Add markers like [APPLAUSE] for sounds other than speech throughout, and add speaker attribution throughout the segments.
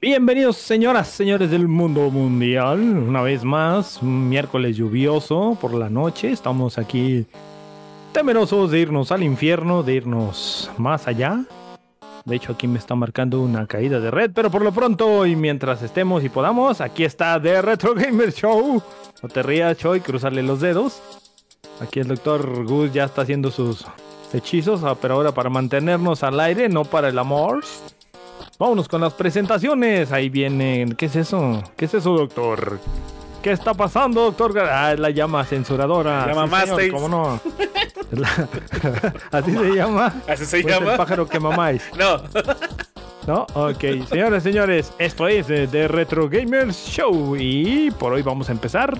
Speaker 1: Bienvenidos, señoras, señores del mundo mundial. Una vez más, un miércoles lluvioso por la noche. Estamos aquí temerosos de irnos al infierno, de irnos más allá. De hecho, aquí me está marcando una caída de red, pero por lo pronto y mientras estemos y podamos, aquí está The Retro Gamer Show. No te rías, Choy, cruzarle los dedos. Aquí el doctor Gus ya está haciendo sus hechizos, ah, pero ahora para mantenernos al aire, no para el amor. Vámonos con las presentaciones. Ahí vienen. ¿Qué es eso? ¿Qué es eso, doctor? ¿Qué está pasando, doctor? Gar- Ah, es la llama censuradora.
Speaker 2: La
Speaker 1: Sí, señor,
Speaker 2: mamasteis. [LAUGHS]
Speaker 1: ¿Cómo no? Es la- [LAUGHS] Así se llama.
Speaker 2: ¿Así se
Speaker 1: Pues el
Speaker 2: llama?
Speaker 1: pájaro que mamáis.
Speaker 2: [LAUGHS] No.
Speaker 1: ¿No? Ok, señores, señores, esto es eh, The Retro Gamers Show y por hoy vamos a empezar.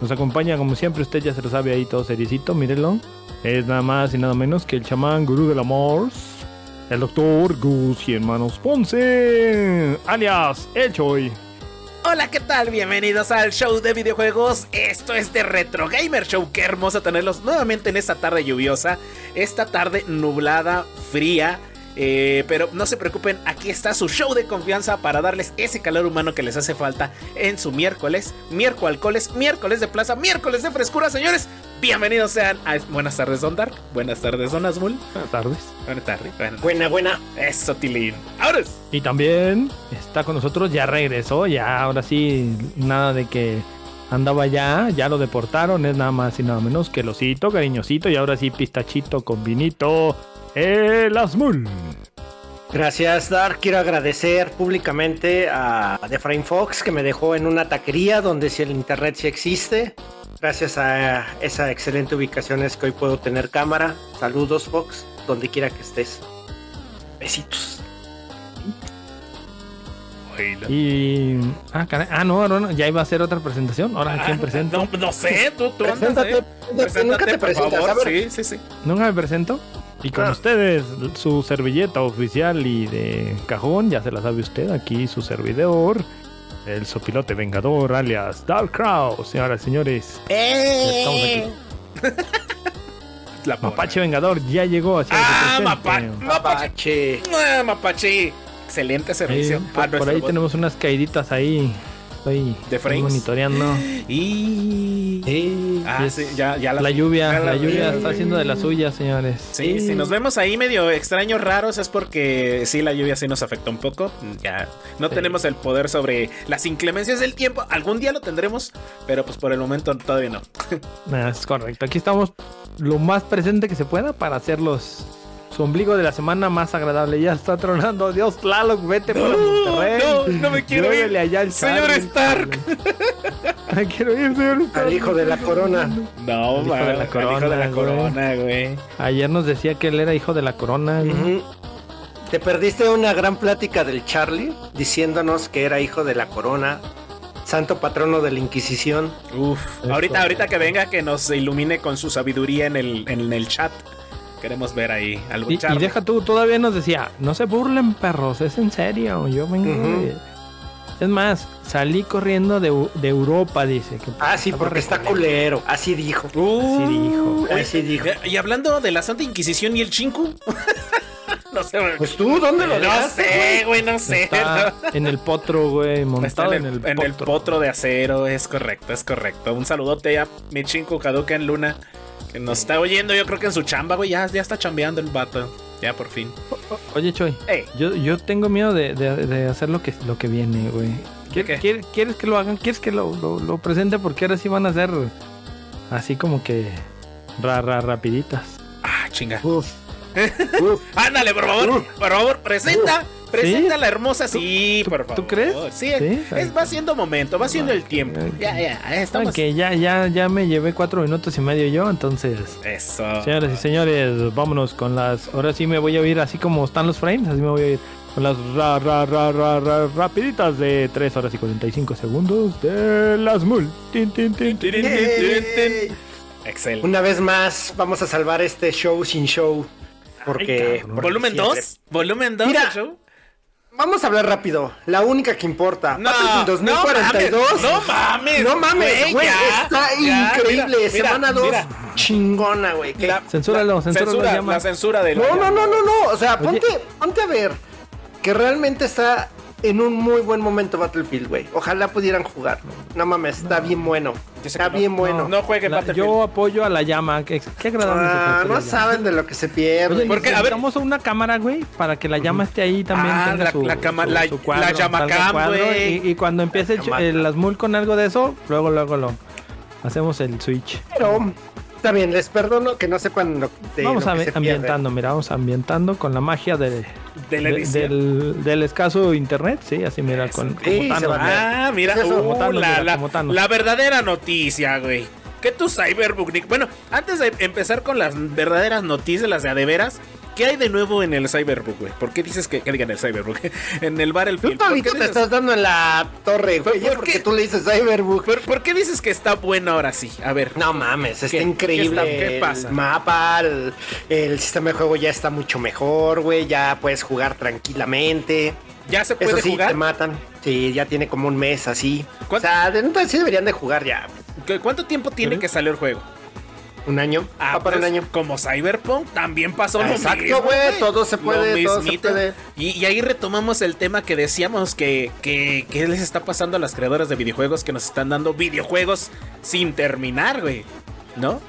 Speaker 1: Nos acompaña, como siempre, usted ya se lo sabe ahí todo seriecito, mírenlo. Es nada más y nada menos que el chamán gurú del amor, el doctor Gus y hermanos Ponce, alias El Choy.
Speaker 3: Hola, ¿qué tal? Bienvenidos al show de videojuegos. Esto es de Retro Gamer Show. Qué hermoso tenerlos nuevamente en esta tarde lluviosa, esta tarde nublada, fría. eh, pero no se preocupen, aquí está su show de confianza para darles ese calor humano que les hace falta en su miércoles, miércoles, miércoles de plaza, miércoles de frescura, señores. Bienvenidos sean a Buenas tardes, Don Dark. Buenas tardes, Don Azmul.
Speaker 1: Buenas tardes.
Speaker 3: Buenas tardes. Buenas
Speaker 4: Buena, buena.
Speaker 3: Eso, Tilín. Ahora es-
Speaker 1: Y también está con nosotros, ya regresó, ya ahora sí, nada de que andaba ya, ya lo deportaron, es nada más y nada menos que el osito, cariñosito, y ahora sí, pistachito con vinito, el Asmul.
Speaker 4: Gracias, Dark. Quiero agradecer públicamente a The Frame Fox que me dejó en una taquería donde si el internet sí existe. Gracias a esa excelente ubicación es que hoy puedo tener cámara. Saludos, Fox, donde quiera que estés. Besitos.
Speaker 1: Y. Ah, caray, ah, no, no, no, ya iba a hacer otra presentación, ahora quién presento.
Speaker 3: Ah, No, no sé, tú, tú andas,
Speaker 4: Preséntate,
Speaker 3: eh.
Speaker 4: preséntate, Pues, nunca te
Speaker 3: por
Speaker 4: presentas,
Speaker 3: favor.
Speaker 4: a
Speaker 3: Sí, sí, sí.
Speaker 1: Nunca me presento. Y con
Speaker 4: Ah.
Speaker 1: ustedes, su servilleta oficial y de cajón, ya se la sabe usted, aquí su servidor, el sopilote vengador, alias Dark Crow, señoras y señores. Estamos
Speaker 4: Eh.
Speaker 1: aquí.
Speaker 3: La pobre.
Speaker 1: Mapache Vengador ya llegó hacia
Speaker 3: Ah, mapa-
Speaker 1: presente.
Speaker 3: mapache.
Speaker 4: Apache.
Speaker 3: Ah, mapache. Excelente servicio.
Speaker 1: Eh,
Speaker 3: Ah,
Speaker 1: por, por
Speaker 3: nuestro
Speaker 1: ahí
Speaker 3: bot.
Speaker 1: tenemos unas caíditas ahí. Estoy,
Speaker 3: ¿De
Speaker 1: estoy
Speaker 3: frames?
Speaker 1: monitoreando.
Speaker 3: Y... Ah,
Speaker 1: es-
Speaker 3: sí, ya, ya la...
Speaker 1: La lluvia,
Speaker 3: ya la
Speaker 1: la
Speaker 3: vi,
Speaker 1: lluvia
Speaker 3: ya
Speaker 1: está
Speaker 3: la
Speaker 1: haciendo de las suyas, señores.
Speaker 3: Sí, si nos vemos ahí medio extraños, raros, es porque sí, la lluvia sí nos afectó un poco. Mm, Ya no
Speaker 1: Sí.
Speaker 3: tenemos el poder sobre las inclemencias del tiempo. Algún día lo tendremos, pero pues por el momento todavía no.
Speaker 1: Ah, Es correcto. Aquí estamos lo más presente que se pueda para hacerlos su ombligo de la semana más agradable. Ya está tronando. Dios, Tlaloc, vete para Monterrey.
Speaker 3: no, no me quiero ir.
Speaker 1: Llévele allá al
Speaker 3: Señor
Speaker 1: Charlie.
Speaker 3: Stark.
Speaker 1: [LAUGHS] Me quiero ir, señor Stark.
Speaker 4: Al hijo de la corona.
Speaker 3: No,
Speaker 1: El hijo de la
Speaker 3: el hijo de
Speaker 1: corona,
Speaker 3: la
Speaker 1: güey.
Speaker 3: corona, güey.
Speaker 1: Ayer nos decía que él era hijo de la corona. ¿no?
Speaker 4: Ujú. Te perdiste una gran plática del Charlie diciéndonos que era hijo de la corona, santo patrono de la Inquisición.
Speaker 3: Uf,
Speaker 1: Es
Speaker 3: ahorita,
Speaker 1: correcto.
Speaker 3: ahorita que venga, que nos ilumine con su sabiduría en el, en el chat. Queremos ver ahí algo.
Speaker 1: Y, y
Speaker 3: Charlie.
Speaker 1: deja tú, todavía nos decía, no se burlen perros, es en serio, yo vengo
Speaker 4: Ujú.
Speaker 1: de- Es más, salí corriendo de, Eu- de Europa, dice. Que
Speaker 4: Ah, sí,
Speaker 1: estaba
Speaker 4: porque está
Speaker 1: recorriendo.
Speaker 4: culero. Así dijo.
Speaker 3: Uh,
Speaker 1: Así dijo.
Speaker 3: oye,
Speaker 4: Así dijo.
Speaker 3: Y hablando de la Santa Inquisición y el Chinku, [LAUGHS] No sé, güey.
Speaker 4: Pues tú, ¿dónde lo
Speaker 3: No
Speaker 4: dejaste?
Speaker 3: sé, güey, no sé.
Speaker 1: eh, Está en el potro, güey,
Speaker 3: Está
Speaker 1: montado
Speaker 3: en el, en el potro de acero, es correcto, es correcto. Un saludote a Michinku en Luna, que nos está oyendo, yo creo que en su chamba, güey, ya, ya está chambeando el vato. Ya por fin.
Speaker 1: Oye, Choy,
Speaker 3: Ey.
Speaker 1: yo, yo tengo miedo de, de- de hacer lo que, lo que viene, güey. ¿Quier-
Speaker 3: qué?
Speaker 1: quier- ¿Quieres que lo hagan? ¿Quieres que lo, lo, lo presente? Porque ahora sí van a ser así como que ra, ra, rapiditas.
Speaker 3: Ah, chinga.
Speaker 4: Uf.
Speaker 3: Ándale, por favor, por favor, presenta. Presenta la hermosa.
Speaker 1: ¿Tú-
Speaker 3: Sí,
Speaker 1: tú-
Speaker 3: por
Speaker 1: tú
Speaker 3: favor.
Speaker 1: crees?
Speaker 3: Sí,
Speaker 1: Sí.
Speaker 3: es, va siendo momento, va siendo el
Speaker 1: Ok,
Speaker 3: tiempo.
Speaker 1: ok.
Speaker 3: Ya, ya, estamos.
Speaker 1: Porque ya, ya, ya me llevé cuatro minutos y medio yo, entonces...
Speaker 3: Eso.
Speaker 1: Señoras y señores, vámonos con las... Ahora sí me voy a oír así como están los frames, así me voy a oír con las ra, ra, ra, ra, ra- rapiditas de 3 horas y 45 segundos de las mul. Tin, tin, tin, tin.
Speaker 3: Excelente.
Speaker 4: Una vez más, vamos a salvar este show sin show. Porque.
Speaker 1: cabrón.
Speaker 4: porque
Speaker 3: Volumen
Speaker 4: siempre-
Speaker 3: 2. Volumen 2
Speaker 4: Mira,
Speaker 3: del show.
Speaker 4: Vamos a hablar rápido. La única que importa.
Speaker 3: No,
Speaker 4: Battlefield 2042.
Speaker 3: No mames.
Speaker 4: No mames, güey.
Speaker 3: ya,
Speaker 4: Está
Speaker 3: ya,
Speaker 4: increíble.
Speaker 3: mira,
Speaker 4: Semana
Speaker 3: mira,
Speaker 4: 2.
Speaker 3: mira,
Speaker 4: Chingona, güey. ¿Qué?
Speaker 3: la-
Speaker 1: Censúralo,
Speaker 3: la-
Speaker 1: censúralo,
Speaker 3: censura,
Speaker 1: llama.
Speaker 3: La censura del.
Speaker 4: No, no, no, no, no. O sea,
Speaker 1: Oye.
Speaker 4: ponte, ponte a ver que realmente está en un muy buen momento Battlefield, güey. Ojalá pudieran jugar. No mames, está bien bueno.
Speaker 3: Yo sé
Speaker 4: Está
Speaker 3: que no.
Speaker 4: bien bueno.
Speaker 3: No, no jueguen
Speaker 1: La-
Speaker 3: Battlefield.
Speaker 1: yo apoyo a la llama. Qué, qué agradable.
Speaker 4: Ah,
Speaker 1: se
Speaker 4: no
Speaker 1: portó la llama.
Speaker 4: saben de lo que se pierde.
Speaker 1: Oye,
Speaker 3: Porque, a ver-
Speaker 1: necesitamos una cámara, güey, para que la llama esté ahí también.
Speaker 3: Ah,
Speaker 1: tenga
Speaker 3: la-
Speaker 1: su-
Speaker 3: la cama-
Speaker 1: su-
Speaker 3: la-
Speaker 1: su cuadro,
Speaker 3: la llamacam,
Speaker 1: salga el cuadro,
Speaker 3: güey.
Speaker 1: Y, y cuando empiece el ch-
Speaker 4: llamacam.
Speaker 1: el Asmul con algo de eso, luego, luego lo hacemos el switch.
Speaker 4: Pero está bien, les perdono que no sepan lo, de
Speaker 1: vamos
Speaker 4: lo
Speaker 1: a-
Speaker 4: que se pierde.
Speaker 1: ambientando, mira, vamos ambientando con la magia de,
Speaker 3: De la
Speaker 1: de-
Speaker 3: edición.
Speaker 1: del, del escaso internet, sí, así mira, con,
Speaker 4: Sí,
Speaker 1: como
Speaker 4: se
Speaker 1: Thanos,
Speaker 4: va.
Speaker 1: mira.
Speaker 3: Ah, mira,
Speaker 4: Eso,
Speaker 3: uh,
Speaker 1: como Thanos,
Speaker 3: la,
Speaker 1: mira,
Speaker 3: la-
Speaker 1: como Thanos.
Speaker 3: la verdadera noticia, güey. Que tu Cyberpunk Nick. Bueno, antes de empezar con las verdaderas noticias, las de a de veras, ¿qué hay de nuevo en el Cyberpunk, güey? ¿Por qué dices que, que digan el Cyberpunk? [LAUGHS] en el
Speaker 4: Tú
Speaker 3: Battlefield. ¿Por qué
Speaker 4: todavía te
Speaker 3: dices-
Speaker 4: estás dando en la torre, güey.
Speaker 3: ¿Por
Speaker 4: porque
Speaker 3: qué?
Speaker 4: tú le dices Cyberbook.
Speaker 3: ¿Por, por qué dices que está bueno ahora sí? A ver.
Speaker 4: No mames, está
Speaker 3: ¿Qué?
Speaker 4: increíble.
Speaker 3: ¿Qué está- qué pasa?
Speaker 4: El mapa, el, el sistema de juego ya está mucho mejor, güey. Ya puedes jugar tranquilamente.
Speaker 3: ¿Ya se
Speaker 4: Eso
Speaker 3: puede
Speaker 4: sí,
Speaker 3: jugar?
Speaker 4: te matan. Sí, ya tiene como un mes así.
Speaker 3: ¿Cuán-
Speaker 4: O sea, de neta sí deberían de jugar ya.
Speaker 3: ¿Cu- ¿Cuánto tiempo tiene
Speaker 1: Ujú.
Speaker 3: que salió el juego?
Speaker 4: Un año.
Speaker 3: Ah,
Speaker 4: va para un
Speaker 3: pues,
Speaker 4: año.
Speaker 3: Como Cyberpunk también pasó lo
Speaker 4: Exacto,
Speaker 3: mismo,
Speaker 4: güey, todo se puede,
Speaker 3: Lo
Speaker 4: todo se
Speaker 3: mismito.
Speaker 4: puede.
Speaker 3: Y, y ahí retomamos el tema que decíamos que, que, que les está pasando a las creadoras de videojuegos que nos están dando videojuegos sin terminar, güey. ¿No?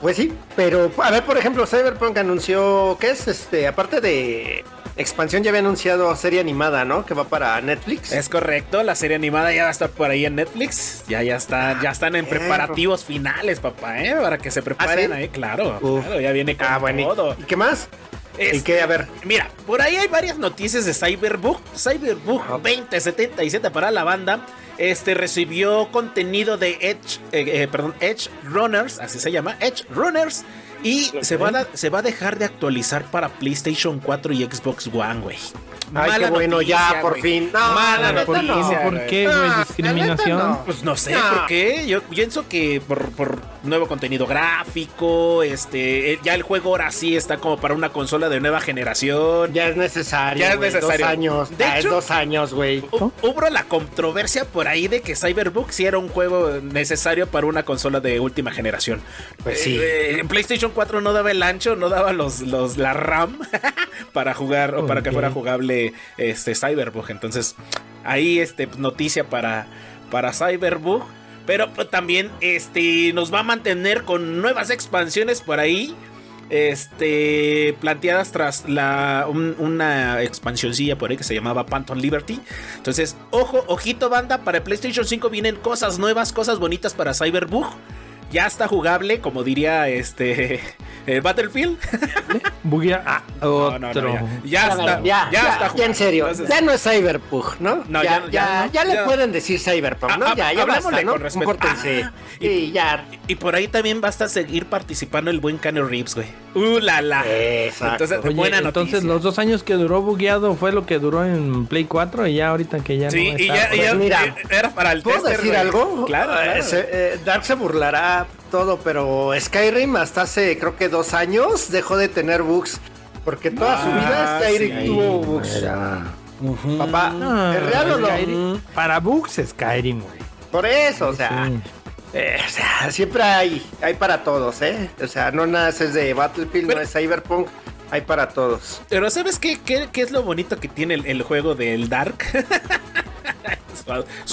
Speaker 4: Pues sí, pero a ver, por ejemplo, Cyberpunk anunció, ¿qué es? Este, aparte de expansión, ya había anunciado serie animada, ¿no? Que va para Netflix.
Speaker 3: Es correcto, la serie animada ya va a estar por ahí en Netflix. Ya, ya está, ya están en
Speaker 4: perro.
Speaker 3: preparativos finales, papá, ¿eh? Para que se preparen
Speaker 4: Eh, ¿Ah, sí?
Speaker 3: ahí, claro,
Speaker 4: Uf.
Speaker 3: claro, ya viene con
Speaker 4: ah, bueno.
Speaker 3: todo.
Speaker 4: ¿Y, ¿Y qué más? ¿Y
Speaker 3: Este,
Speaker 4: qué? A ver.
Speaker 3: Mira, por ahí hay varias noticias de Cyberbook. Cyberbook
Speaker 4: Ajá.
Speaker 3: 2077 para la banda. Este recibió contenido de Edge, eh, eh, perdón, Edge Runners, así se llama, Edge Runners. Y se, va a, da- se va a dejar de actualizar para PlayStation 4 y Xbox One, güey.
Speaker 4: Ay, qué bueno, ya, por
Speaker 3: güey.
Speaker 4: fin. No,
Speaker 3: Mala
Speaker 4: la neta,
Speaker 1: ¿Por,
Speaker 3: noticia.
Speaker 1: no,
Speaker 3: güey.
Speaker 1: ¿por qué, güey?
Speaker 4: Ah,
Speaker 1: Discriminación.
Speaker 4: la neta, no.
Speaker 3: Pues no sé
Speaker 4: No.
Speaker 3: por qué. Yo pienso que por, por nuevo contenido gráfico, este, eh, ya el juego ahora sí está como para una consola de nueva generación.
Speaker 4: Ya es necesario.
Speaker 3: Ya es
Speaker 4: güey,
Speaker 3: necesario.
Speaker 4: Dos años.
Speaker 3: De
Speaker 4: ya es
Speaker 3: hecho-
Speaker 4: dos años, güey.
Speaker 3: Hu- Hubo la controversia por ahí de que Cyberpunk sí era un juego necesario para una consola de última generación.
Speaker 4: Pues sí.
Speaker 3: Eh, eh, PlayStation 4 no daba el ancho, no daba los, los, la RAM para jugar o para que
Speaker 1: Ok.
Speaker 3: fuera jugable este Cyberpunk. Entonces, ahí este, noticia para, para Cyberpunk. Pero pues, también este, nos va a mantener con nuevas expansiones por ahí. Este, planteadas tras la, un- una expansioncilla por ahí que se llamaba Phantom Liberty. Entonces, ojo, ojito banda, para el PlayStation 5 vienen cosas nuevas, cosas bonitas para Cyberpunk. Ya está jugable, como diría este [LAUGHS] eh, Battlefield.
Speaker 1: Buguea. Ah, otro.
Speaker 3: No, no, no, ya, ya
Speaker 4: A ver,
Speaker 3: está, ya, está
Speaker 4: ya en serio,
Speaker 3: Entonces,
Speaker 4: ya no es Cyberpunk, ¿no?
Speaker 3: No,
Speaker 4: ya,
Speaker 3: ya-
Speaker 4: ya,
Speaker 3: ya no,
Speaker 4: ya le
Speaker 3: ya.
Speaker 4: pueden decir Cyberpunk,
Speaker 3: Ah,
Speaker 4: ¿no?
Speaker 3: ah,
Speaker 4: ya, ya
Speaker 3: hablemosle
Speaker 4: basta, ¿no?
Speaker 3: con respeto.
Speaker 4: Compórtense.
Speaker 3: Ah,
Speaker 4: y, ya.
Speaker 3: y por ahí también basta seguir participando el buen Cano Reeves, güey. Uh la la.
Speaker 4: Eh, Exacto.
Speaker 3: Entonces,
Speaker 1: Oye,
Speaker 3: buena
Speaker 1: entonces
Speaker 3: noticia.
Speaker 1: los dos años que duró bugueado fue lo que duró en Play 4 y ya ahorita que ya
Speaker 3: sí,
Speaker 1: no
Speaker 3: y
Speaker 1: está,
Speaker 3: ya, y
Speaker 1: pues,
Speaker 3: ya-
Speaker 4: mira,
Speaker 3: eh, era para el
Speaker 4: ¿Puedo
Speaker 3: tester,
Speaker 4: decir
Speaker 3: güey.
Speaker 4: algo?
Speaker 3: Claro,
Speaker 4: Eh,
Speaker 3: claro.
Speaker 4: se- eh, Dark se burlará todo, pero Skyrim hasta hace creo que dos años dejó de tener bugs. Porque toda su vida
Speaker 3: Ah,
Speaker 4: Skyrim
Speaker 3: sí.
Speaker 4: tuvo bugs. Papá,
Speaker 3: Ah,
Speaker 1: no,
Speaker 4: ¿es real o no?
Speaker 1: Skyrim- Para bugs Skyrim, güey.
Speaker 4: Por eso, o sea.
Speaker 1: Sí.
Speaker 4: Eh, o sea, siempre hay, hay para todos, ¿eh? O sea, no nada es de Battlefield,
Speaker 3: Pero-
Speaker 4: no es Cyberpunk. Hay para todos.
Speaker 3: Pero ¿sabes qué, qué, qué es lo bonito que tiene el, el juego del Dark? [LAUGHS] su,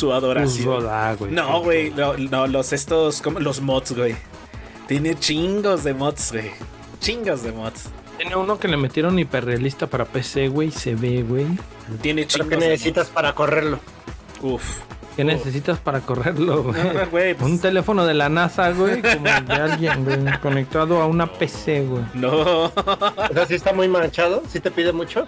Speaker 3: su
Speaker 1: Pues
Speaker 3: adoración. No, güey, no, no, los estos, como los mods, güey. Tiene chingos de mods, güey. Chingos de mods.
Speaker 1: Tiene uno que le metieron hiperrealista para PC, güey. Se ve, güey.
Speaker 3: Tiene
Speaker 4: ¿Pero
Speaker 3: chingos
Speaker 4: qué necesitas para correrlo?
Speaker 3: de mods. Uf.
Speaker 1: ¿Qué necesitas para correrlo, güey?
Speaker 3: Oh. No,
Speaker 4: Ah,
Speaker 3: no, [LAUGHS] güey, pues-
Speaker 1: Un teléfono de la NASA,
Speaker 3: [LAUGHS]
Speaker 1: güey. Como el de alguien, güey. Conectado a una PC, güey.
Speaker 3: No.
Speaker 4: O sea, sí está muy manchado, sí te pide mucho.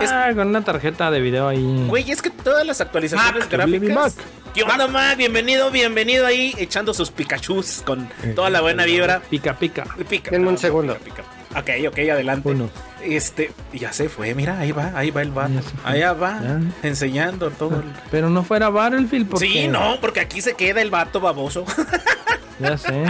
Speaker 3: Es-
Speaker 1: Ah, con una tarjeta de video ahí.
Speaker 3: Güey, es que todas las actualizaciones
Speaker 1: Mm. Mac,
Speaker 3: gráficas.
Speaker 1: Mac.
Speaker 3: ¿Qué onda, Mac? Bienvenido, bienvenido ahí, echando sus Pikachus con
Speaker 1: Eh,
Speaker 3: toda la buena vibra.
Speaker 1: Pica, pica.
Speaker 3: Pica.
Speaker 4: Denme un segundo.
Speaker 3: Pica, pica. Ok, ok, adelante.
Speaker 1: Uno.
Speaker 3: Este, ya se fue, mira, ahí va, ahí va el vato.
Speaker 1: Ya se fue.
Speaker 3: Allá va,
Speaker 1: Ya.
Speaker 3: enseñando todo. el-
Speaker 1: Pero no fuera Battlefield porque...
Speaker 3: Sí, no, porque aquí se queda el vato baboso.
Speaker 1: Ya sé.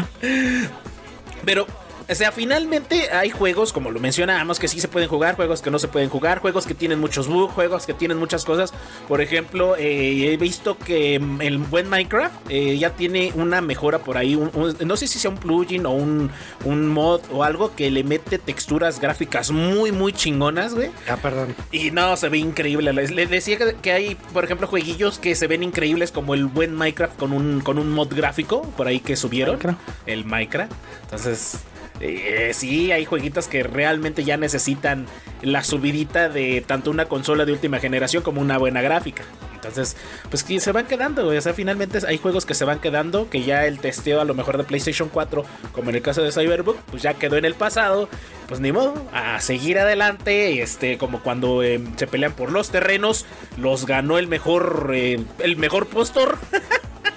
Speaker 3: Pero, o sea, finalmente hay juegos, como lo mencionábamos, que sí se pueden jugar, juegos que no se pueden jugar, juegos que tienen muchos bugs, juegos que tienen muchas cosas. Por ejemplo, eh, he visto que mm, el buen Minecraft eh, ya tiene una mejora por ahí. un- un- no sé si sea un plugin o un, un mod o algo que le mete texturas gráficas muy, muy chingonas, güey.
Speaker 4: Ah, perdón.
Speaker 3: Y no, se ve increíble. Les, les decía que, que hay, por ejemplo, jueguillos que se ven increíbles como el buen Minecraft con un, con un mod gráfico por ahí que subieron.
Speaker 1: Minecraft.
Speaker 3: El Minecraft. Entonces, eh, sí, hay jueguitos que realmente ya necesitan la subidita de tanto una consola de última generación como una buena gráfica. Entonces, pues que se van quedando, güey. O sea, finalmente hay juegos que se van quedando, que ya el testeo a lo mejor de PlayStation 4, como en el caso de Cyberpunk, pues ya quedó en el pasado. Pues ni modo, a seguir adelante. Este, como cuando eh, se pelean por los terrenos, los ganó el mejor, eh, el mejor postor. [LAUGHS]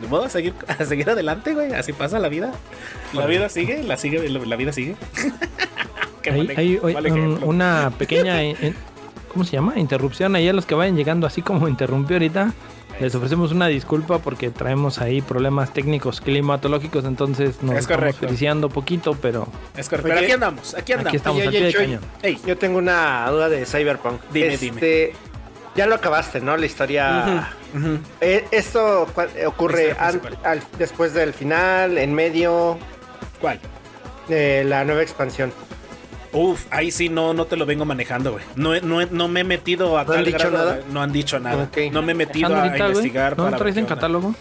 Speaker 3: Ni modo, a seguir, a seguir adelante, güey. Así pasa la vida. La vida sigue, la sigue, la, la vida sigue. [LAUGHS] [LAUGHS] Qué
Speaker 1: Hay,
Speaker 3: mal ej-
Speaker 1: hay- hay
Speaker 3: mal
Speaker 1: un-
Speaker 3: ejemplo. [LAUGHS]
Speaker 1: una pequeña... eh, eh, ¿Cómo se llama? Interrupción. Ahí a los que vayan llegando, así como interrumpí ahorita, les ofrecemos una disculpa porque traemos ahí problemas técnicos climatológicos, entonces nos
Speaker 3: Es
Speaker 1: estamos
Speaker 3: correcto.
Speaker 1: friciando poquito, pero
Speaker 3: Es correcto. Pero
Speaker 4: Oye,
Speaker 3: aquí andamos, aquí andamos.
Speaker 1: aquí estamos
Speaker 4: Oye,
Speaker 1: al pie
Speaker 4: oye,
Speaker 1: de
Speaker 4: Chuy.
Speaker 1: cañón.
Speaker 3: Ey,
Speaker 4: Yo tengo una duda de Cyberpunk.
Speaker 3: Dime,
Speaker 4: Este,
Speaker 3: dime.
Speaker 4: Ya lo acabaste, ¿no? La historia.
Speaker 3: ujú.
Speaker 4: Eh, esto cua- eh, ocurre
Speaker 3: Historia
Speaker 4: an-
Speaker 3: principal.
Speaker 4: al- después del final, en medio
Speaker 3: ¿Cuál?
Speaker 4: de la nueva expansión.
Speaker 3: Uf, ahí sí no, no te lo vengo manejando, güey. No, he- no, he- no me he metido a
Speaker 4: ¿No han
Speaker 3: tal
Speaker 4: dicho
Speaker 3: grado,
Speaker 4: nada?
Speaker 3: güey. No han dicho nada.
Speaker 4: Ok.
Speaker 3: No me he metido
Speaker 1: Ando
Speaker 3: a
Speaker 1: ahorita, güey,
Speaker 3: investigar.
Speaker 1: ¿No lo
Speaker 3: para
Speaker 1: traes
Speaker 3: ver
Speaker 1: en
Speaker 3: qué onda.
Speaker 1: catálogo?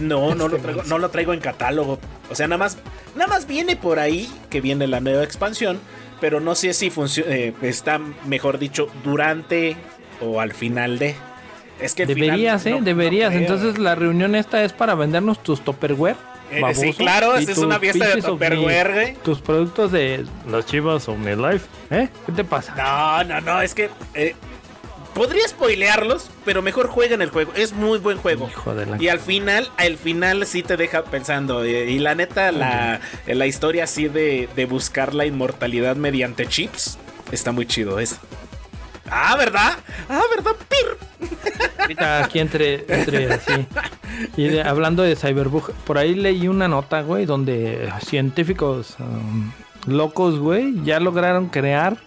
Speaker 3: No, no lo,
Speaker 4: Este
Speaker 3: traigo,
Speaker 4: mes.
Speaker 3: no lo traigo en catálogo. O sea, nada más, nada más viene por ahí que viene la nueva expansión, pero no sé si funcio- eh, está, mejor dicho, durante o al final de. Es que el final
Speaker 1: Deberías, ¿eh?
Speaker 3: no- no
Speaker 1: Deberías.
Speaker 3: creo,
Speaker 1: Entonces
Speaker 3: güey.
Speaker 1: la reunión esta es para vendernos tus Topperware.
Speaker 3: Eh,
Speaker 1: baboso,
Speaker 3: sí, claro,
Speaker 1: y
Speaker 3: es
Speaker 1: tus
Speaker 3: una fiesta de
Speaker 1: pinches ovni-
Speaker 3: Topperware, güey.
Speaker 1: Tus productos de las chivas OmniLife. ¿Eh? ¿Qué te pasa?
Speaker 3: No, no, no, es que eh, podría spoilearlos, pero mejor jueguen el juego. Es muy buen juego.
Speaker 1: Hijo de la...
Speaker 3: Y al final, al final sí te deja pensando. eh, Y, la neta, la, la historia así de, de buscar la inmortalidad mediante chips está muy chido eso. Ah, ¿verdad? Ah, ¿verdad? Pir.
Speaker 1: Ahorita aquí entre, entre
Speaker 3: [LAUGHS]
Speaker 1: así. Y de- hablando de Cyberbug, por ahí leí una nota, güey, donde científicos um, locos, güey, ya lograron crear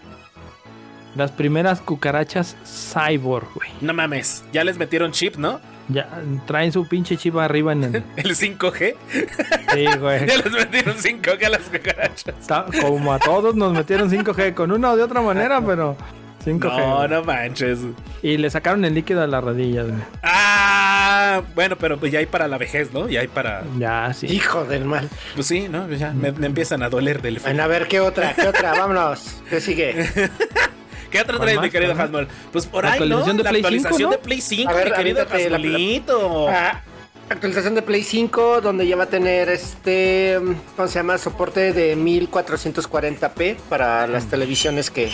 Speaker 1: las primeras cucarachas cyborg, güey.
Speaker 3: No mames, ya les metieron chip, ¿no? [LAUGHS]
Speaker 1: Ya traen su pinche chiva arriba en el.
Speaker 3: El 5G.
Speaker 1: Sí, güey.
Speaker 3: [LAUGHS] Ya les metieron 5G a las cucarachas.
Speaker 1: Está- como a todos nos metieron
Speaker 4: [LAUGHS]
Speaker 1: 5G, con una o de otra manera, pero 5G.
Speaker 3: No,
Speaker 1: güey.
Speaker 3: no manches.
Speaker 1: Y le sacaron el líquido a la rodilla, güey.
Speaker 3: Ah, bueno, pero pues ya hay para la vejez, ¿no? Ya hay para.
Speaker 1: Ya, sí.
Speaker 4: Hijo del mal.
Speaker 3: Pues sí, ¿no? Ya me, me empiezan a doler del
Speaker 4: Bueno, a ver, ¿qué otra? ¿Qué [LAUGHS] otra? Vámonos. ¿Qué sigue?
Speaker 3: ¿Qué otra
Speaker 1: ¿Cuál
Speaker 3: traes, mi
Speaker 1: más?
Speaker 3: querido
Speaker 1: ¿Cuál más?
Speaker 3: Hasmol? Pues por
Speaker 1: La
Speaker 3: ahí, ¿no?
Speaker 1: actualización de
Speaker 3: la
Speaker 1: Play cinco,
Speaker 3: actualización
Speaker 1: ¿no?
Speaker 3: de Play 5,
Speaker 4: A ver,
Speaker 3: mi querido
Speaker 4: aviéntate la-
Speaker 3: Hasmolito.
Speaker 4: Ah, actualización de Play 5, donde ya va a tener este. ¿Cómo se llama? Soporte de 1440p para las televisiones que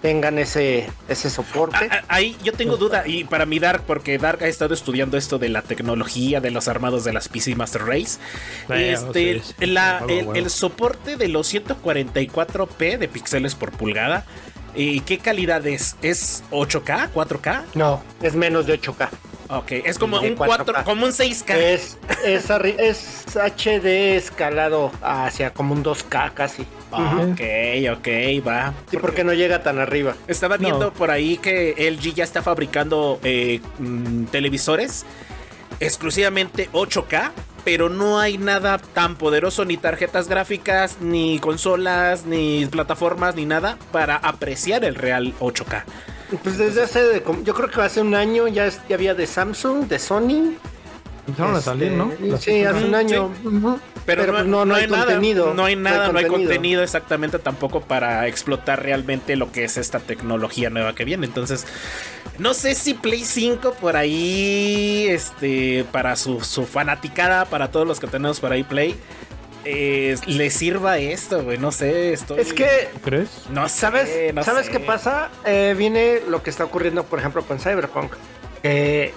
Speaker 4: tengan ese, ese soporte.
Speaker 3: Ah, ah, Ahí yo tengo duda, y para mi Dark, porque Dark ha estado estudiando esto de la tecnología de los armados de las PC Master Race. este,
Speaker 1: Ah, Sí, sí,
Speaker 3: la-
Speaker 1: sí,
Speaker 3: el,
Speaker 1: huevo.
Speaker 3: el soporte de los 144p de píxeles por pulgada. ¿Y qué calidad es? ¿Es 8K? ¿4K?
Speaker 4: No, es menos de 8K.
Speaker 3: Ok, es como
Speaker 4: De
Speaker 3: un 4,
Speaker 4: 4K.
Speaker 3: como un
Speaker 1: Eh,
Speaker 3: 6K.
Speaker 4: Es, es, arri- es HD escalado hacia como un 2K casi. Ujú.
Speaker 3: Ok, ok, va.
Speaker 4: Sí, porque no llega tan arriba.
Speaker 3: Estaba
Speaker 1: No.
Speaker 3: viendo por ahí que LG ya está fabricando eh, mm, televisores exclusivamente 8K pero no hay nada tan poderoso, ni tarjetas gráficas, ni consolas, ni plataformas, ni nada para apreciar el real 8K.
Speaker 4: Pues desde hace, como- yo creo que hace un año ya, es- ya había de Samsung, de Sony.
Speaker 1: Empezaron a
Speaker 4: este,
Speaker 1: salir, ¿no? Las-
Speaker 4: Sí, hace un año. Ujú.
Speaker 3: Pero,
Speaker 4: Pero,
Speaker 3: no,
Speaker 4: pues, no- no
Speaker 3: no
Speaker 4: hay
Speaker 3: hay nada,
Speaker 4: contenido,
Speaker 3: no hay
Speaker 4: no hay
Speaker 3: nada, no hay
Speaker 4: contenido.
Speaker 3: contenido exactamente tampoco para explotar realmente lo que es esta tecnología nueva que viene. Entonces, no sé si Play 5 por ahí, este, para su, su fanaticada, para todos los que tenemos por ahí Play, eh, le sirva esto, güey. No sé, estoy...
Speaker 4: Es que,
Speaker 1: ¿Crees?
Speaker 3: No
Speaker 4: ¿sabes,
Speaker 3: sé, Eh, no
Speaker 4: ¿sabes
Speaker 3: sé.
Speaker 4: qué pasa? Eh, viene lo que está ocurriendo, por ejemplo, con Cyberpunk. Que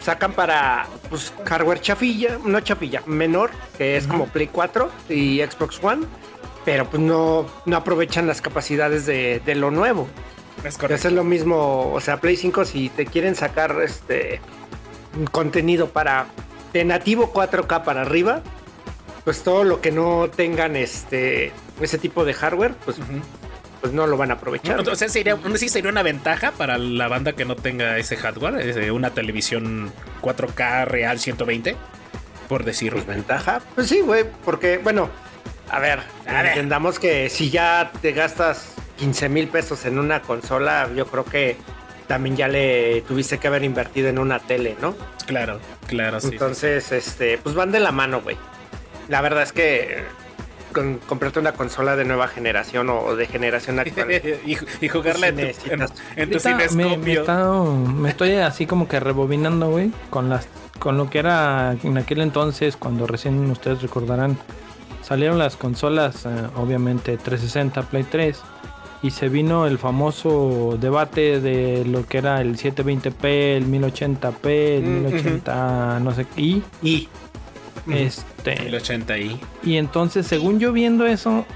Speaker 4: sacan para pues, hardware chafilla, no chafilla, menor, que es como Play 4 y Xbox One. Pero pues no, no aprovechan las capacidades de, de lo nuevo.
Speaker 3: Es
Speaker 4: Y
Speaker 3: correcto.
Speaker 4: hacer lo mismo, o sea, Play 5 si te quieren sacar este contenido para de nativo 4K para arriba, pues todo lo que no tengan este ese tipo de hardware, pues,
Speaker 3: Ujú.
Speaker 4: pues no lo van a aprovechar.
Speaker 3: O sea, sería, un- sí sería una ventaja para la banda que no tenga ese hardware, ese- una televisión 4K real 120, por decirlo.
Speaker 4: Pues ventaja, pues sí, güey, porque bueno, a ver,
Speaker 3: A ver.
Speaker 4: entendamos que si ya te gastas 15 mil pesos en una consola, yo creo que también ya le tuviste que haber invertido en una tele, ¿no?
Speaker 3: Claro, claro, sí.
Speaker 4: Entonces, este, pues van de la mano, güey. La verdad es que eh, con, comprarte una consola de nueva generación o, o de
Speaker 3: [LAUGHS]
Speaker 4: generación actual.
Speaker 3: y, ju- y jugarla en tu, en,
Speaker 4: Necesitas.
Speaker 3: en tu
Speaker 1: Ahorita me, me
Speaker 3: cinescopio.
Speaker 1: está- me estoy así como que rebobinando, güey, con las con lo que era en aquel entonces cuando recién ustedes recordarán salieron las consolas, eh, obviamente 360, Play 3 y se vino el famoso debate de lo que era el 720p, el 1080p, el
Speaker 3: Mm,
Speaker 1: 1080 no sé qué y
Speaker 4: y
Speaker 3: El
Speaker 1: este
Speaker 3: 80 ahí.
Speaker 1: y entonces según yo viendo eso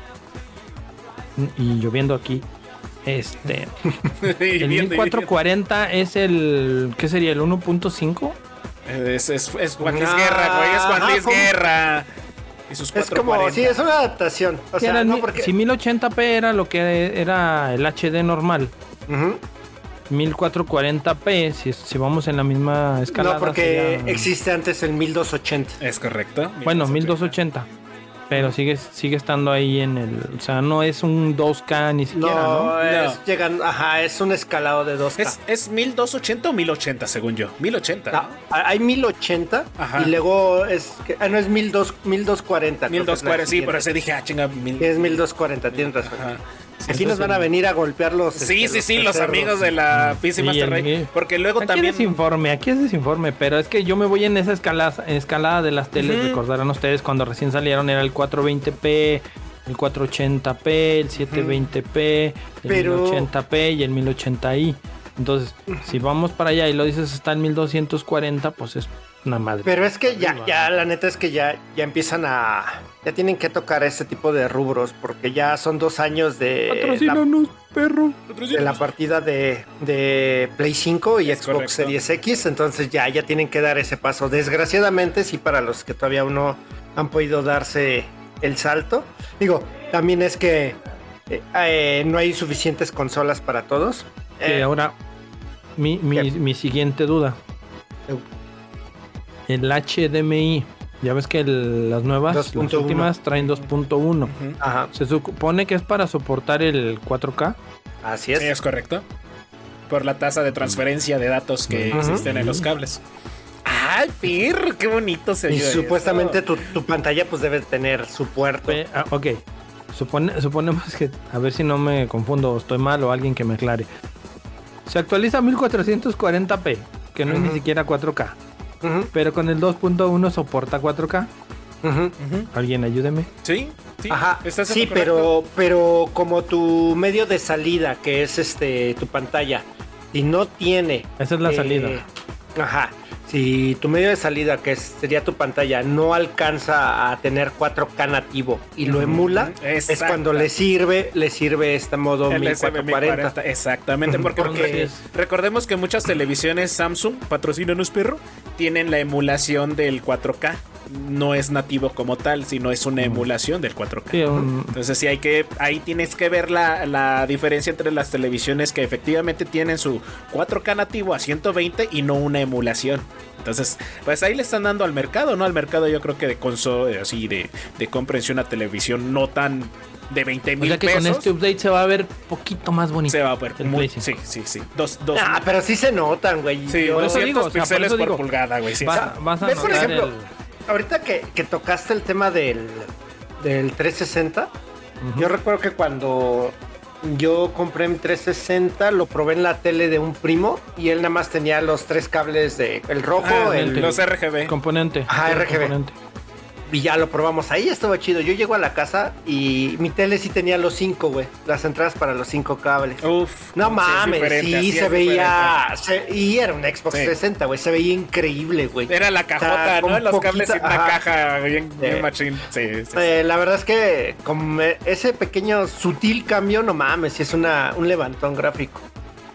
Speaker 1: y yo viendo aquí este [LAUGHS] el 1440 es el. ¿Qué sería? ¿El 1.5?
Speaker 3: Es, es, es Juan Luis
Speaker 4: Ah,
Speaker 3: Guerra, güey. Es Juan Luis
Speaker 4: ¿cómo?
Speaker 3: Guerra. Y sus
Speaker 4: es como,
Speaker 3: 440.
Speaker 4: sí, es una adaptación. O
Speaker 1: Si
Speaker 4: sea,
Speaker 1: era
Speaker 4: no
Speaker 1: ni-
Speaker 4: porque.
Speaker 1: Si 1080p era lo que era el HD normal,
Speaker 4: Ujú.
Speaker 1: 1440p, si, si vamos en la misma escala.
Speaker 4: No, porque
Speaker 1: sería-
Speaker 4: existe antes el 1280.
Speaker 3: Es correcto.
Speaker 1: Bueno, 1280. Pero sigue, sigue estando ahí en el. O sea, no es un 2K ni siquiera, ¿no?
Speaker 4: No, es
Speaker 3: No.
Speaker 4: llegando, ajá, es un escalado de 2K.
Speaker 3: Es, es 1280 o 1080, según yo. 1080.
Speaker 4: No, Ah, hay 1080
Speaker 3: Ajá.
Speaker 4: y luego es que ah, no es 1200, 1240. creo que es la
Speaker 3: 1240, sí,
Speaker 4: siguiente.
Speaker 3: por eso dije, ah, chinga, mil-
Speaker 4: Es 1240, tienes razón.
Speaker 3: Ajá.
Speaker 4: Aquí nos van a venir a golpear los.
Speaker 3: Sí,
Speaker 4: este,
Speaker 3: sí, sí, los
Speaker 4: terceros.
Speaker 3: amigos de la
Speaker 1: Mm. Sí,
Speaker 3: PC Master
Speaker 1: el-
Speaker 3: Race, Porque luego
Speaker 1: Aquí
Speaker 3: también.
Speaker 1: es desinforme, aquí es desinforme, pero es que yo me voy en esa escala, escalada de las teles.
Speaker 3: Ujú.
Speaker 1: Recordarán ustedes cuando recién salieron era el 420p, el 480p, el 720p, el
Speaker 4: Pero-
Speaker 1: 1080p y el 1080i. Entonces, si vamos para allá y lo dices está en 1240, pues es una madre.
Speaker 4: Pero es que ya, ya, la neta es que ya, ya empiezan a. Ya tienen que tocar este tipo de rubros porque ya son dos años
Speaker 1: Eh,
Speaker 4: de. La,
Speaker 1: Patrocínanos, perro.
Speaker 4: de la partida de, de Play 5 y
Speaker 3: Es
Speaker 4: Xbox
Speaker 3: correcto.
Speaker 4: Series X. Entonces ya, ya tienen que dar ese paso. Desgraciadamente, sí, para los que todavía aún no han podido darse el salto. Digo, también es que eh, eh, no hay suficientes consolas para todos.
Speaker 1: Que
Speaker 4: Eh,
Speaker 1: ahora, mi, mi-
Speaker 4: ¿Qué?
Speaker 1: mi siguiente duda.
Speaker 4: Eu.
Speaker 1: El HDMI. Ya ves que el- las nuevas, las
Speaker 4: 2.1.
Speaker 1: últimas traen 2.1.
Speaker 3: Ujú.
Speaker 4: ajá,
Speaker 1: Se supone que es para soportar el 4K.
Speaker 4: así
Speaker 3: Sí, es correcto. Por la tasa de transferencia de datos que
Speaker 4: Ujú.
Speaker 3: existen en los cables. ¡Ay, Fir! ¡Qué bonito se
Speaker 4: Y
Speaker 3: oyó eso.
Speaker 4: supuestamente tu, tu pantalla pues debe tener su puerto.
Speaker 1: Pe- ah, ok. Supone, suponemos que, a ver si no me confundo, o estoy mal o alguien que me aclare. Se actualiza a 1440p, que no es
Speaker 4: Ujú.
Speaker 1: ni siquiera 4K,
Speaker 4: Ujú,
Speaker 1: pero con el 2.1 soporta 4K.
Speaker 4: ujú.
Speaker 3: Ujú.
Speaker 1: Alguien ayúdeme.
Speaker 3: Sí, sí.
Speaker 4: Ajá.
Speaker 3: estás en
Speaker 4: Sí,
Speaker 3: lo correcto.
Speaker 4: pero, pero como tu medio de salida, que es este tu pantalla, y no tiene.
Speaker 1: Esa es la
Speaker 4: eh,
Speaker 1: salida.
Speaker 4: Ajá. Si tu medio de salida, que es- sería tu pantalla, no alcanza a tener 4K nativo y lo emula, es
Speaker 3: Exacto.
Speaker 4: cuando le sirve, le sirve este modo
Speaker 3: El
Speaker 4: 1440.
Speaker 3: SM1040, Exactamente,
Speaker 4: Ujú,
Speaker 3: porque,
Speaker 1: porque-
Speaker 3: porque recordemos que muchas televisiones Samsung, patrocínanos perro, tienen la emulación del 4K no es nativo como tal, sino es una emulación del 4K.
Speaker 2: Sí, un-
Speaker 3: Entonces sí hay que, ahí tienes que ver la, la diferencia entre las televisiones que efectivamente tienen su 4K nativo a 120 y no una emulación. Entonces, pues ahí le están dando al mercado, ¿no? Al mercado yo creo que de console, así de, de comprensión a televisión no tan de 20
Speaker 1: O
Speaker 3: mil
Speaker 1: sea que con
Speaker 3: pesos.
Speaker 1: este update se va a ver poquito más bonito.
Speaker 3: se va a ver
Speaker 1: el
Speaker 3: muy,
Speaker 1: Play
Speaker 3: sí, sí, sí. Dos, dos.
Speaker 4: Ah, pero sí se notan, güey.
Speaker 3: sí,
Speaker 4: Yo-
Speaker 1: por eso
Speaker 3: 200
Speaker 1: digo, o sea, por
Speaker 3: píxeles
Speaker 1: eso
Speaker 3: por,
Speaker 1: digo. ah,
Speaker 3: pulgada, güey. sí,
Speaker 1: Vas, vas a
Speaker 4: ¿Ves, por
Speaker 1: notar
Speaker 4: ejemplo?
Speaker 1: el-
Speaker 4: Ahorita que, que tocaste el tema del, del 360, yo recuerdo que cuando yo compré mi 360, lo probé en la tele de un primo y él nada más tenía los tres cables de el rojo,
Speaker 3: Ah,
Speaker 4: el-
Speaker 3: los RGB.
Speaker 1: componente.
Speaker 4: Ajá,
Speaker 1: el
Speaker 4: RGB.
Speaker 1: componente.
Speaker 4: y ya lo probamos ahí, estaba chido. Yo llego a la casa y mi tele sí tenía los cinco, güey, las entradas para los cinco cables.
Speaker 3: Uf.
Speaker 4: No
Speaker 3: Oh, sí es
Speaker 4: mames,
Speaker 3: diferente,
Speaker 4: sí,
Speaker 3: así
Speaker 4: se
Speaker 3: es diferente.
Speaker 4: veía. se- y era un Xbox
Speaker 3: Sí.
Speaker 4: 60, güey. Se veía increíble, güey.
Speaker 3: Era la cajota,
Speaker 4: Está
Speaker 3: ¿no?
Speaker 4: un
Speaker 3: Los cables
Speaker 4: poquito-
Speaker 3: en la
Speaker 4: ajá.
Speaker 3: caja, bien, bien
Speaker 4: Sí.
Speaker 3: machín. Sí, sí, sí.
Speaker 4: Eh, la verdad es que con eh, ese pequeño sutil cambio, no mames, sí es una, un levantón
Speaker 3: [LAUGHS]
Speaker 4: gráfico.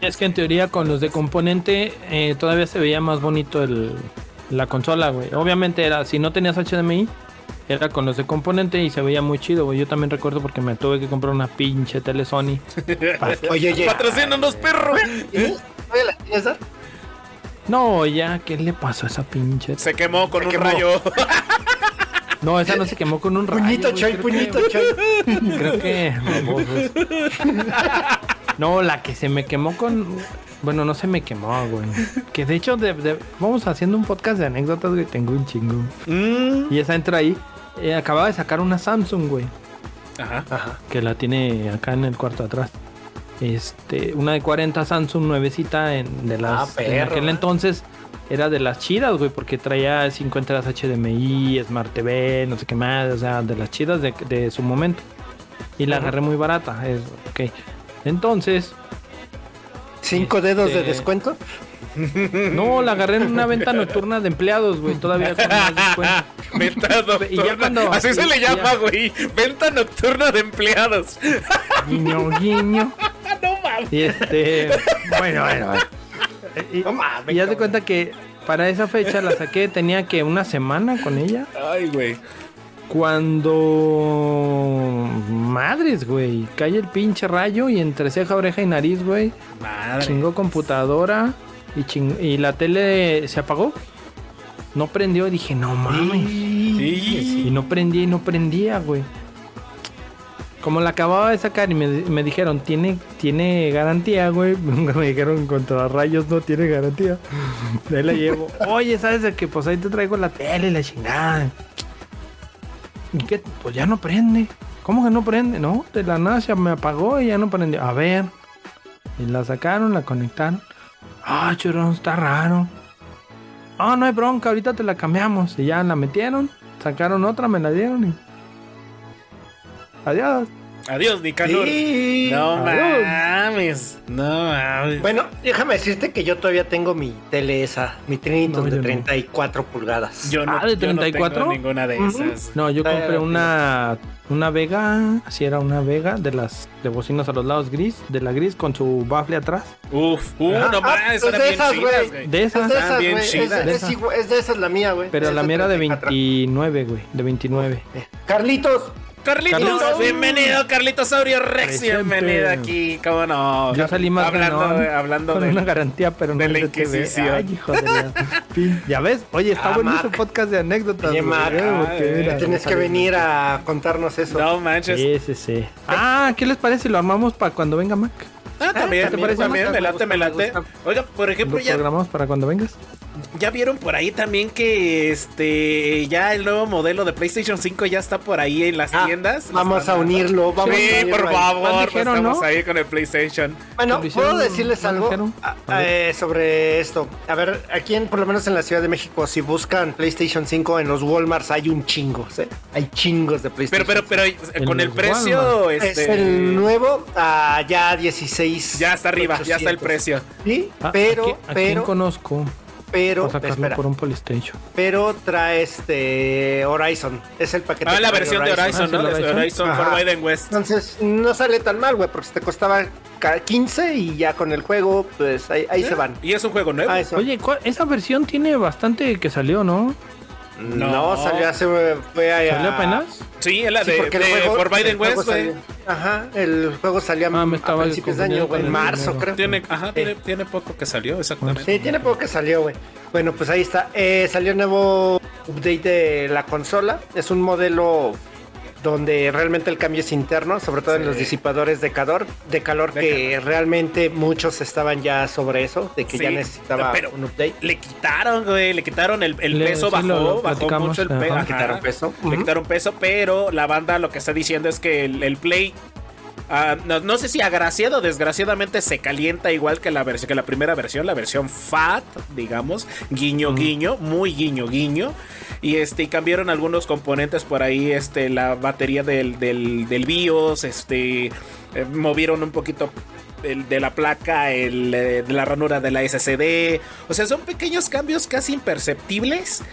Speaker 1: Es que en teoría con los de componente eh, todavía se veía más bonito el, la consola, güey. Obviamente era, si no tenías HDMI, era con los de componente y se veía muy chido, güey. Yo también recuerdo porque me tuve que comprar una pinche tele Sony.
Speaker 4: Oye, oye.
Speaker 3: Patrocínanos, perro.
Speaker 4: ¿sí? ¿Todavía la tienes, Dar?
Speaker 1: No, ya, ¿qué le pasó a esa pinche? tele?
Speaker 3: Se quemó con
Speaker 4: Se
Speaker 3: un
Speaker 4: quemó.
Speaker 3: rayo.
Speaker 1: No, esa no se quemó con un rayo.
Speaker 4: Puñito
Speaker 1: güey,
Speaker 4: choy,
Speaker 1: creo
Speaker 4: puñito
Speaker 1: que-
Speaker 4: choy.
Speaker 1: Creo que. No, la que se me quemó con. Bueno, no se me quemó, güey. Que de hecho, de- de- vamos haciendo un podcast de anécdotas, güey. Tengo un chingo. Y esa entra ahí. Eh, acababa de sacar una Samsung, güey.
Speaker 3: [LAUGHS] Ajá.
Speaker 1: Que la tiene acá en el cuarto de atrás. Este, una de 40 Samsung nuevecita en, de las.
Speaker 4: Ah, perro,
Speaker 1: en aquel
Speaker 4: ¿eh?
Speaker 1: entonces era de las chidas, güey. Porque traía 5 entradas HDMI, Smart TV, no sé qué más. O sea, de las chidas de, de su momento. Y la agarré muy barata. Es, ok. Entonces,
Speaker 4: ¿Cinco dedos de
Speaker 1: Este-
Speaker 4: descuento?
Speaker 1: no, la agarré en una venta nocturna de empleados, güey. Todavía con más descuento.
Speaker 3: Venta
Speaker 1: Ah, Y ya
Speaker 3: nocturna.
Speaker 1: cuando-
Speaker 3: Así se
Speaker 1: y-
Speaker 3: le
Speaker 1: y ya-
Speaker 3: llama, güey. Venta nocturna de empleados.
Speaker 1: Guiño, guiño.
Speaker 3: No mames.
Speaker 1: Y este. Bueno, bueno, bueno. Y,
Speaker 4: No mames,
Speaker 1: y haz de
Speaker 4: cabrón.
Speaker 1: cuenta que para esa fecha la saqué, tenía que una semana con ella.
Speaker 3: Ay, güey.
Speaker 1: Cuando. Madres, güey. Cae el pinche rayo y entre ceja, oreja y nariz, güey.
Speaker 3: Madre.
Speaker 1: Chingó computadora y, ching- y la tele se apagó. No prendió, dije, no mames. Y
Speaker 3: Sí.
Speaker 1: no prendía y no prendía, güey. Como la acababa de sacar y me, me dijeron, ¿tiene, tiene garantía, güey. [LAUGHS] Me dijeron, contra rayos no tiene garantía. [LAUGHS] De ahí la llevo. Oye, ¿sabes de que Pues ahí te traigo la tele, y la chingada. ¿Y qué? Pues ya no prende. ¿Cómo que no prende? No, de la nada se me apagó y ya no prendió. A ver. Y la sacaron, la conectaron. Ah, churón, está raro. Ah, no hay bronca, ahorita te la cambiamos. Y ya la metieron, sacaron otra, me la dieron y. Adiós.
Speaker 3: Adiós, Nicanor.
Speaker 4: Sí.
Speaker 3: No
Speaker 1: Adiós.
Speaker 3: mames. No mames.
Speaker 4: Bueno, déjame decirte que yo todavía tengo mi tele esa, mi Triniton
Speaker 1: No, yo
Speaker 4: de
Speaker 1: no.
Speaker 4: 34 pulgadas.
Speaker 3: Yo no,
Speaker 1: Ah, ¿de
Speaker 3: yo no
Speaker 1: 34?
Speaker 3: tengo ninguna de esas.
Speaker 1: No, yo
Speaker 4: Ah,
Speaker 1: compré
Speaker 4: era
Speaker 1: una. Una Vega, si era una Vega, de las de bocinas a los lados gris, de la gris con su bafle atrás.
Speaker 3: Uf, uh, no
Speaker 4: Ah,
Speaker 3: mames.
Speaker 4: pues de
Speaker 3: eran bien
Speaker 4: esas,
Speaker 3: chidas,
Speaker 4: güey.
Speaker 3: güey.
Speaker 1: De
Speaker 4: Es
Speaker 1: esas,
Speaker 4: de
Speaker 3: Ah,
Speaker 4: esas,
Speaker 3: bien
Speaker 4: güey. Es,
Speaker 3: chida.
Speaker 4: es igual- es de esas la mía, güey.
Speaker 1: pero
Speaker 4: Es
Speaker 1: la
Speaker 4: de
Speaker 1: mía era de
Speaker 4: 34.
Speaker 1: 29, güey, de 29.
Speaker 4: Carlitos,
Speaker 3: Carlitos,
Speaker 1: Carlitos.
Speaker 3: bienvenido, Carlitos Saurio Rex.
Speaker 1: Presente.
Speaker 3: Bienvenido aquí. ¿Cómo no?
Speaker 1: Yo salí más
Speaker 3: hablando
Speaker 1: ganón,
Speaker 3: de, hablando
Speaker 1: con
Speaker 3: de
Speaker 1: una garantía, pero no
Speaker 3: de
Speaker 1: es
Speaker 3: la
Speaker 1: de TV.
Speaker 3: Inquisición.
Speaker 1: Ay, hijo de
Speaker 3: [LAUGHS]
Speaker 1: la- Pin- Ya ves, oye, está
Speaker 4: Ah,
Speaker 1: bueno
Speaker 4: Marc.
Speaker 1: ese podcast de anécdotas.
Speaker 4: Oye,
Speaker 1: güey,
Speaker 4: Marc,
Speaker 1: eh,
Speaker 3: ah,
Speaker 1: porque
Speaker 3: eh,
Speaker 1: mira,
Speaker 4: tienes que
Speaker 1: sale-
Speaker 4: venir a contarnos eso.
Speaker 3: [LAUGHS] No manches.
Speaker 1: Sí, sí, sí. Ah, ¿qué les parece si lo armamos para cuando venga Mac?
Speaker 3: Ah, también,
Speaker 1: ¿te parece?
Speaker 3: también, me
Speaker 1: Me
Speaker 3: late,
Speaker 1: gusta, me
Speaker 3: me late.
Speaker 1: gusta.
Speaker 3: Oiga, por
Speaker 1: ¿Lo
Speaker 3: ejemplo, ya,
Speaker 1: programamos para cuando vengas?
Speaker 3: ya vieron por ahí también que este ya el nuevo modelo de PlayStation 5 ya está por ahí en las
Speaker 4: Ah,
Speaker 3: tiendas.
Speaker 4: Vamos a unirlo, vamos a
Speaker 3: Sí,
Speaker 4: unirlo
Speaker 3: por
Speaker 4: ahí.
Speaker 3: favor,
Speaker 1: Dijeron,
Speaker 3: pues estamos
Speaker 1: ¿no?
Speaker 3: ahí con el PlayStation.
Speaker 4: Bueno,
Speaker 1: Lo hicieron,
Speaker 4: ¿puedo decirles
Speaker 1: lo
Speaker 4: algo
Speaker 1: dijeron.
Speaker 4: A-
Speaker 1: A ver.
Speaker 4: eh, sobre esto? A ver, aquí en, por lo menos en la Ciudad de México, si buscan PlayStation 5 en los Walmarts hay un chingo, ¿sí? Hay chingos de
Speaker 3: Pero,
Speaker 4: PlayStation
Speaker 3: pero, pero eh, con el
Speaker 1: los
Speaker 3: precio,
Speaker 4: Es
Speaker 3: este,
Speaker 4: el nuevo, ah, ya 16.
Speaker 3: ya está arriba, ya está el
Speaker 4: 800.
Speaker 3: precio.
Speaker 4: Sí,
Speaker 1: Ah,
Speaker 4: pero,
Speaker 1: ¿a quién- ¿a quién
Speaker 4: pero,
Speaker 1: conozco?
Speaker 4: pero,
Speaker 1: Vamos a sacarlo
Speaker 4: espera,
Speaker 1: por un Polystation.
Speaker 4: pero trae este Horizon. Es el paquete.
Speaker 3: Ah,
Speaker 4: que
Speaker 3: la
Speaker 4: trae
Speaker 3: wisconsin versión de Horizon,
Speaker 1: Ah,
Speaker 3: ¿no?
Speaker 1: ¿es el
Speaker 3: Es
Speaker 1: Horizon?
Speaker 3: Horizon
Speaker 4: Ajá.
Speaker 3: Forbidden West.
Speaker 4: Entonces, no sale tan mal, güey, porque te costaba ca- 15 y ya con el juego, pues ahí, ahí se van.
Speaker 3: Y es un juego nuevo.
Speaker 4: Ah, eso.
Speaker 1: Oye, ¿cuál- esa versión tiene bastante que salió, ¿no?
Speaker 4: No, salió hace. Fue a-
Speaker 1: ¿Salió apenas?
Speaker 3: Sí, es la
Speaker 4: Sí,
Speaker 3: de,
Speaker 4: porque el
Speaker 3: de
Speaker 4: juego-
Speaker 3: For Biden
Speaker 4: el juego
Speaker 3: West, güey.
Speaker 4: salió- Ajá, el juego salió
Speaker 1: Ah,
Speaker 4: a,
Speaker 1: me estaba
Speaker 4: principios de año,
Speaker 1: confundiendo
Speaker 4: güey, en
Speaker 1: con el
Speaker 4: marzo,
Speaker 1: primero.
Speaker 4: creo.
Speaker 3: Tiene, ajá, tiene, tiene poco que salió, exactamente.
Speaker 4: Sí, tiene poco que salió, güey. Bueno, pues ahí está. Eh, salió el nuevo update de la consola. Es un modelo donde realmente el cambio es interno, sobre todo en los disipadores de calor, de calor
Speaker 3: De
Speaker 4: que realmente muchos estaban ya sobre eso, de que
Speaker 3: Sí,
Speaker 4: ya necesitaba
Speaker 3: pero-
Speaker 4: un update.
Speaker 3: Le quitaron, güey, le quitaron el, el
Speaker 1: Le-
Speaker 3: peso,
Speaker 1: sí,
Speaker 3: bajó,
Speaker 1: lo- lo
Speaker 3: bajó
Speaker 1: platicamos,
Speaker 3: mucho el peso.
Speaker 1: ajá.
Speaker 4: Quitaron peso.
Speaker 3: Le
Speaker 4: Ujú.
Speaker 3: quitaron peso, pero la banda lo que está diciendo es que el, el Play. ah, no, no sé si agraciado o desgraciadamente se calienta igual que la versión que la primera versión, la versión fat, digamos, guiño guiño, muy guiño guiño. Y este, y cambiaron algunos componentes por ahí, este, la batería del, del, del BIOS, este, eh, movieron un poquito el de la placa, el, eh, de la ranura de la SSD. O sea, son pequeños cambios casi imperceptibles.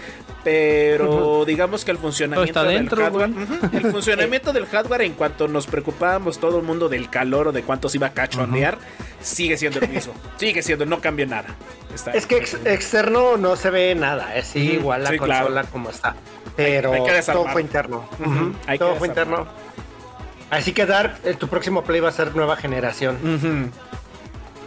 Speaker 3: Pero digamos que el funcionamiento
Speaker 1: está
Speaker 3: del
Speaker 1: dentro,
Speaker 3: hardware. Ujú,
Speaker 1: [LAUGHS]
Speaker 3: El funcionamiento del hardware, en cuanto nos preocupábamos todo el mundo del calor o de cuánto se iba a cachondear, sigue siendo
Speaker 1: [LAUGHS]
Speaker 3: el mismo. sigue siendo, no cambia nada. Está-
Speaker 4: Es que ex- externo no se ve nada, es
Speaker 3: Ujú,
Speaker 4: igual la
Speaker 3: sí, claro.
Speaker 4: consola como está. Pero
Speaker 3: hay que
Speaker 4: todo
Speaker 3: desarmar.
Speaker 4: fue interno.
Speaker 3: Ujú,
Speaker 4: Ujú,
Speaker 3: hay que
Speaker 4: todo fue
Speaker 3: desarmar.
Speaker 4: interno. Así que Dark, eh, tu próximo play va a ser nueva generación.
Speaker 3: Ujú.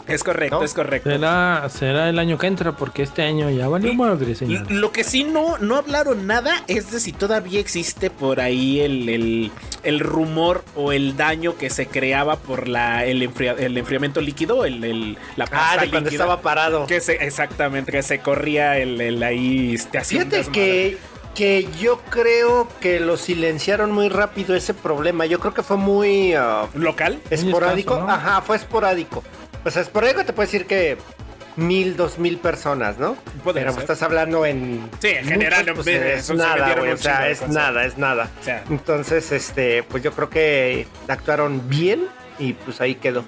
Speaker 3: Es correcto,
Speaker 4: ¿No?
Speaker 3: es correcto.
Speaker 1: Será, será el año que entra, porque este año ya valió madre,
Speaker 3: L-
Speaker 1: señor.
Speaker 3: Lo que sí no, no hablaron nada es de si todavía existe por ahí el, el- el rumor o el daño que se creaba por la, el, enfria- el enfriamiento líquido, el, el- la
Speaker 4: Ah,
Speaker 3: pasta
Speaker 4: de cuando
Speaker 3: líquida.
Speaker 4: estaba parado.
Speaker 3: Que se, exactamente, que se corría el, el ahí, este, hacía un
Speaker 4: Fíjate
Speaker 3: desmadre.
Speaker 4: que, que yo creo que lo silenciaron muy rápido ese problema. Yo creo que fue muy ah,
Speaker 3: ¿Local?
Speaker 4: esporádico.
Speaker 1: escaso, ¿no?
Speaker 4: Ajá, fue esporádico. O sea, esporádico te puede decir que mil, dos mil personas, ¿no?
Speaker 3: Podría
Speaker 4: Pero pues
Speaker 3: ser.
Speaker 4: estás hablando en.
Speaker 3: Sí, en general, en
Speaker 4: pues,
Speaker 3: vez de
Speaker 4: es
Speaker 3: eso, se
Speaker 4: nada,
Speaker 3: vendieron
Speaker 4: güey,
Speaker 3: un
Speaker 4: O sea,
Speaker 3: chingo de
Speaker 4: es
Speaker 3: cosas.
Speaker 4: nada, es nada.
Speaker 3: O sea,
Speaker 4: Entonces, este, pues yo creo que actuaron bien y pues ahí quedó.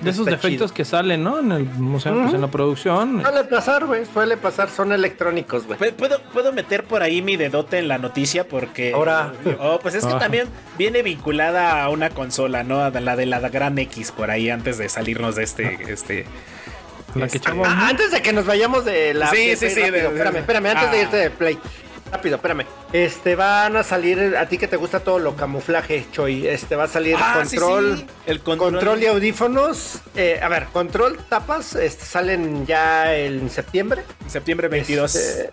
Speaker 1: De esos
Speaker 4: Está
Speaker 1: defectos que salen, ¿no? En, el, o sea, pues,
Speaker 4: Ujú.
Speaker 1: en la producción.
Speaker 4: chido. Suele pasar, güey. Suele pasar. Son electrónicos, güey.
Speaker 3: ¿Pu- ¿Puedo, ¿Puedo meter por ahí mi dedote en la noticia? Porque.
Speaker 4: Eh, Ahora.
Speaker 3: Oh, pues es que
Speaker 1: Ah.
Speaker 3: también viene vinculada a una consola, ¿no? A la de la gran X por ahí antes de salirnos de este. este
Speaker 1: Ah. La que
Speaker 3: este-
Speaker 1: echaba
Speaker 4: Ah, antes de que nos vayamos de la.
Speaker 3: Sí,
Speaker 4: de-
Speaker 3: sí,
Speaker 4: de-
Speaker 3: sí,
Speaker 4: rápido,
Speaker 3: de- de-
Speaker 4: espérame, espérame, antes de
Speaker 3: Ah.
Speaker 4: irte de play. Rápido, espérame. Este, van a salir, a ti que te gusta todo lo camuflaje, Choy. Este, va a salir
Speaker 3: Ah, sí,
Speaker 4: control.
Speaker 3: sí, El
Speaker 4: Control,
Speaker 3: control.
Speaker 4: y audífonos. eh, a ver, control, tapas, este, salen ya en septiembre.
Speaker 3: Septiembre 22.
Speaker 4: Este,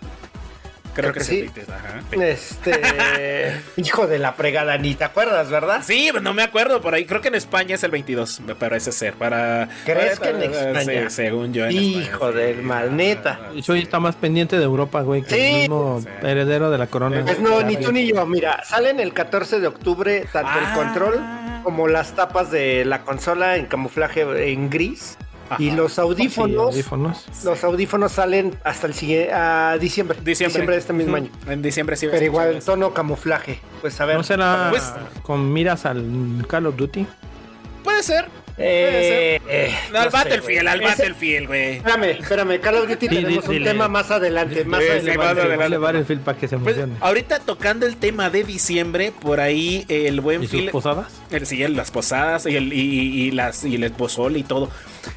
Speaker 4: creo
Speaker 3: creo, que,
Speaker 4: que
Speaker 3: es
Speaker 4: sí.
Speaker 3: el 22, ajá. [LAUGHS]
Speaker 4: Este. hijo de la fregada, ni te acuerdas, ¿verdad?
Speaker 3: Sí, pues no me acuerdo por ahí. Creo que en España es el 22, me parece ser. Para,
Speaker 4: ¿Crees
Speaker 3: para-
Speaker 4: que en
Speaker 3: para-
Speaker 4: España?
Speaker 3: sí, según yo. en
Speaker 4: Hijo
Speaker 3: España,
Speaker 4: del
Speaker 3: sí.
Speaker 4: mal, neta.
Speaker 3: Ah,
Speaker 1: Y Choy está más pendiente de Europa, güey, que
Speaker 4: Sí.
Speaker 1: el mismo
Speaker 3: Sí.
Speaker 1: heredero de la corona.
Speaker 4: Pues no, ni tú ni yo. Mira, salen el 14 de octubre tanto
Speaker 3: Ah.
Speaker 4: el control como las tapas de la consola en camuflaje en gris.
Speaker 3: Ajá.
Speaker 4: Y los audífonos,
Speaker 1: Sí, audífonos.
Speaker 4: los audífonos salen hasta el siguiente, a diciembre,
Speaker 3: Diciembre.
Speaker 4: diciembre. de este mismo año.
Speaker 3: En diciembre sí.
Speaker 4: Pero igual
Speaker 3: escuchamos.
Speaker 4: tono camuflaje. Pues a ver.
Speaker 1: ¿No será
Speaker 3: pues-
Speaker 1: con miras al Call of Duty?
Speaker 3: Puede ser.
Speaker 4: Eh, eh,
Speaker 3: No, al
Speaker 4: sé,
Speaker 3: Battlefield,
Speaker 4: güey.
Speaker 3: al
Speaker 4: Ese-
Speaker 3: Battlefield, güey.
Speaker 4: Espérame, espérame, Call of Duty
Speaker 1: Di-
Speaker 4: tenemos
Speaker 1: di-
Speaker 4: un
Speaker 1: dile.
Speaker 4: tema más adelante, más
Speaker 3: Sí, sí,
Speaker 4: adelante.
Speaker 3: más adelante.
Speaker 1: Vale, vale el feedback para que se
Speaker 3: Pues,
Speaker 1: emocione.
Speaker 3: ahorita tocando el tema de diciembre, por ahí el buen
Speaker 1: ¿Y sus
Speaker 3: Phil.
Speaker 1: posadas?
Speaker 3: el- sí, el- las posadas y el, y, y- y las, y el pozol y todo.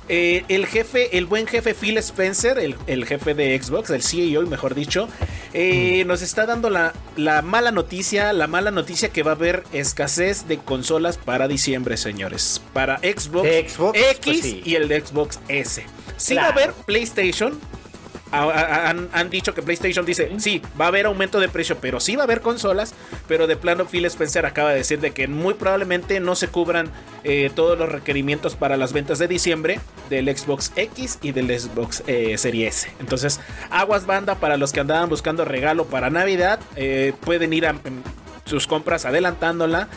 Speaker 3: Eh, el jefe, el buen jefe Phil Spencer, el, el jefe de Xbox, el CEO, mejor dicho, eh, nos está dando la, la mala noticia, la mala noticia que va a haber escasez de consolas para diciembre, señores. Para Xbox,
Speaker 4: De Xbox,
Speaker 3: X
Speaker 4: pues sí.
Speaker 3: y el de Xbox S. Sí va a
Speaker 4: Claro.
Speaker 3: haber PlayStation, a- a- han, han dicho que PlayStation dice, sí, va a haber aumento de precio, pero sí va a haber consolas, pero de plano Phil Spencer acaba de decir de que muy probablemente no se cubran eh, todos los requerimientos para las ventas de diciembre del Xbox X y del Xbox eh, Series S. Entonces, aguas banda para los que andaban buscando regalo para Navidad, eh, pueden ir a em, sus compras adelantándola.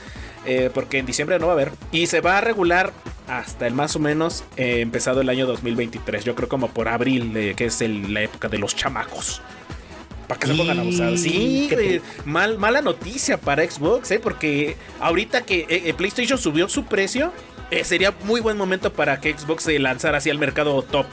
Speaker 3: eh, porque en diciembre no va a haber. Y se va a regular hasta el más o menos eh, empezado el año 2023. Yo creo como por abril, eh, que es el- la época de los chamacos. Para que se pongan
Speaker 4: Y-
Speaker 3: abusados. Sí,
Speaker 4: qué
Speaker 3: güey, mal, mala noticia para Xbox, eh, porque ahorita que eh, eh, PlayStation subió su precio, eh, sería muy buen momento para que Xbox se lanzara hacia el mercado top.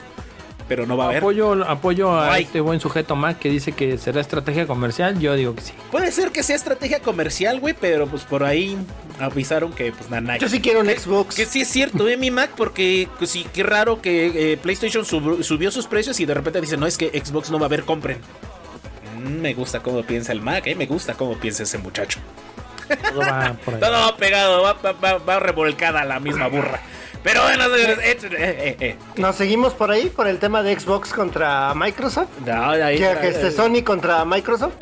Speaker 3: Pero
Speaker 4: Ah,
Speaker 3: no va a haber.
Speaker 4: pues-
Speaker 1: Apoyo, apoyo a
Speaker 3: Ay.
Speaker 1: este buen sujeto Mac que dice que será estrategia comercial. Yo digo que sí.
Speaker 3: Puede ser que sea estrategia comercial, güey, pero pues por ahí avisaron que pues nada.
Speaker 4: Yo sí quiero un Xbox.
Speaker 3: Que sí es cierto, eh, mi Mac, porque pues, sí, qué raro que eh, PlayStation sub- subió sus precios y de repente dicen, no, es que Xbox no va a haber, compren. Mm, me gusta cómo piensa el Mac, eh, me gusta cómo piensa ese muchacho.
Speaker 1: Todo va por ahí.
Speaker 3: Todo va pegado, va, va- va- va revolcada la misma burra. Pero bueno, señores, eh, eh, eh, eh.
Speaker 4: Nos seguimos por ahí, por el tema de Xbox contra Microsoft.
Speaker 3: No, ahí- eh,
Speaker 4: Que, que este Sony contra Microsoft.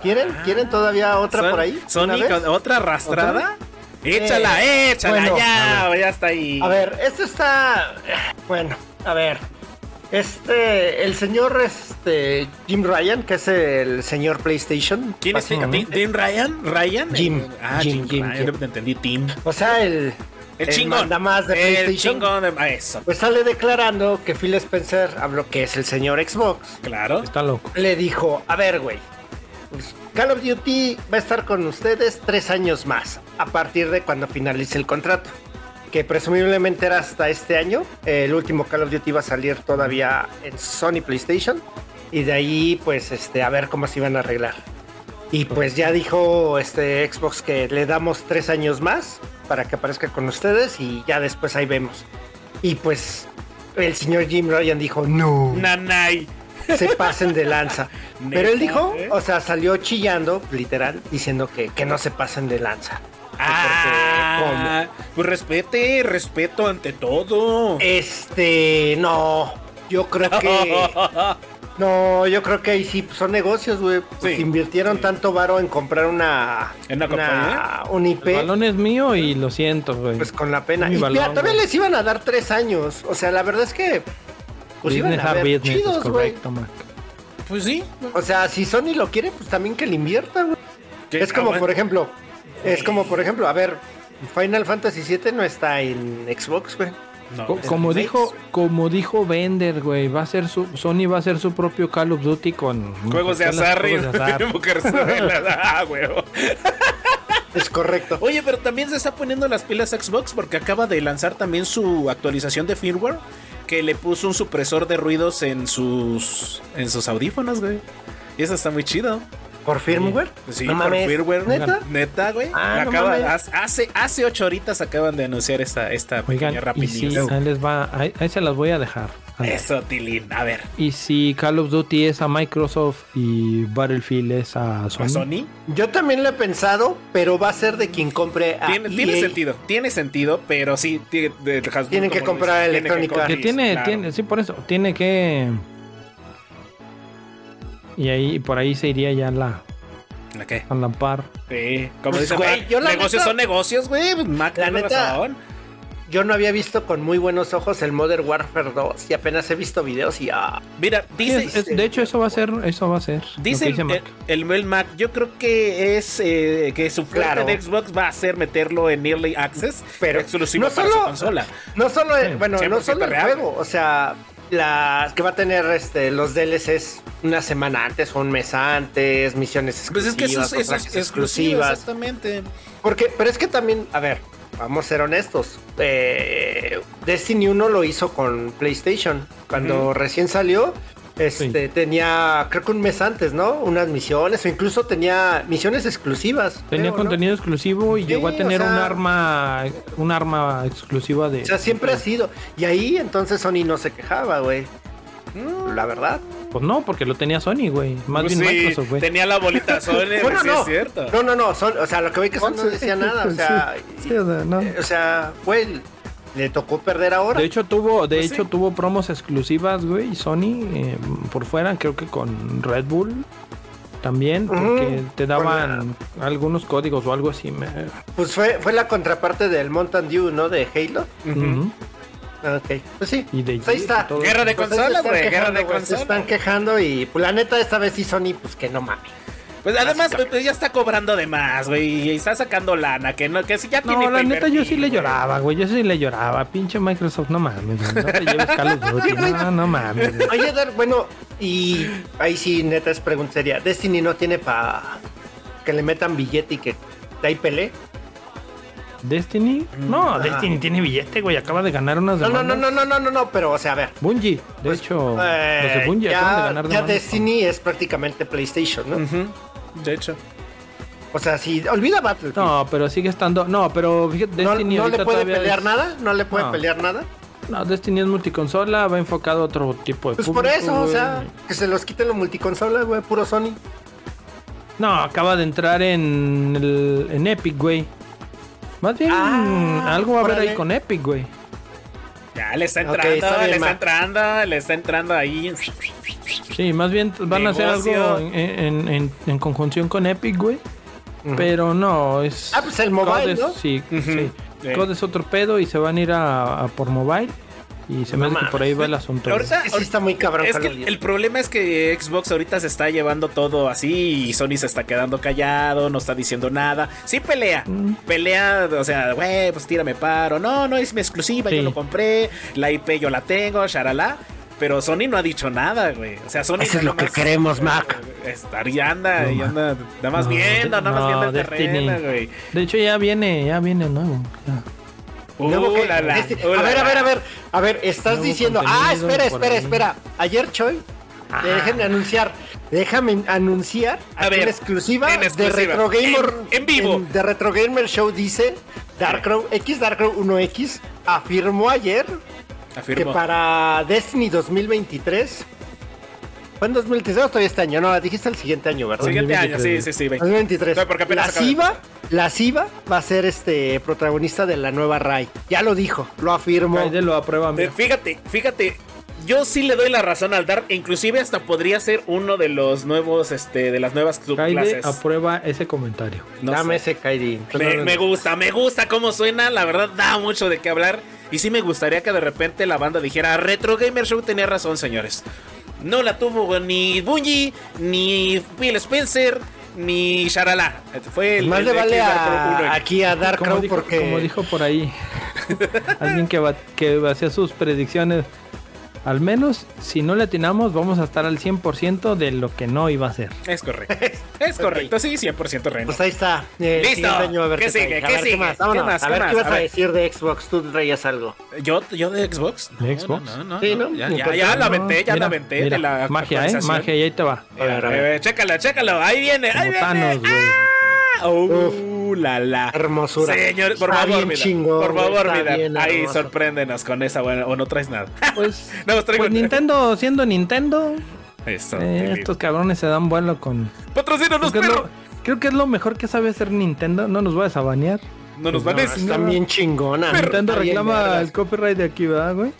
Speaker 4: ¿Quieren? ¿Quieren todavía otra
Speaker 3: Son-
Speaker 4: por ahí?
Speaker 3: Sony
Speaker 4: ¿Una vez? Eh,
Speaker 3: con otra arrastrada. Échala, échala,
Speaker 4: bueno,
Speaker 3: ya, ya está ahí.
Speaker 4: A ver, esto está. Bueno, a ver. Este, el señor este Jim Ryan, que es el señor PlayStation.
Speaker 3: ¿Quién es Tim,
Speaker 4: básicamente.
Speaker 3: Tim Ryan? ¿Ryan?
Speaker 4: Jim,
Speaker 3: Eh, Ah,
Speaker 4: Jim,
Speaker 3: Jim,
Speaker 4: Jim,
Speaker 3: Ryan,
Speaker 4: Jim.
Speaker 3: no te entendí, Tim.
Speaker 4: O sea, el.
Speaker 3: El, chingón.
Speaker 4: Nada más de
Speaker 3: el
Speaker 4: PlayStation.
Speaker 3: chingón. de- ah, eso,
Speaker 4: Pues sale declarando que Phil Spencer, habló que es el señor Xbox,
Speaker 3: claro.
Speaker 1: Está loco.
Speaker 4: le dijo: A ver, güey. pues, Call of Duty va a estar con ustedes tres años más, a partir de cuando finalice el contrato. Que presumiblemente era hasta este año. El último Call of Duty iba a salir todavía en Sony PlayStation. Y de ahí, pues, este, a ver cómo se iban a arreglar. Y pues ya dijo este Xbox que le damos tres años más para que aparezca con ustedes y ya después ahí vemos. Y pues el señor Jim Ryan dijo, no
Speaker 3: Nanay.
Speaker 4: se pasen de
Speaker 3: [LAUGHS]
Speaker 4: lanza. Pero él
Speaker 3: Neta,
Speaker 4: dijo,
Speaker 3: ¿eh?
Speaker 4: o sea, salió chillando, literal, diciendo que, que no se pasen de lanza.
Speaker 3: Ah, pues respete, respeto ante todo.
Speaker 4: Este, no, yo creo que...
Speaker 3: [LAUGHS]
Speaker 4: No, yo creo que ahí sí son negocios, güey. Pues
Speaker 3: Sí,
Speaker 4: invirtieron
Speaker 3: sí.
Speaker 4: tanto varo en comprar una...
Speaker 3: ¿En una compañía?
Speaker 4: un IP.
Speaker 1: El balón es mío y lo siento, güey.
Speaker 4: Pues con la pena.
Speaker 1: Mi
Speaker 4: Y
Speaker 1: balón,
Speaker 4: mira, todavía
Speaker 1: güey.
Speaker 4: les iban a dar tres años. O sea, la verdad es que... Pues iban
Speaker 1: business
Speaker 4: a
Speaker 1: are
Speaker 4: ver
Speaker 1: business, es
Speaker 4: chidos, güey.
Speaker 1: correcto, Mac.
Speaker 3: pues sí.
Speaker 4: O sea, si Sony lo quiere, pues también que le invierta, güey.
Speaker 3: Que-
Speaker 4: es como,
Speaker 3: ah,
Speaker 4: por ejemplo, es como, por ejemplo, a ver, Final Fantasy VII no está en Xbox, güey.
Speaker 3: no,
Speaker 1: Co-
Speaker 3: pues, es-
Speaker 1: como
Speaker 3: es-
Speaker 1: dijo, como dijo Bender, güey, va a ser su Sony va a ser su propio Call of Duty con
Speaker 3: Juegos de
Speaker 1: con
Speaker 3: azar, y-
Speaker 1: juegos de azar.
Speaker 3: Mujeres [LAUGHS] de la- [LAUGHS] ah, huevo.
Speaker 4: Es correcto.
Speaker 3: [LAUGHS] Oye, pero también se está poniendo las pilas Xbox porque acaba de lanzar también su actualización de firmware que le puso un supresor de ruidos en sus en sus audífonos, güey. Y eso está muy chido.
Speaker 4: ¿Por firmware?
Speaker 3: Sí,
Speaker 4: No
Speaker 3: por
Speaker 4: mames.
Speaker 3: firmware.
Speaker 4: ¿Neta?
Speaker 3: Neta, güey.
Speaker 4: Ah, no
Speaker 3: Acaba-
Speaker 4: mames.
Speaker 3: hace- hace, hace ocho horitas acaban de anunciar esta, esta
Speaker 1: Oigan,
Speaker 3: pequeña
Speaker 1: y
Speaker 3: rapidez.
Speaker 1: si ahí les va, ahí, ahí se las voy a dejar.
Speaker 3: Eso, Tilín. A ver,
Speaker 1: Y si Call of Duty es a Microsoft y Battlefield es a Sony.
Speaker 3: ¿a Sony?
Speaker 4: Yo también lo he pensado, pero va a ser de quien compre a
Speaker 3: Tiene, tiene
Speaker 4: EA.
Speaker 3: sentido, tiene sentido, pero sí. tiene- de- de Hasbro,
Speaker 4: Tienen que
Speaker 3: como
Speaker 4: comprar
Speaker 3: dice,
Speaker 4: electrónica.
Speaker 3: comprar,
Speaker 1: Que tiene,
Speaker 3: claro.
Speaker 1: tiene, sí, por eso, tiene que y ahí por ahí se iría ya la
Speaker 3: ¿La qué?
Speaker 1: a la par.
Speaker 3: Sí, como
Speaker 4: Pues,
Speaker 3: dice
Speaker 4: güey,
Speaker 3: Mac,
Speaker 4: yo la
Speaker 3: negocios
Speaker 4: neta-
Speaker 3: son negocios, güey. pues, Mac,
Speaker 4: La
Speaker 3: tiene
Speaker 4: neta-
Speaker 3: razón.
Speaker 4: Yo no había visto con muy buenos ojos el Modern Warfare 2 y apenas he visto videos y ah,
Speaker 3: Mira, dice,
Speaker 1: Es- es- de hecho eso va a ser, eso va a ser. lo
Speaker 3: dice
Speaker 1: que
Speaker 3: el,
Speaker 4: eh,
Speaker 1: Mac.
Speaker 3: el, el Mac, yo creo que es eh, que su fuerte
Speaker 4: Claro.
Speaker 3: de Xbox va a ser meterlo en Early Access,
Speaker 4: Pero
Speaker 3: pero exclusivo
Speaker 4: no
Speaker 3: para
Speaker 4: solo-
Speaker 3: su consola.
Speaker 4: no solo, el-
Speaker 1: Sí,
Speaker 4: bueno, no solo
Speaker 3: 100%
Speaker 4: el
Speaker 3: real.
Speaker 4: juego, o sea, las que va a tener este los DLCs una semana antes o un mes antes, misiones
Speaker 3: Pues
Speaker 4: exclusivas,
Speaker 3: es que eso es, eso es
Speaker 4: personajes
Speaker 3: exclusivo,
Speaker 4: exclusivas.
Speaker 3: exactamente.
Speaker 4: Porque, pero es que también, a ver, vamos a ser honestos. eh, Destiny 1 lo hizo con PlayStation. Cuando recién salió, este tenía, creo que un mes antes, ¿no? Unas misiones, o incluso tenía misiones exclusivas.
Speaker 1: Tenía
Speaker 4: creo, ¿no?
Speaker 1: contenido exclusivo y
Speaker 4: Sí,
Speaker 1: llegó a tener
Speaker 4: o sea-
Speaker 1: un arma un arma exclusiva de
Speaker 4: O sea, siempre ha sido. Y ahí entonces Sony no se quejaba, güey. La verdad.
Speaker 1: Pues no, porque lo tenía Sony, güey. Más
Speaker 3: Pues
Speaker 1: bien
Speaker 3: sí,
Speaker 1: Microsoft, güey.
Speaker 3: Tenía la bolita [LAUGHS] Sony,
Speaker 4: Bueno,
Speaker 3: sí
Speaker 4: no.
Speaker 3: es cierto.
Speaker 4: No, no, no. Son, o sea, lo que ve que Sony no
Speaker 1: [LAUGHS] Sí,
Speaker 4: decía nada. O
Speaker 1: sí,
Speaker 4: sea,
Speaker 1: sí, o sea, no.
Speaker 4: eh, o sea, güey, le tocó perder ahora.
Speaker 1: De hecho tuvo, de
Speaker 3: Pues
Speaker 1: hecho
Speaker 3: sí.
Speaker 1: tuvo promos exclusivas, güey, Sony eh, por fuera, creo que con Red Bull también,
Speaker 4: Ujú.
Speaker 1: porque te daban algunos códigos o algo así. me-
Speaker 4: Pues fue, fue la contraparte del Mountain Dew, ¿no? De Halo.
Speaker 1: Ujú.
Speaker 4: Ok, pues sí.
Speaker 1: Y de
Speaker 4: Pues ahí
Speaker 1: Gears y
Speaker 4: está.
Speaker 1: todo.
Speaker 3: Guerra de
Speaker 4: Pues ahí
Speaker 3: consolas,
Speaker 4: se están
Speaker 3: güey, guerra
Speaker 4: quejando,
Speaker 3: de
Speaker 4: güey, se
Speaker 3: consolas.
Speaker 4: están quejando y pues, la neta esta vez sí Sony, pues que no mames.
Speaker 3: Pues además pues, ya está cobrando de más, güey, y está sacando lana que no que si ya tiene
Speaker 1: No, la
Speaker 3: para
Speaker 1: neta yo sí
Speaker 3: invertir,
Speaker 1: le
Speaker 3: güey.
Speaker 1: lloraba, güey. Yo sí le lloraba. Pinche Microsoft, no mames, güey. No te lleves Call
Speaker 4: [LAUGHS]
Speaker 1: of Duty. No, no mames. güey.
Speaker 4: Oye, Dar, bueno, y ahí sí neta es pregunta seria. Destiny no tiene para que le metan billete y que de ahí pele.
Speaker 1: ¿Destiny? No,
Speaker 4: Ajá.
Speaker 1: Destiny tiene billete, güey. Acaba de ganar unas
Speaker 4: No, no,
Speaker 1: demandas.
Speaker 4: no, no, no, no, no, no, pero o sea, a ver.
Speaker 1: Bungie, de
Speaker 4: Pues,
Speaker 1: hecho,
Speaker 4: eh,
Speaker 1: los de Bungie acaban de
Speaker 4: ya,
Speaker 1: ganar Mm.
Speaker 4: ya
Speaker 1: demandas.
Speaker 4: Destiny es prácticamente PlayStation, ¿no?
Speaker 3: Ujú, De hecho.
Speaker 4: O sea, si olvida Battlefield.
Speaker 1: No, pero sigue estando. No, pero fíjate,
Speaker 4: No,
Speaker 1: Destiny
Speaker 4: no
Speaker 1: ahorita
Speaker 4: le puede
Speaker 1: todavía
Speaker 4: pelear
Speaker 1: es-
Speaker 4: nada, no le puede
Speaker 1: No.
Speaker 4: pelear nada.
Speaker 1: No, Destiny es multiconsola, va enfocado a otro tipo de
Speaker 4: Pues por
Speaker 1: público,
Speaker 4: eso, o
Speaker 1: güey.
Speaker 4: sea, que se los quiten los multiconsola, güey, puro Sony.
Speaker 1: No, acaba de entrar en, el- en Epic, güey. Más bien,
Speaker 4: Ah,
Speaker 1: algo va a haber
Speaker 4: órale.
Speaker 1: ahí con Epic, güey.
Speaker 3: Ya le está
Speaker 4: Ok,
Speaker 3: entrando,
Speaker 4: está bien,
Speaker 3: le está
Speaker 4: ma.
Speaker 3: entrando, le está entrando ahí.
Speaker 1: Sí, más bien van a hacer
Speaker 3: Negocio.
Speaker 1: algo en, en- en- en conjunción con Epic, güey. Pero no, es.
Speaker 4: Ah, pues el mobile,
Speaker 1: COD es-
Speaker 4: ¿no?
Speaker 1: Sí,
Speaker 3: Ujú.
Speaker 1: sí.
Speaker 3: Sí.
Speaker 1: COD es otro pedo y se van a ir a, a por mobile. Y se me
Speaker 4: No
Speaker 1: hace que por ahí va el asunto. güey.
Speaker 3: Ahorita,
Speaker 4: Sí, está muy cabrón.
Speaker 3: Es
Speaker 4: Call
Speaker 3: que
Speaker 4: of Duty.
Speaker 3: el problema es que Xbox ahorita se está llevando todo así y Sony se está quedando callado, no está diciendo nada. Sí pelea,
Speaker 4: Mm.
Speaker 3: pelea, o sea, güey, pues tírame paro. No, no es mi exclusiva, yo
Speaker 1: Sí.
Speaker 3: lo compré, la IP yo la tengo, sharala. Pero Sony no ha dicho nada, güey. O sea, Sony
Speaker 4: Eso es
Speaker 3: nada
Speaker 4: lo que
Speaker 3: más- eh,
Speaker 4: queremos, Mac.
Speaker 3: Estar y anda, y anda, nada más
Speaker 1: No,
Speaker 3: viendo, nada más
Speaker 1: no,
Speaker 3: viendo el
Speaker 1: Destiny.
Speaker 3: terreno, güey.
Speaker 1: De hecho, ya viene, ya viene nuevo. ya.
Speaker 4: Luego
Speaker 3: Uh,
Speaker 4: que-
Speaker 3: la, la,
Speaker 4: este-
Speaker 3: uh,
Speaker 4: a
Speaker 3: la,
Speaker 4: ver, a
Speaker 3: la.
Speaker 4: ver, a ver, a ver, estás
Speaker 1: Nuevo
Speaker 4: diciendo,
Speaker 1: contenido
Speaker 4: ah, espera,
Speaker 1: por
Speaker 4: espera,
Speaker 1: ahí.
Speaker 4: espera. Ayer, Choy, déjenme anunciar, déjame anunciar
Speaker 3: Ah. A
Speaker 4: aquí
Speaker 3: ver,
Speaker 4: en exclusiva,
Speaker 3: en exclusiva,
Speaker 4: de Retro Gamer
Speaker 3: en- en vivo.
Speaker 4: de Retro Gamer Show dice Darkrow X Darkrow 1X afirmó ayer
Speaker 3: Afirmo.
Speaker 4: que para Destiny 2023 fue en 2023 o todavía este año, no, dijiste el siguiente año, ¿verdad?
Speaker 3: Siguiente año, sí, sí, sí, ve.
Speaker 4: 2023.
Speaker 3: No, porque apenas
Speaker 4: la
Speaker 3: acaba de-
Speaker 4: Siva, la Siva va a ser este protagonista de la nueva Rai. Ya lo dijo, lo afirmó.
Speaker 1: Raiden lo aprueba,
Speaker 3: Eh,
Speaker 1: mira.
Speaker 3: Fíjate, fíjate. Yo sí le doy la razón al Dark. e Inclusive hasta podría ser uno de los nuevos, este, de las nuevas
Speaker 1: Raiden
Speaker 3: subclases.
Speaker 1: aprueba ese comentario.
Speaker 3: No
Speaker 4: Dame
Speaker 3: sé.
Speaker 4: ese Kairi.
Speaker 3: me, me gusta, me gusta cómo suena. La verdad da mucho de qué hablar. Y sí me gustaría que de repente la banda dijera Retro Gamer Show tenía razón, señores. No la tuvo ni Bungie, ni Bill Spencer, ni Sharala. Fue el
Speaker 4: Más
Speaker 3: el
Speaker 4: le
Speaker 3: de
Speaker 4: vale
Speaker 3: Xbox Pro Uno. eh.
Speaker 4: a, aquí a
Speaker 1: como,
Speaker 4: Darkrow
Speaker 1: dijo,
Speaker 4: porque
Speaker 1: como dijo por
Speaker 3: [LAUGHS]
Speaker 1: ahí alguien que, va- que hacía sus predicciones, al menos si no le atinamos vamos a estar al 100% de lo que no iba a ser.
Speaker 4: [LAUGHS]
Speaker 3: Es correcto. Es correcto, sí, 100% reino.
Speaker 4: pues ahí está. eh,
Speaker 3: Listo.
Speaker 4: siguiente año a ver
Speaker 3: ¿Qué
Speaker 4: qué
Speaker 3: sigue?
Speaker 4: trae. A
Speaker 3: ¿Qué
Speaker 4: ver,
Speaker 3: sigue?
Speaker 4: más? Vámonos,
Speaker 3: ¿Qué más?
Speaker 4: A
Speaker 3: ¿Qué
Speaker 4: ver
Speaker 3: más?
Speaker 4: qué vas
Speaker 3: A
Speaker 4: a
Speaker 3: ver.
Speaker 4: decir de Xbox. Tú traías algo.
Speaker 3: ¿Yo, yo de Xbox?
Speaker 1: ¿De Xbox?
Speaker 3: No, no,
Speaker 4: Sí, ¿no?
Speaker 3: Ya,
Speaker 4: Ni
Speaker 3: ya,
Speaker 4: por
Speaker 3: ya
Speaker 4: qué
Speaker 3: la
Speaker 4: no.
Speaker 3: aventé, ya la
Speaker 1: Mira,
Speaker 3: aventé
Speaker 1: mira,
Speaker 3: de la
Speaker 1: magia, ¿eh?
Speaker 3: actualización.
Speaker 1: Magia, y ahí te va.
Speaker 3: Mira,
Speaker 4: A ver, a
Speaker 3: eh, chécalo, chécalo. Ahí viene, ahí
Speaker 1: Como
Speaker 3: viene.
Speaker 1: Thanos, güey.
Speaker 3: Ah, uh, la la.
Speaker 4: Hermosura.
Speaker 3: Señor, por
Speaker 4: Está
Speaker 3: favor,
Speaker 4: bien
Speaker 3: Midan,
Speaker 4: chingón,
Speaker 3: por
Speaker 4: güey,
Speaker 3: favor,
Speaker 4: está
Speaker 3: Midan,
Speaker 4: bien
Speaker 3: Ahí
Speaker 4: hermoso.
Speaker 3: sorpréndenos con esa buena. O no traes nada. [LAUGHS]
Speaker 1: Pues,
Speaker 3: No, os Ah. traigo
Speaker 1: pues
Speaker 3: un-
Speaker 1: Nintendo siendo Nintendo,
Speaker 3: Eso,
Speaker 1: eh,
Speaker 3: Felipe.
Speaker 1: estos cabrones se dan vuelo con...
Speaker 3: Patrocínanos,
Speaker 1: Creo que, es
Speaker 3: perro.
Speaker 1: lo, creo que es lo mejor que sabe hacer Nintendo, no nos va a desabanear.
Speaker 3: No nos
Speaker 4: No,
Speaker 3: van a
Speaker 4: Está bien chingona.
Speaker 1: Nintendo
Speaker 4: Está bien
Speaker 1: reclama
Speaker 4: vergas.
Speaker 1: el copyright de aquí, ¿verdad, güey?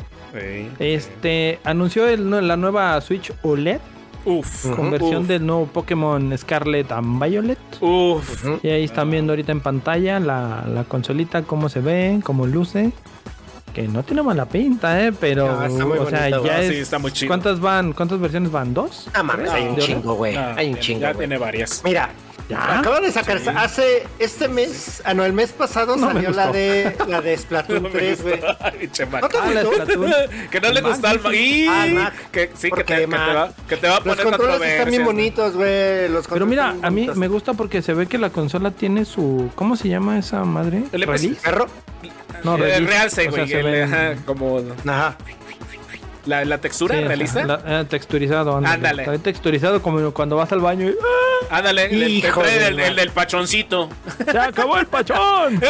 Speaker 1: Este, anunció el, la nueva Switch OLED
Speaker 3: Uf.
Speaker 1: con versión
Speaker 3: Uh, uf, Uh.
Speaker 1: del nuevo Pokémon Scarlet and Violet.
Speaker 3: Uf.
Speaker 4: Ujú.
Speaker 1: Y ahí están viendo ahorita en pantalla la, la consolita, cómo se ve, cómo luce. Que no tiene mala pinta, ¿eh? Pero,
Speaker 3: Ah,
Speaker 4: No, está muy
Speaker 1: o sea,
Speaker 4: bonito,
Speaker 1: ya
Speaker 3: ¿verdad?
Speaker 1: es...
Speaker 3: Sí, está muy chido.
Speaker 1: ¿Cuántas van? ¿Cuántas versiones van? ¿Dos?
Speaker 4: Ah, mames, hay un
Speaker 3: No,
Speaker 4: chingo, güey.
Speaker 3: Ah,
Speaker 4: Hay un
Speaker 3: Ya
Speaker 4: chingo. güey.
Speaker 3: tiene varias.
Speaker 4: Mira,
Speaker 1: ¿Ya?
Speaker 4: acaban de sacar hace este mes, ah no, el mes pasado
Speaker 1: No me
Speaker 4: salió la
Speaker 1: gustó.
Speaker 4: de la de
Speaker 1: [LAUGHS]
Speaker 4: Splatoon
Speaker 3: No me
Speaker 4: 3, güey.
Speaker 3: gustó. [LAUGHS] Ay, che, Mac.
Speaker 4: ¿No te
Speaker 1: Ah, la
Speaker 4: gustó?
Speaker 1: Splatoon.
Speaker 3: [LAUGHS] que no le
Speaker 1: Mac,
Speaker 3: gusta al Mac. Y
Speaker 4: Ah, Mac.
Speaker 3: que sí, que
Speaker 4: Porque,
Speaker 3: te, que te
Speaker 4: Mac,
Speaker 3: va, que te va a
Speaker 4: Los
Speaker 3: poner
Speaker 4: controles están bien
Speaker 3: controversias, ¿no?
Speaker 4: bonitos, güey. Los
Speaker 1: Pero
Speaker 4: controles
Speaker 1: mira,
Speaker 4: están bien
Speaker 1: a mí
Speaker 4: bonitos.
Speaker 1: me gusta porque se ve que la consola tiene su... ¿Cómo se llama esa madre?
Speaker 3: El EPS.
Speaker 1: ¿Release?
Speaker 4: ¿Perro?
Speaker 1: No,
Speaker 3: Eh,
Speaker 1: release.
Speaker 3: realce,
Speaker 1: O sea,
Speaker 3: güey.
Speaker 1: se
Speaker 3: el-
Speaker 1: ven-
Speaker 3: ajá, como
Speaker 4: Ajá.
Speaker 3: la, la textura
Speaker 1: Sí, o sea,
Speaker 3: realista.
Speaker 1: la- eh, texturizado, ándale.
Speaker 3: Ándale.
Speaker 1: Está texturizado como cuando vas al baño y... ¡ah!
Speaker 3: Ándale, el, el-
Speaker 4: Hijo
Speaker 3: el-
Speaker 4: de
Speaker 3: el-
Speaker 4: madre.
Speaker 3: el del pachoncito.
Speaker 1: ¡Se acabó el [LAUGHS] pachón!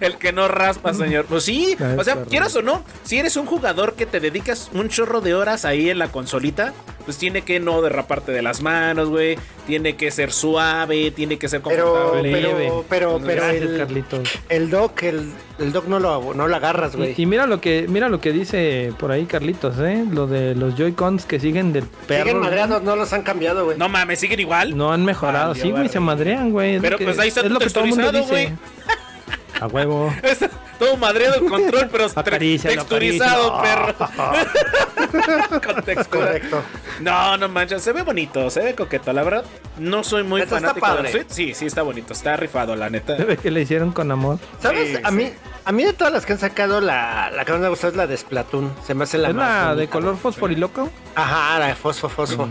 Speaker 3: El que no raspa, señor. Pues sí,
Speaker 1: Ah,
Speaker 3: o sea,
Speaker 1: perro.
Speaker 3: quieras o no, si eres un jugador que te dedicas un chorro de horas ahí en la consolita, pues tiene que no derraparte de las manos, güey. Tiene que ser suave, tiene que ser
Speaker 4: Pero,
Speaker 3: confortable.
Speaker 4: pero, pero, pero
Speaker 1: Gracias,
Speaker 4: el,
Speaker 1: Carlitos.
Speaker 4: el doc, el, el doc no lo, no lo agarras, güey.
Speaker 1: Y, y mira lo que mira lo que dice por ahí Carlitos, ¿eh? Lo de los Joy-Cons que siguen del perro.
Speaker 4: Siguen
Speaker 1: güey.
Speaker 4: madreados, no los han cambiado, güey.
Speaker 3: No mames, siguen igual.
Speaker 1: No han mejorado,
Speaker 3: Valió
Speaker 1: sí, güey,
Speaker 3: verga.
Speaker 1: se madrean, güey. es
Speaker 3: Pero,
Speaker 1: lo que-
Speaker 3: pues, ahí está
Speaker 1: es
Speaker 3: tu
Speaker 1: lo que todo el mundo
Speaker 3: texturizado,
Speaker 1: dice. A [LAUGHS] huevo.
Speaker 3: [LAUGHS] Está todo madreado el control,
Speaker 1: [LAUGHS]
Speaker 3: pero tre-
Speaker 1: Acarícialo,
Speaker 3: texturizado,
Speaker 1: acarícialo. [LAUGHS]
Speaker 3: perro. [LAUGHS] Con textura.
Speaker 4: Correcto.
Speaker 3: No, no manches, se ve bonito, se ve coqueto, la verdad. No soy muy
Speaker 4: Esto está
Speaker 3: fanático de la
Speaker 4: padre.
Speaker 3: Switch. Sí, sí, está bonito, está rifado, la neta.
Speaker 1: Se ve que le hicieron con amor.
Speaker 4: ¿Sabes?
Speaker 3: Sí,
Speaker 4: a
Speaker 3: sí.
Speaker 4: mí, a mí de todas las que han sacado, la, la que más me gusta es la de Splatoon. Se me hace la
Speaker 1: es
Speaker 4: más
Speaker 1: la de
Speaker 4: bonita,
Speaker 1: color
Speaker 4: güey.
Speaker 1: fosforiloco.
Speaker 4: Ajá, la de fosfo, fosfo.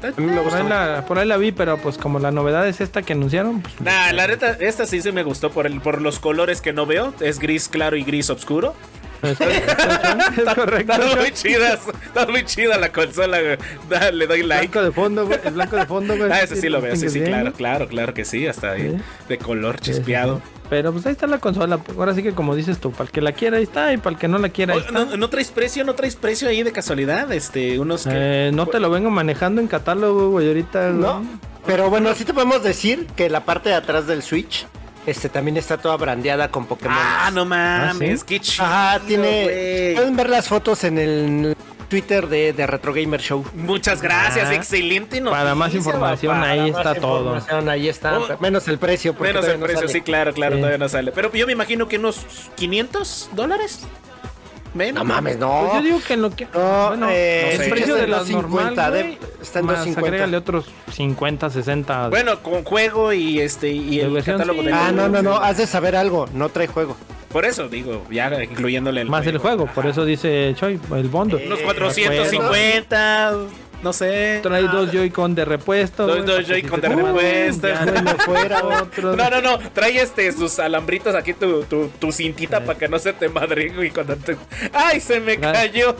Speaker 4: A mí me
Speaker 1: Por
Speaker 4: gusta.
Speaker 1: ahí,
Speaker 4: mucho.
Speaker 1: la, por ahí la vi, pero pues como la novedad es esta que anunciaron, [LAUGHS] pues, [LAUGHS]
Speaker 3: Nah, la neta, esta sí se me gustó por, el, por los colores que no veo. Es gris claro y gris oscuro.
Speaker 1: Es correcto.
Speaker 3: Están muy chidas. Están muy chida la consola, güey. Da- le doy like.
Speaker 1: Blanco de fondo, güey. Es blanco de fondo, güey.
Speaker 3: [LAUGHS] Ah, ese sí lo veo, sí, sí,
Speaker 1: Bien.
Speaker 3: claro, claro, claro que sí, hasta de,
Speaker 1: Sí.
Speaker 3: de color chispeado.
Speaker 1: Pero pues ahí está la consola. Ahora sí que como dices tú, para el que la quiera ahí está y para el que no la quiera ahí
Speaker 3: Oh,
Speaker 1: está.
Speaker 3: ¿No, no traes precio? ¿No traes precio ahí de casualidad? Este, unos que...
Speaker 1: Eh, no te lo vengo manejando en catálogo, güey, ahorita. güey.
Speaker 4: ¿no? Pero bueno, sí te podemos decir que la parte de atrás del Switch este, también está toda brandeada con Pokémon.
Speaker 3: Ah, no mames,
Speaker 1: ¿sí?
Speaker 3: qué chido,
Speaker 4: Ajá, tiene.
Speaker 3: güey.
Speaker 4: Pueden ver las fotos en el Twitter de, de Retro Gamer Show.
Speaker 3: Muchas gracias,
Speaker 1: Ah.
Speaker 3: excelente noticia.
Speaker 1: Para más información
Speaker 4: Para
Speaker 1: ahí
Speaker 4: más
Speaker 1: está todo.
Speaker 4: información, Ahí está.
Speaker 3: Oh.
Speaker 4: Menos el precio. porque
Speaker 3: Menos el
Speaker 4: todavía no
Speaker 3: precio,
Speaker 4: sale.
Speaker 3: sí, claro, claro,
Speaker 1: Sí.
Speaker 3: todavía no sale. Pero yo me imagino que unos 500 dólares. Menos.
Speaker 4: No mames, no.
Speaker 1: Pues yo digo que en lo que.
Speaker 4: No, eh,
Speaker 3: no sé.
Speaker 1: el
Speaker 4: está
Speaker 1: precio de
Speaker 4: en
Speaker 1: la
Speaker 4: 250,
Speaker 1: normal,
Speaker 4: de-
Speaker 1: güey,
Speaker 4: está en
Speaker 1: más
Speaker 4: 250.
Speaker 1: agrégale otros 50, 60.
Speaker 3: Bueno, con juego y este y
Speaker 1: La
Speaker 3: el
Speaker 1: versión,
Speaker 3: catálogo
Speaker 1: sí.
Speaker 3: de
Speaker 4: Ah, no, no, no. Has de saber algo. No trae juego.
Speaker 3: Por eso digo, ya incluyéndole el Eh,
Speaker 1: más el juego, por eso dice Choi, el bondo.
Speaker 3: Unos 450, no sé.
Speaker 1: Trae dos Joy-Con de repuesto.
Speaker 3: Dos-
Speaker 1: güey,
Speaker 3: dos
Speaker 1: para que
Speaker 3: Joy-Con
Speaker 1: dices,
Speaker 3: de
Speaker 1: "Uh,
Speaker 3: repuesto".
Speaker 1: ya no hay
Speaker 4: Bueno,
Speaker 3: [LAUGHS]
Speaker 4: fuera, güey.
Speaker 1: otro".
Speaker 3: No, no, no, trae este sus alambritos aquí tu, tu, tu cintita para que no se te madre y cuando te... ¡Ay, se me
Speaker 1: Claro.
Speaker 3: cayó!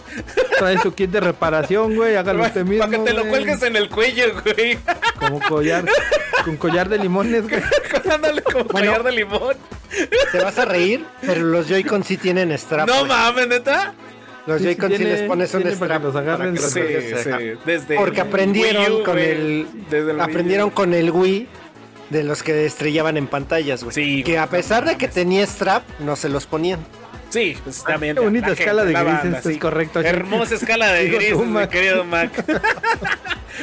Speaker 1: Trae su kit de reparación, güey. Hágalo
Speaker 3: Para
Speaker 1: usted mismo.
Speaker 3: que te lo
Speaker 1: güey.
Speaker 3: cuelgues en el cuello, güey. [LAUGHS]
Speaker 1: Como collar. con collar de limones, güey.
Speaker 3: Ándale como collar de limón.
Speaker 4: Te vas a reír, pero los Joy-Con sí tienen strap.
Speaker 3: No
Speaker 4: güey.
Speaker 3: mames, neta.
Speaker 4: Los
Speaker 1: Sí,
Speaker 4: Joy-Con sí,
Speaker 1: tiene-
Speaker 4: les pones un
Speaker 1: tiene para
Speaker 4: strap.
Speaker 1: que los
Speaker 4: para
Speaker 1: agarren.
Speaker 4: que los
Speaker 3: Sí,
Speaker 4: dejes
Speaker 3: sí,
Speaker 4: dejar.
Speaker 3: desde
Speaker 4: Porque
Speaker 3: el Este, Wii
Speaker 4: aprendieron
Speaker 3: U,
Speaker 4: con
Speaker 3: güey.
Speaker 4: el.
Speaker 3: Desde el Wii U.
Speaker 4: Aprendieron con el Wii de los que estrellaban en pantallas, güey.
Speaker 3: Sí,
Speaker 4: que
Speaker 3: güey,
Speaker 4: a pesar de que tenía strap, no se los ponían.
Speaker 3: Sí, pues también.
Speaker 1: Ah, Qué bonita
Speaker 3: la gente,
Speaker 1: escala de
Speaker 3: la
Speaker 1: grises,
Speaker 3: banda,
Speaker 1: esto es
Speaker 3: sí.
Speaker 1: correcto. Choi.
Speaker 3: Hermosa escala de
Speaker 1: [LAUGHS] Digo tú,
Speaker 3: grises, mi
Speaker 1: Mac. [LAUGHS]
Speaker 3: querido Mac.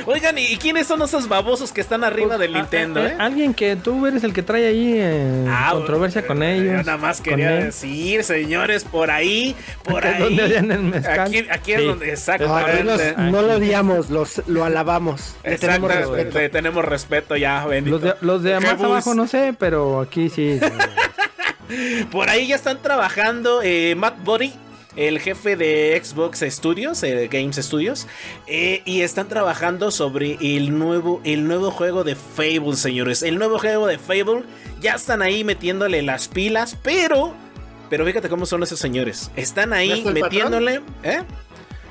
Speaker 3: Oigan, ¿y quiénes son esos babosos que están arriba del
Speaker 1: Ah,
Speaker 3: Nintendo,
Speaker 1: eh,
Speaker 3: eh?
Speaker 1: Alguien que tú eres el que trae ahí eh,
Speaker 3: Ah,
Speaker 1: controversia con
Speaker 3: eh,
Speaker 1: ellos.
Speaker 3: yo Nada más
Speaker 1: con
Speaker 3: quería
Speaker 1: él.
Speaker 3: decir, señores,
Speaker 1: [LAUGHS]
Speaker 3: por ahí, por
Speaker 1: Acá es
Speaker 3: ahí.
Speaker 1: donde habían el mezcal.
Speaker 3: Aquí, aquí es
Speaker 1: Sí.
Speaker 3: donde,
Speaker 4: No,
Speaker 3: exactamente.
Speaker 4: aquí los- no lo odiamos, los, lo alabamos. Le tenemos
Speaker 3: Exactamente,
Speaker 4: respeto.
Speaker 3: le tenemos respeto ya, bendito.
Speaker 1: Los de, los de más
Speaker 3: Jebus.
Speaker 1: abajo no sé, pero aquí
Speaker 3: [LAUGHS]
Speaker 1: sí.
Speaker 3: Por ahí ya están trabajando eh, Matt Body, el jefe de Xbox Studios, eh, Games Studios, eh, y están trabajando sobre el nuevo, el nuevo juego de Fable, señores. El nuevo juego de Fable, ya están ahí metiéndole las pilas, pero... Pero fíjate cómo son esos señores. Están ahí
Speaker 4: está el
Speaker 3: metiéndole... ¿eh?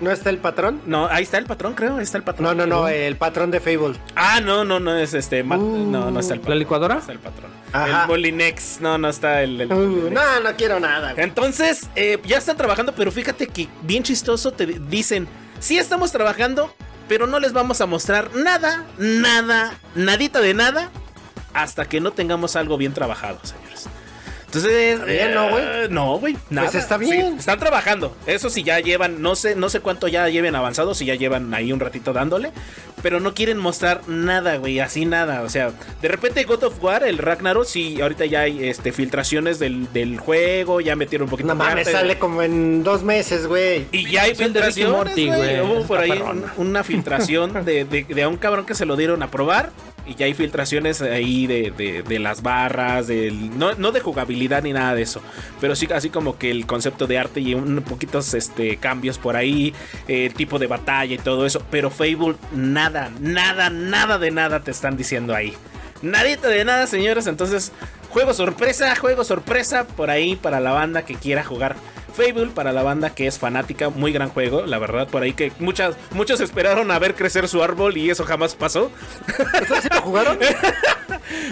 Speaker 4: ¿No está el patrón?
Speaker 3: No, ahí está el patrón, creo. Ahí está el patrón.
Speaker 4: No, no, eh. no, el patrón de Fable.
Speaker 3: Ah, no, no, no es este. Matt-
Speaker 4: Uh,
Speaker 3: no, no está el
Speaker 1: ¿La
Speaker 3: patrón. No
Speaker 1: licuadora?
Speaker 3: está el patrón.
Speaker 4: Ajá.
Speaker 3: El Molinex. No, no está el. el-
Speaker 4: Uh, no, no quiero nada. güey.
Speaker 3: Entonces, eh, ya están trabajando, pero fíjate que bien chistoso te dicen, sí estamos trabajando, pero no les vamos a mostrar nada, nada, nadita de nada, hasta que no tengamos algo bien trabajado, señores. Entonces,
Speaker 4: bien, ¿no, güey? Pues
Speaker 3: eh, no, güey, nada.
Speaker 4: está
Speaker 3: Sí,
Speaker 4: bien.
Speaker 3: están trabajando. Eso sí ya llevan, no sé, no sé cuánto ya lleven avanzado, si ya llevan ahí un ratito dándole, pero no quieren mostrar nada, güey, así nada. O sea, de repente God of War, el Ragnarok, sí, ahorita ya hay este, filtraciones del, del juego, ya metieron un poquito
Speaker 4: No
Speaker 3: de
Speaker 4: mames,
Speaker 3: arte.
Speaker 4: sale como en dos meses, güey.
Speaker 3: Y ya hay
Speaker 1: Es el de Ricky
Speaker 3: filtraciones,
Speaker 1: Morty,
Speaker 3: güey.
Speaker 1: güey.
Speaker 3: Hubo por
Speaker 1: Está
Speaker 3: ahí
Speaker 1: perrón.
Speaker 3: un- una filtración de, de, de a un cabrón que se lo dieron a probar. Y ya hay filtraciones ahí de, de- de las barras, del, no, no de jugabilidad ni nada de eso. Pero sí así como que el concepto de arte y un poquitos este, cambios por ahí, eh, el tipo de batalla y todo eso. Pero Fable, nada, nada, nada de nada te están diciendo ahí. Nadita de nada, señores. Entonces, juego sorpresa, juego sorpresa por ahí para la banda que quiera jugar. Fable para la banda que es fanática, muy gran juego, la verdad, por ahí que muchas, muchos esperaron a ver crecer su árbol y eso jamás pasó.
Speaker 4: ¿Ustedes sí lo jugaron?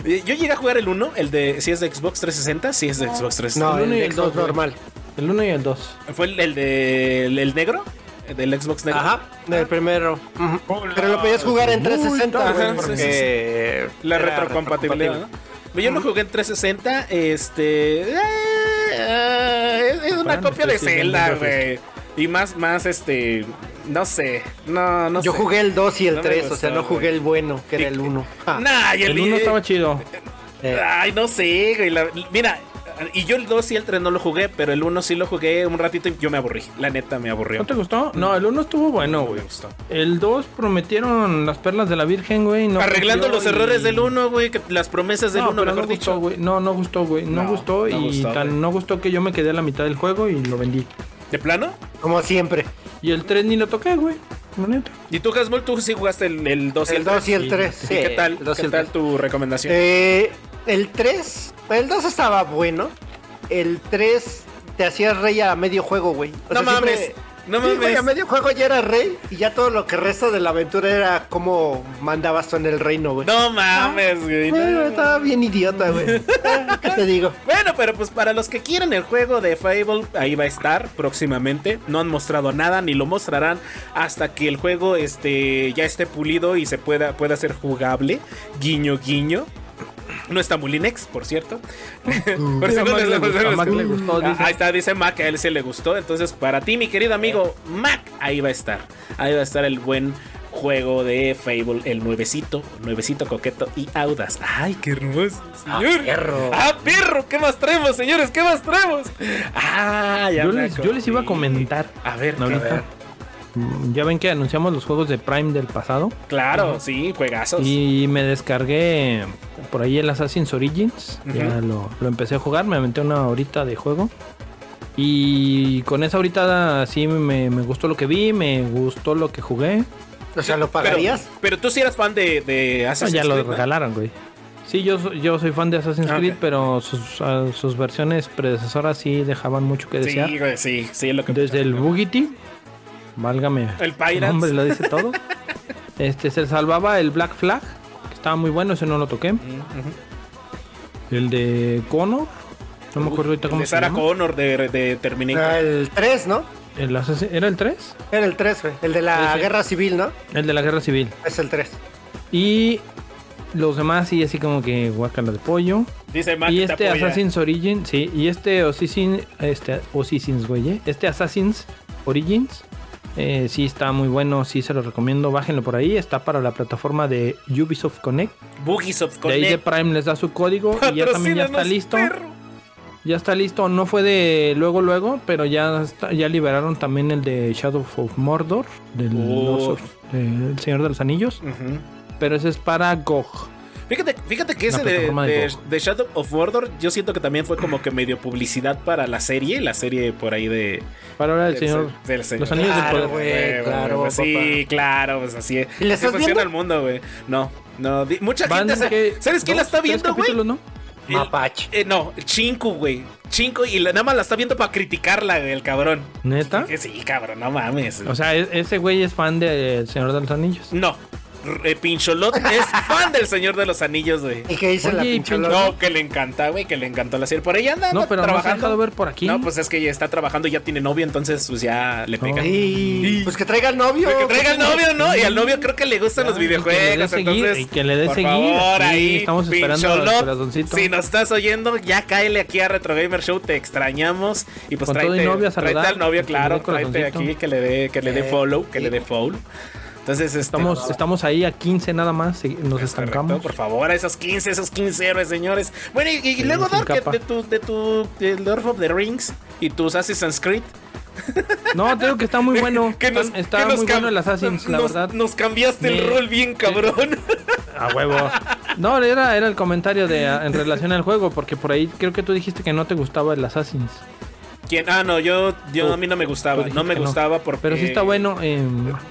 Speaker 3: Eh, Yo llegué a jugar el 1, el de si es de Xbox 360, si es de Xbox
Speaker 4: [LAUGHS]
Speaker 3: 360.
Speaker 4: No,
Speaker 1: El
Speaker 4: el,
Speaker 1: uno y
Speaker 4: de
Speaker 1: el
Speaker 4: Xbox
Speaker 1: dos, güey.
Speaker 4: normal.
Speaker 1: El 1 y el 2.
Speaker 3: Fue el, el de el, el negro, el del Xbox negro.
Speaker 4: Ajá, del primero. Ujú. Pero lo podías jugar en 360,
Speaker 3: Ajá,
Speaker 4: güey,
Speaker 3: sí,
Speaker 4: porque
Speaker 3: La
Speaker 4: era
Speaker 3: retrocompatibilidad.
Speaker 4: retrocompatible.
Speaker 3: ¿no? Yo lo jugué en 360, este... eh, eh, es- es una
Speaker 1: Bueno,
Speaker 3: copia de
Speaker 1: estoy siguiendo
Speaker 3: Zelda,
Speaker 1: el
Speaker 3: güey. Y más, más, este... No sé, no, no
Speaker 4: Yo
Speaker 3: sé.
Speaker 4: jugué el 2 y
Speaker 3: No
Speaker 4: el
Speaker 3: me
Speaker 4: 3, o
Speaker 3: gustó,
Speaker 4: sea, no jugué
Speaker 3: güey.
Speaker 4: el bueno, que era el
Speaker 3: [LAUGHS]
Speaker 4: 1.
Speaker 3: Nah, y el,
Speaker 1: El 1 estaba chido.
Speaker 4: Eh.
Speaker 3: Ay, no sé, güey. la- mira, y yo el 2 y el 3 no lo jugué, pero el 1 sí lo jugué un ratito y yo me aburrí. La neta me aburrió.
Speaker 1: ¿No te gustó? No, el 1 estuvo bueno,
Speaker 3: No me
Speaker 1: güey.
Speaker 3: gustó.
Speaker 1: El 2 prometieron las perlas de la Virgen, güey. no
Speaker 3: Arreglando
Speaker 1: cumplió
Speaker 3: los
Speaker 1: y-
Speaker 3: errores del 1, güey. que- Las promesas del
Speaker 1: No,
Speaker 3: 1,
Speaker 1: pero
Speaker 3: mejor
Speaker 1: no gustó,
Speaker 3: dicho.
Speaker 1: güey. No, no gustó, güey. No,
Speaker 3: No,
Speaker 1: gustó
Speaker 3: no
Speaker 1: y
Speaker 3: gustó,
Speaker 1: tan
Speaker 3: güey.
Speaker 1: no gustó que yo me quedé a la mitad del juego y lo vendí.
Speaker 3: ¿De plano?
Speaker 4: Como siempre.
Speaker 1: Y el 3 ni lo toqué, güey. La neta.
Speaker 3: ¿Y tú, Hasmol, tú sí jugaste el, el 2 y
Speaker 4: El 2 y el 3.
Speaker 3: ¿Y qué tal,
Speaker 4: El Eh, 2 y
Speaker 3: qué
Speaker 4: el
Speaker 3: tal
Speaker 4: 3.
Speaker 3: tu recomendación?
Speaker 4: Eh, el 3, el 2 estaba bueno. El 3 te hacías rey a medio juego, güey. O
Speaker 3: No
Speaker 4: sea, siempre-
Speaker 3: mames, no
Speaker 4: Sí, güey, a
Speaker 3: mames.
Speaker 4: medio juego ya eras rey y ya todo lo que resta de la aventura era cómo mandabas tú en el reino, güey.
Speaker 3: No mames, güey. no.
Speaker 4: Bueno, estaba bien idiota,
Speaker 3: [LAUGHS]
Speaker 4: güey. Ah, ¿Qué te digo?
Speaker 3: Bueno, pero pues para los que quieran el juego de Fable, ahí va a estar próximamente. No han mostrado nada, ni lo mostrarán hasta que el juego este, ya esté pulido y se pueda, pueda ser jugable. Guiño, guiño. No está Mulinex, por cierto. [LAUGHS] Por
Speaker 1: Mm. A
Speaker 3: eso no
Speaker 1: Mac
Speaker 3: les-
Speaker 1: le
Speaker 3: por eso
Speaker 1: gustó, a
Speaker 3: les-
Speaker 1: Mac le gustó,
Speaker 3: Ah,
Speaker 1: dice.
Speaker 3: Ahí está, dice Mac, a él se le gustó. Entonces, para ti, mi querido amigo Mac, ahí va a estar. Ahí va a estar el buen juego de Fable, el nuevecito, nuevecito coqueto y audaz. ¡Ay, qué hermoso, señor! ¡Ah, perro! ¿Qué más traemos, señores? ¿Qué más traemos? ¡Ah, ya
Speaker 1: Yo
Speaker 3: me
Speaker 1: les, yo les iba a
Speaker 3: acordé.
Speaker 1: comentar.
Speaker 3: A ver,
Speaker 1: ahorita.
Speaker 3: a ver.
Speaker 1: Mm, Ya ven que anunciamos los juegos de Prime del pasado.
Speaker 3: Claro, sí, juegazos.
Speaker 1: Y me descargué por ahí el Assassin's Origins. Ya lo, lo empecé a jugar, me aventé una horita de juego. Y con esa horita sí me, me gustó lo que vi, me gustó lo que jugué.
Speaker 4: O sea, ¿lo
Speaker 3: pero,
Speaker 4: pagarías?
Speaker 3: pero tú sí eras fan de, de
Speaker 1: No,
Speaker 3: Assassin's
Speaker 1: Ah, ya lo
Speaker 3: Creed, ¿no?
Speaker 1: regalaron, güey. Sí, yo, so- yo soy fan de Assassin's
Speaker 3: Ah,
Speaker 1: Creed,
Speaker 3: ok.
Speaker 1: pero sus, ah, sus versiones predecesoras sí dejaban mucho que desear.
Speaker 3: Sí, güey, sí, sí, es lo que
Speaker 1: Desde el Bugity, válgame.
Speaker 3: El Pirates.
Speaker 1: nombre lo dice todo. este se salvaba el Black Flag, que estaba muy bueno, ese no lo toqué.
Speaker 3: Mm,
Speaker 1: El de Connor, no me acuerdo ahorita
Speaker 3: El
Speaker 1: cómo
Speaker 3: de
Speaker 1: se
Speaker 3: Sarah
Speaker 1: llama.
Speaker 3: Connor de, de Terminator.
Speaker 4: Ah, El 3, ¿no?
Speaker 1: El Assassin- ¿Era el 3?
Speaker 4: Era el 3, güey. El de la
Speaker 1: Ese.
Speaker 4: guerra civil, ¿no?
Speaker 1: El de la Guerra Civil.
Speaker 4: Es el 3.
Speaker 1: Y los demás sí, así como que guacala de pollo.
Speaker 3: Dice Mac
Speaker 1: y
Speaker 3: que te
Speaker 1: este
Speaker 3: apoya.
Speaker 1: Assassin's Origins, sí, y este Assassin, este Assassin's, güey, eh, este Assassin's Origins, eh, sí está muy bueno, sí se lo recomiendo, bájenlo por ahí, está para la plataforma de Ubisoft Connect,
Speaker 3: Boogies of
Speaker 1: de ahí de
Speaker 3: Connect.
Speaker 1: Prime les da su código y ya también ya está
Speaker 3: E. Patrocínanos,
Speaker 1: listo,
Speaker 3: perro.
Speaker 1: ya está listo, no fue de luego luego, pero ya está- ya liberaron también el de Shadow of Mordor, del
Speaker 3: Oh.
Speaker 1: Lord of- del Señor de los Anillos,
Speaker 3: Ujú.
Speaker 1: pero ese es para GOG.
Speaker 3: Fíjate, fíjate que
Speaker 1: La
Speaker 3: ese de,
Speaker 1: plataforma de
Speaker 3: de-
Speaker 1: Go.
Speaker 3: de Shadow of Mordor, yo siento que también fue como que medio publicidad para la serie, la serie por ahí de...
Speaker 1: Para ahora el
Speaker 3: del
Speaker 1: señor
Speaker 3: se- del señor.
Speaker 1: Los Anillos del
Speaker 4: Claro,
Speaker 1: Poder.
Speaker 4: güey,
Speaker 3: Huevo,
Speaker 4: claro,
Speaker 3: huevo, Sí, claro, pues así es.
Speaker 4: ¿Y le
Speaker 3: Así
Speaker 4: estás
Speaker 3: funciona
Speaker 4: viendo?
Speaker 3: el mundo, güey. No, no, di- mucha
Speaker 1: Van,
Speaker 3: gente... se-
Speaker 1: ¿qué?
Speaker 3: ¿Sabes quién la
Speaker 1: ¿Dos,
Speaker 3: está
Speaker 1: tres
Speaker 3: viendo, güey?
Speaker 1: capítulos, ¿no?
Speaker 3: El-
Speaker 4: Mapache.
Speaker 3: eh, no, Chinku, güey. Chinku, y la- nada más la está viendo para criticarla, güey, el cabrón.
Speaker 1: ¿Neta?
Speaker 3: Dije, sí, cabrón, no mames.
Speaker 1: O sea, e- ese güey es fan de El Señor de los Anillos.
Speaker 3: no, R- eh,
Speaker 1: [LAUGHS]
Speaker 3: Pincholot es fan del Señor de los Anillos, güey.
Speaker 4: ¿Y qué dice
Speaker 1: Oye,
Speaker 4: la
Speaker 1: y
Speaker 4: pinche
Speaker 1: pinche-
Speaker 4: loca?
Speaker 3: No, que le encanta, güey, que le encantó la serie. Por ella anda,
Speaker 1: No,
Speaker 3: anda
Speaker 1: pero no se ha
Speaker 3: trabajando.
Speaker 1: dejado ver por aquí.
Speaker 3: No, pues es que ella está trabajando y ya tiene novio, entonces pues ya
Speaker 1: Oh.
Speaker 3: le pega.
Speaker 4: Y- Pues que traiga el novio.
Speaker 3: Pero que traiga al novio, ¿no? Y al novio creo que le gustan los
Speaker 1: Y que le dé
Speaker 3: videojuegos,
Speaker 1: seguir,
Speaker 3: entonces.
Speaker 1: y que le dé
Speaker 3: por
Speaker 1: seguir.
Speaker 3: favor,
Speaker 1: Sí,
Speaker 3: ahí,
Speaker 1: estamos esperando al
Speaker 3: pincholot.
Speaker 1: corazoncito.
Speaker 3: Si nos estás oyendo, ya cáele aquí a Retro Gamer Show, te extrañamos. Y pues
Speaker 1: Con todo y
Speaker 3: tráete,
Speaker 1: novio a
Speaker 3: tráete
Speaker 1: saludar,
Speaker 3: al novio,
Speaker 1: que le
Speaker 3: claro,
Speaker 1: dé
Speaker 3: tráete
Speaker 1: corazoncito.
Speaker 3: aquí, que le dé, que le dé
Speaker 4: Eh,
Speaker 3: follow, que
Speaker 4: sí.
Speaker 3: le dé follow. Entonces, este,
Speaker 1: estamos, estamos ahí a 15 nada más, se- nos
Speaker 3: es correcto,
Speaker 1: estancamos.
Speaker 3: por favor, a esos 15, esos 15 héroes, señores. Bueno, y, y
Speaker 1: Sí,
Speaker 3: luego,
Speaker 1: sin
Speaker 3: Dark, de,
Speaker 1: capa.
Speaker 3: de tu, de tu de Lord of the Rings y tus Assassin's Creed.
Speaker 1: No, te digo [LAUGHS] que está
Speaker 3: [LAUGHS]
Speaker 1: muy bueno.
Speaker 3: Que nos-
Speaker 1: Está- está
Speaker 3: que nos
Speaker 1: muy
Speaker 3: cam-
Speaker 1: bueno el Assassin's, la
Speaker 3: nos-
Speaker 1: verdad.
Speaker 3: Nos cambiaste el
Speaker 1: Me-
Speaker 3: rol bien cabrón.
Speaker 1: A huevo. No, era, era el comentario de ah, en relación al juego, porque por ahí creo que tú dijiste que no te gustaba el Assassin's.
Speaker 3: [LAUGHS] ¿Quién? Ah, no, yo, yo
Speaker 1: Tú-
Speaker 3: a mí no me
Speaker 1: tú
Speaker 3: gustaba.
Speaker 1: dijiste
Speaker 3: No me
Speaker 1: que no.
Speaker 3: gustaba porque.
Speaker 1: Pero sí está bueno. eh,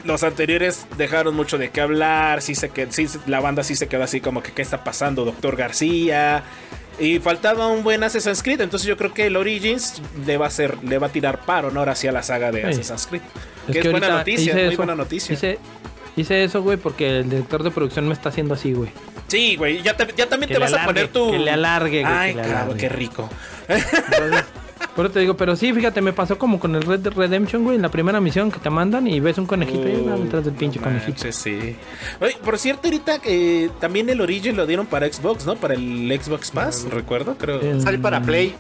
Speaker 3: Los anteriores dejaron mucho de qué hablar. Sí se que, sí, la banda sí se quedó así como que, ¿qué está pasando, Doctor García? Y faltaba un buen Assassin's Creed. Entonces yo creo que el Origins le va a, hacer, le va a tirar paro, ¿no? Ahora sí a la saga de
Speaker 1: Sí.
Speaker 3: Assassin's Creed.
Speaker 1: es
Speaker 3: que es buena
Speaker 1: ahorita
Speaker 3: noticia,
Speaker 1: hice
Speaker 3: muy
Speaker 1: eso,
Speaker 3: buena noticia.
Speaker 1: Hice, hice eso, güey, porque el director de producción me está haciendo así, güey.
Speaker 3: Sí, güey. Ya, te- ya también
Speaker 1: Que
Speaker 3: te
Speaker 1: le
Speaker 3: vas a
Speaker 1: alargue,
Speaker 3: poner tu.
Speaker 1: que le alargue, güey,
Speaker 3: Ay,
Speaker 1: que le
Speaker 3: claro,
Speaker 1: alargue.
Speaker 3: qué rico.
Speaker 1: Entonces, por eso te digo, pero sí, fíjate, me pasó como con el Red Dead Redemption, güey, en la primera misión que te mandan y ves un conejito y vas detrás del
Speaker 3: Uh,
Speaker 1: pinche
Speaker 3: no
Speaker 1: conejito.
Speaker 3: manches, sí. Oye, por cierto, ahorita que también el Origin lo dieron para Xbox, ¿no? Para el Xbox Pass, recuerdo, creo.
Speaker 1: Mm. Eh,
Speaker 4: Sale para Play.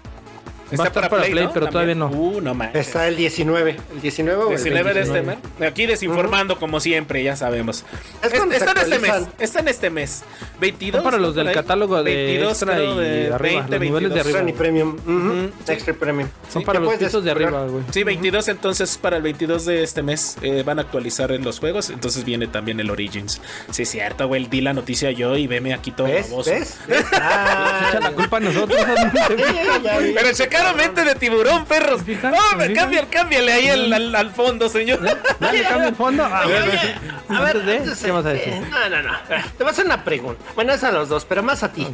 Speaker 1: va a estar para Play, pero todavía no.
Speaker 3: Uh, no manches.
Speaker 4: Está el 19. El 19 o el
Speaker 3: 19 de
Speaker 4: 20?
Speaker 3: este mes. Aquí desinformando como siempre, ya sabemos.
Speaker 4: Es
Speaker 3: Es-
Speaker 4: cuando se
Speaker 3: está en este mes.
Speaker 4: actualizan.
Speaker 3: Está en este mes. 22.
Speaker 1: Son para los
Speaker 3: ¿no?
Speaker 1: del
Speaker 3: Por ahí.
Speaker 1: catálogo de extra
Speaker 3: creo,
Speaker 1: y arriba, los niveles de arriba.
Speaker 4: Extra y premium. Ujú,
Speaker 3: Ujú, sí.
Speaker 4: Extra y premium.
Speaker 1: Son
Speaker 3: sí,
Speaker 1: para
Speaker 4: te
Speaker 1: los
Speaker 4: puedes
Speaker 1: pisos de
Speaker 4: desesperar.
Speaker 1: arriba, güey.
Speaker 3: Sí, 22 entonces para el 22 de este mes eh, van a actualizar en los juegos, entonces viene también el Origins. Sí, es cierto, güey, di la noticia yo y veme aquí todo
Speaker 4: ¿Ves?
Speaker 3: baboso.
Speaker 4: ¿Ves? ¿Ves? Ah,
Speaker 1: Echa la culpa a nosotros. [LAUGHS]
Speaker 3: [LAUGHS]
Speaker 1: admite.
Speaker 4: ya, ya, ya.
Speaker 3: Pero checaron mente de tiburón, perros.
Speaker 1: Fija,
Speaker 3: No, me
Speaker 1: fija.
Speaker 3: cámbiale, cámbiale ahí el- al, al fondo, señor.
Speaker 1: Ya le cambio el fondo. Ah,
Speaker 4: Oye,
Speaker 1: bueno,
Speaker 4: oye,
Speaker 1: sí.
Speaker 4: a ver,
Speaker 1: Antes de,
Speaker 4: antes de-
Speaker 1: ¿qué vas a decir?
Speaker 4: No, no, no. Te vas a hacer una pregunta. Bueno, es a los dos, pero más a ti.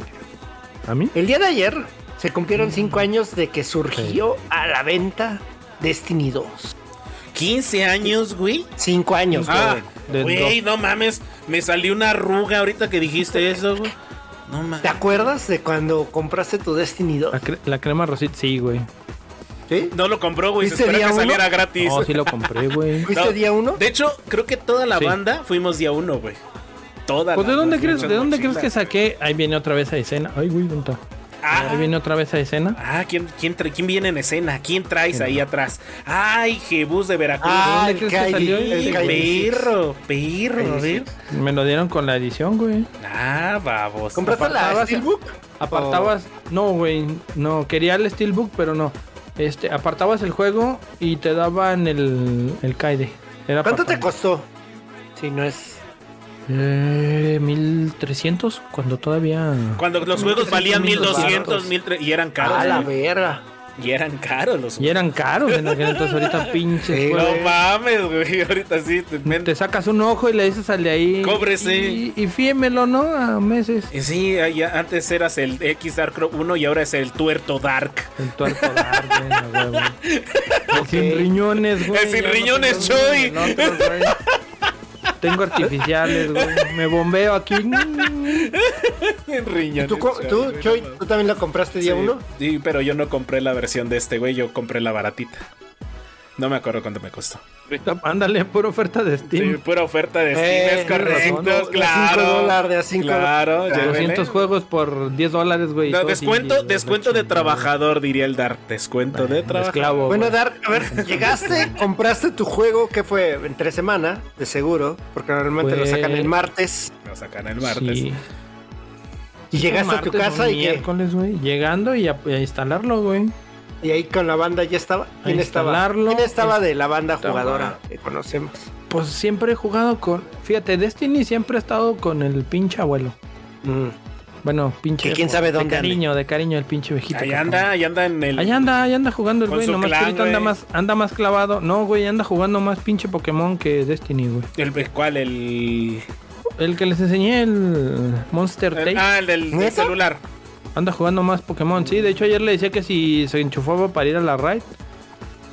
Speaker 1: ¿A mí?
Speaker 4: El día de ayer Se cumplieron cinco años de que surgió a la venta Destiny 2.
Speaker 3: 15 años, güey.
Speaker 4: 5 años,
Speaker 3: Ah,
Speaker 4: güey.
Speaker 1: del
Speaker 3: güey, no mames. Me salió una arruga ahorita que
Speaker 1: [LAUGHS]
Speaker 3: dijiste eso, güey. No mames.
Speaker 4: ¿Te acuerdas de cuando compraste tu Destiny 2?
Speaker 1: La, cre- la crema rosita, sí, güey.
Speaker 4: ¿Sí?
Speaker 3: No lo compró, güey. Se
Speaker 4: ¿Viste
Speaker 3: esperó
Speaker 4: día
Speaker 3: que
Speaker 4: uno?
Speaker 3: saliera gratis.
Speaker 1: No, sí lo
Speaker 4: [LAUGHS]
Speaker 1: compré, güey.
Speaker 4: ¿Fuiste
Speaker 3: No.
Speaker 4: día uno?
Speaker 3: De hecho, creo que toda la
Speaker 1: Sí.
Speaker 3: banda fuimos día uno, güey. Toda
Speaker 1: Pues,
Speaker 3: la-
Speaker 1: ¿de dónde
Speaker 3: las
Speaker 1: crees,
Speaker 3: muchas
Speaker 1: ¿de dónde crees
Speaker 3: mochilas,
Speaker 1: que saqué? Ahí viene otra vez a escena. Ay, güey, ¿dónde está?
Speaker 3: güey. Ah,
Speaker 1: Ahí viene otra vez a escena.
Speaker 3: ah, ¿quién, quién, tra- quién viene en escena? ¿Quién traes ahí atrás? Ay, Jebus de Veracruz.
Speaker 4: Ah,
Speaker 1: ¿Dónde
Speaker 4: el
Speaker 1: crees que
Speaker 4: Kairi,
Speaker 1: salió?
Speaker 3: Ay,
Speaker 4: el Kairi.
Speaker 3: perro, perro, a ver.
Speaker 1: Me lo dieron con la edición, güey.
Speaker 3: Ah, babos.
Speaker 4: ¿Compraste la
Speaker 1: Apartabas-
Speaker 4: Steelbook?
Speaker 1: Apartabas. No, güey. No, quería el Steelbook, pero no. Este, apartabas el juego y te daban el, el Kaide. Era
Speaker 4: ¿Cuánto te
Speaker 1: apartado.
Speaker 4: costó? Si no es...
Speaker 1: Eh, 1300 cuando todavía.
Speaker 3: Cuando los juegos valían 1200, 1300 y eran
Speaker 1: Ah,
Speaker 4: A la
Speaker 3: caros. güey.
Speaker 4: verga.
Speaker 3: Y eran caros los
Speaker 1: Y eran caros en aquel entonces, ahorita pinches.
Speaker 4: Sí,
Speaker 1: juegos.
Speaker 3: No mames, güey. [LAUGHS] Ahorita sí. Te men-
Speaker 1: Te sacas un ojo y le dices al de ahí.
Speaker 3: Cóbrese.
Speaker 1: Y, y fíemelo, ¿no? A meses.
Speaker 3: Eh, Sí, ya antes eras el X Dark Crow 1 y ahora es el Tuerto Dark. [LAUGHS]
Speaker 1: El tuerto dar, güey, la huevo. El sin riñones, güey.
Speaker 3: El sin
Speaker 1: Ya no
Speaker 3: riñones,
Speaker 1: tengo
Speaker 3: Chuy.
Speaker 1: el otro, güey. Tengo artificiales, güey. Me bombeo aquí.
Speaker 4: ¿Y tú, co- tú, Choy, tú también la compraste día uno?
Speaker 3: Sí, pero yo no compré la versión de este, güey. Yo compré la baratita. No me acuerdo cuánto me costó.
Speaker 1: Ándale, pura oferta de
Speaker 3: Sí,
Speaker 1: Steam.
Speaker 3: pura oferta de Steam,
Speaker 4: Eh,
Speaker 3: es correcto,
Speaker 1: tienes razón.
Speaker 4: De a
Speaker 3: claro.
Speaker 4: cinco dólares, de a cinco
Speaker 3: Claro, ya
Speaker 1: 200
Speaker 3: vele.
Speaker 1: juegos por 10 dólares, güey.
Speaker 3: No,
Speaker 1: Todo
Speaker 3: descuento,
Speaker 1: indie,
Speaker 3: descuento
Speaker 1: güey,
Speaker 3: de
Speaker 1: la
Speaker 3: trabajador, diría el Dark. Descuento de
Speaker 1: chingada.
Speaker 3: trabajador.
Speaker 1: Esclavo.
Speaker 4: Bueno,
Speaker 1: güey.
Speaker 4: Dar, a ver,
Speaker 1: [LAUGHS]
Speaker 4: llegaste, compraste tu juego, que fue entre semana, de seguro, porque normalmente lo
Speaker 1: Fue-
Speaker 4: sacan el martes.
Speaker 3: Lo sacan el martes.
Speaker 1: Sí.
Speaker 4: Y llegaste a tu
Speaker 1: Martes o
Speaker 4: casa y, qué?
Speaker 1: miércoles, güey. Llegando y a, y a instalarlo, güey.
Speaker 4: y ahí con la banda ya estaba. ¿Quién
Speaker 1: A
Speaker 4: estaba?
Speaker 1: instalarlo.
Speaker 4: ¿Quién estaba
Speaker 1: Es-
Speaker 4: de la banda
Speaker 1: Toma.
Speaker 4: jugadora que conocemos?
Speaker 1: Pues siempre he jugado con. Fíjate, Destiny siempre ha estado con el pinche abuelo.
Speaker 4: Mm.
Speaker 1: Bueno, pinche.
Speaker 4: Que quién sabe dónde
Speaker 1: De cariño, de cariño, el pinche viejito.
Speaker 3: Ahí
Speaker 1: cabrón.
Speaker 3: anda, ahí anda en el.
Speaker 1: Ahí anda, ahí anda jugando el
Speaker 3: Con
Speaker 1: güey.
Speaker 3: su
Speaker 1: Nomás que
Speaker 3: clan,
Speaker 1: ahorita anda
Speaker 3: güey.
Speaker 1: más, anda más clavado. No, güey, anda jugando más pinche Pokémon que Destiny, güey.
Speaker 3: El, ¿Cuál? El.
Speaker 1: El que les enseñé, el Monster
Speaker 3: el-
Speaker 1: Tape,
Speaker 3: ah, el del, del
Speaker 4: ¿Neta?
Speaker 3: celular.
Speaker 1: anda jugando más Pokémon. Sí, de hecho ayer le decía que si se enchufaba para ir a la raid.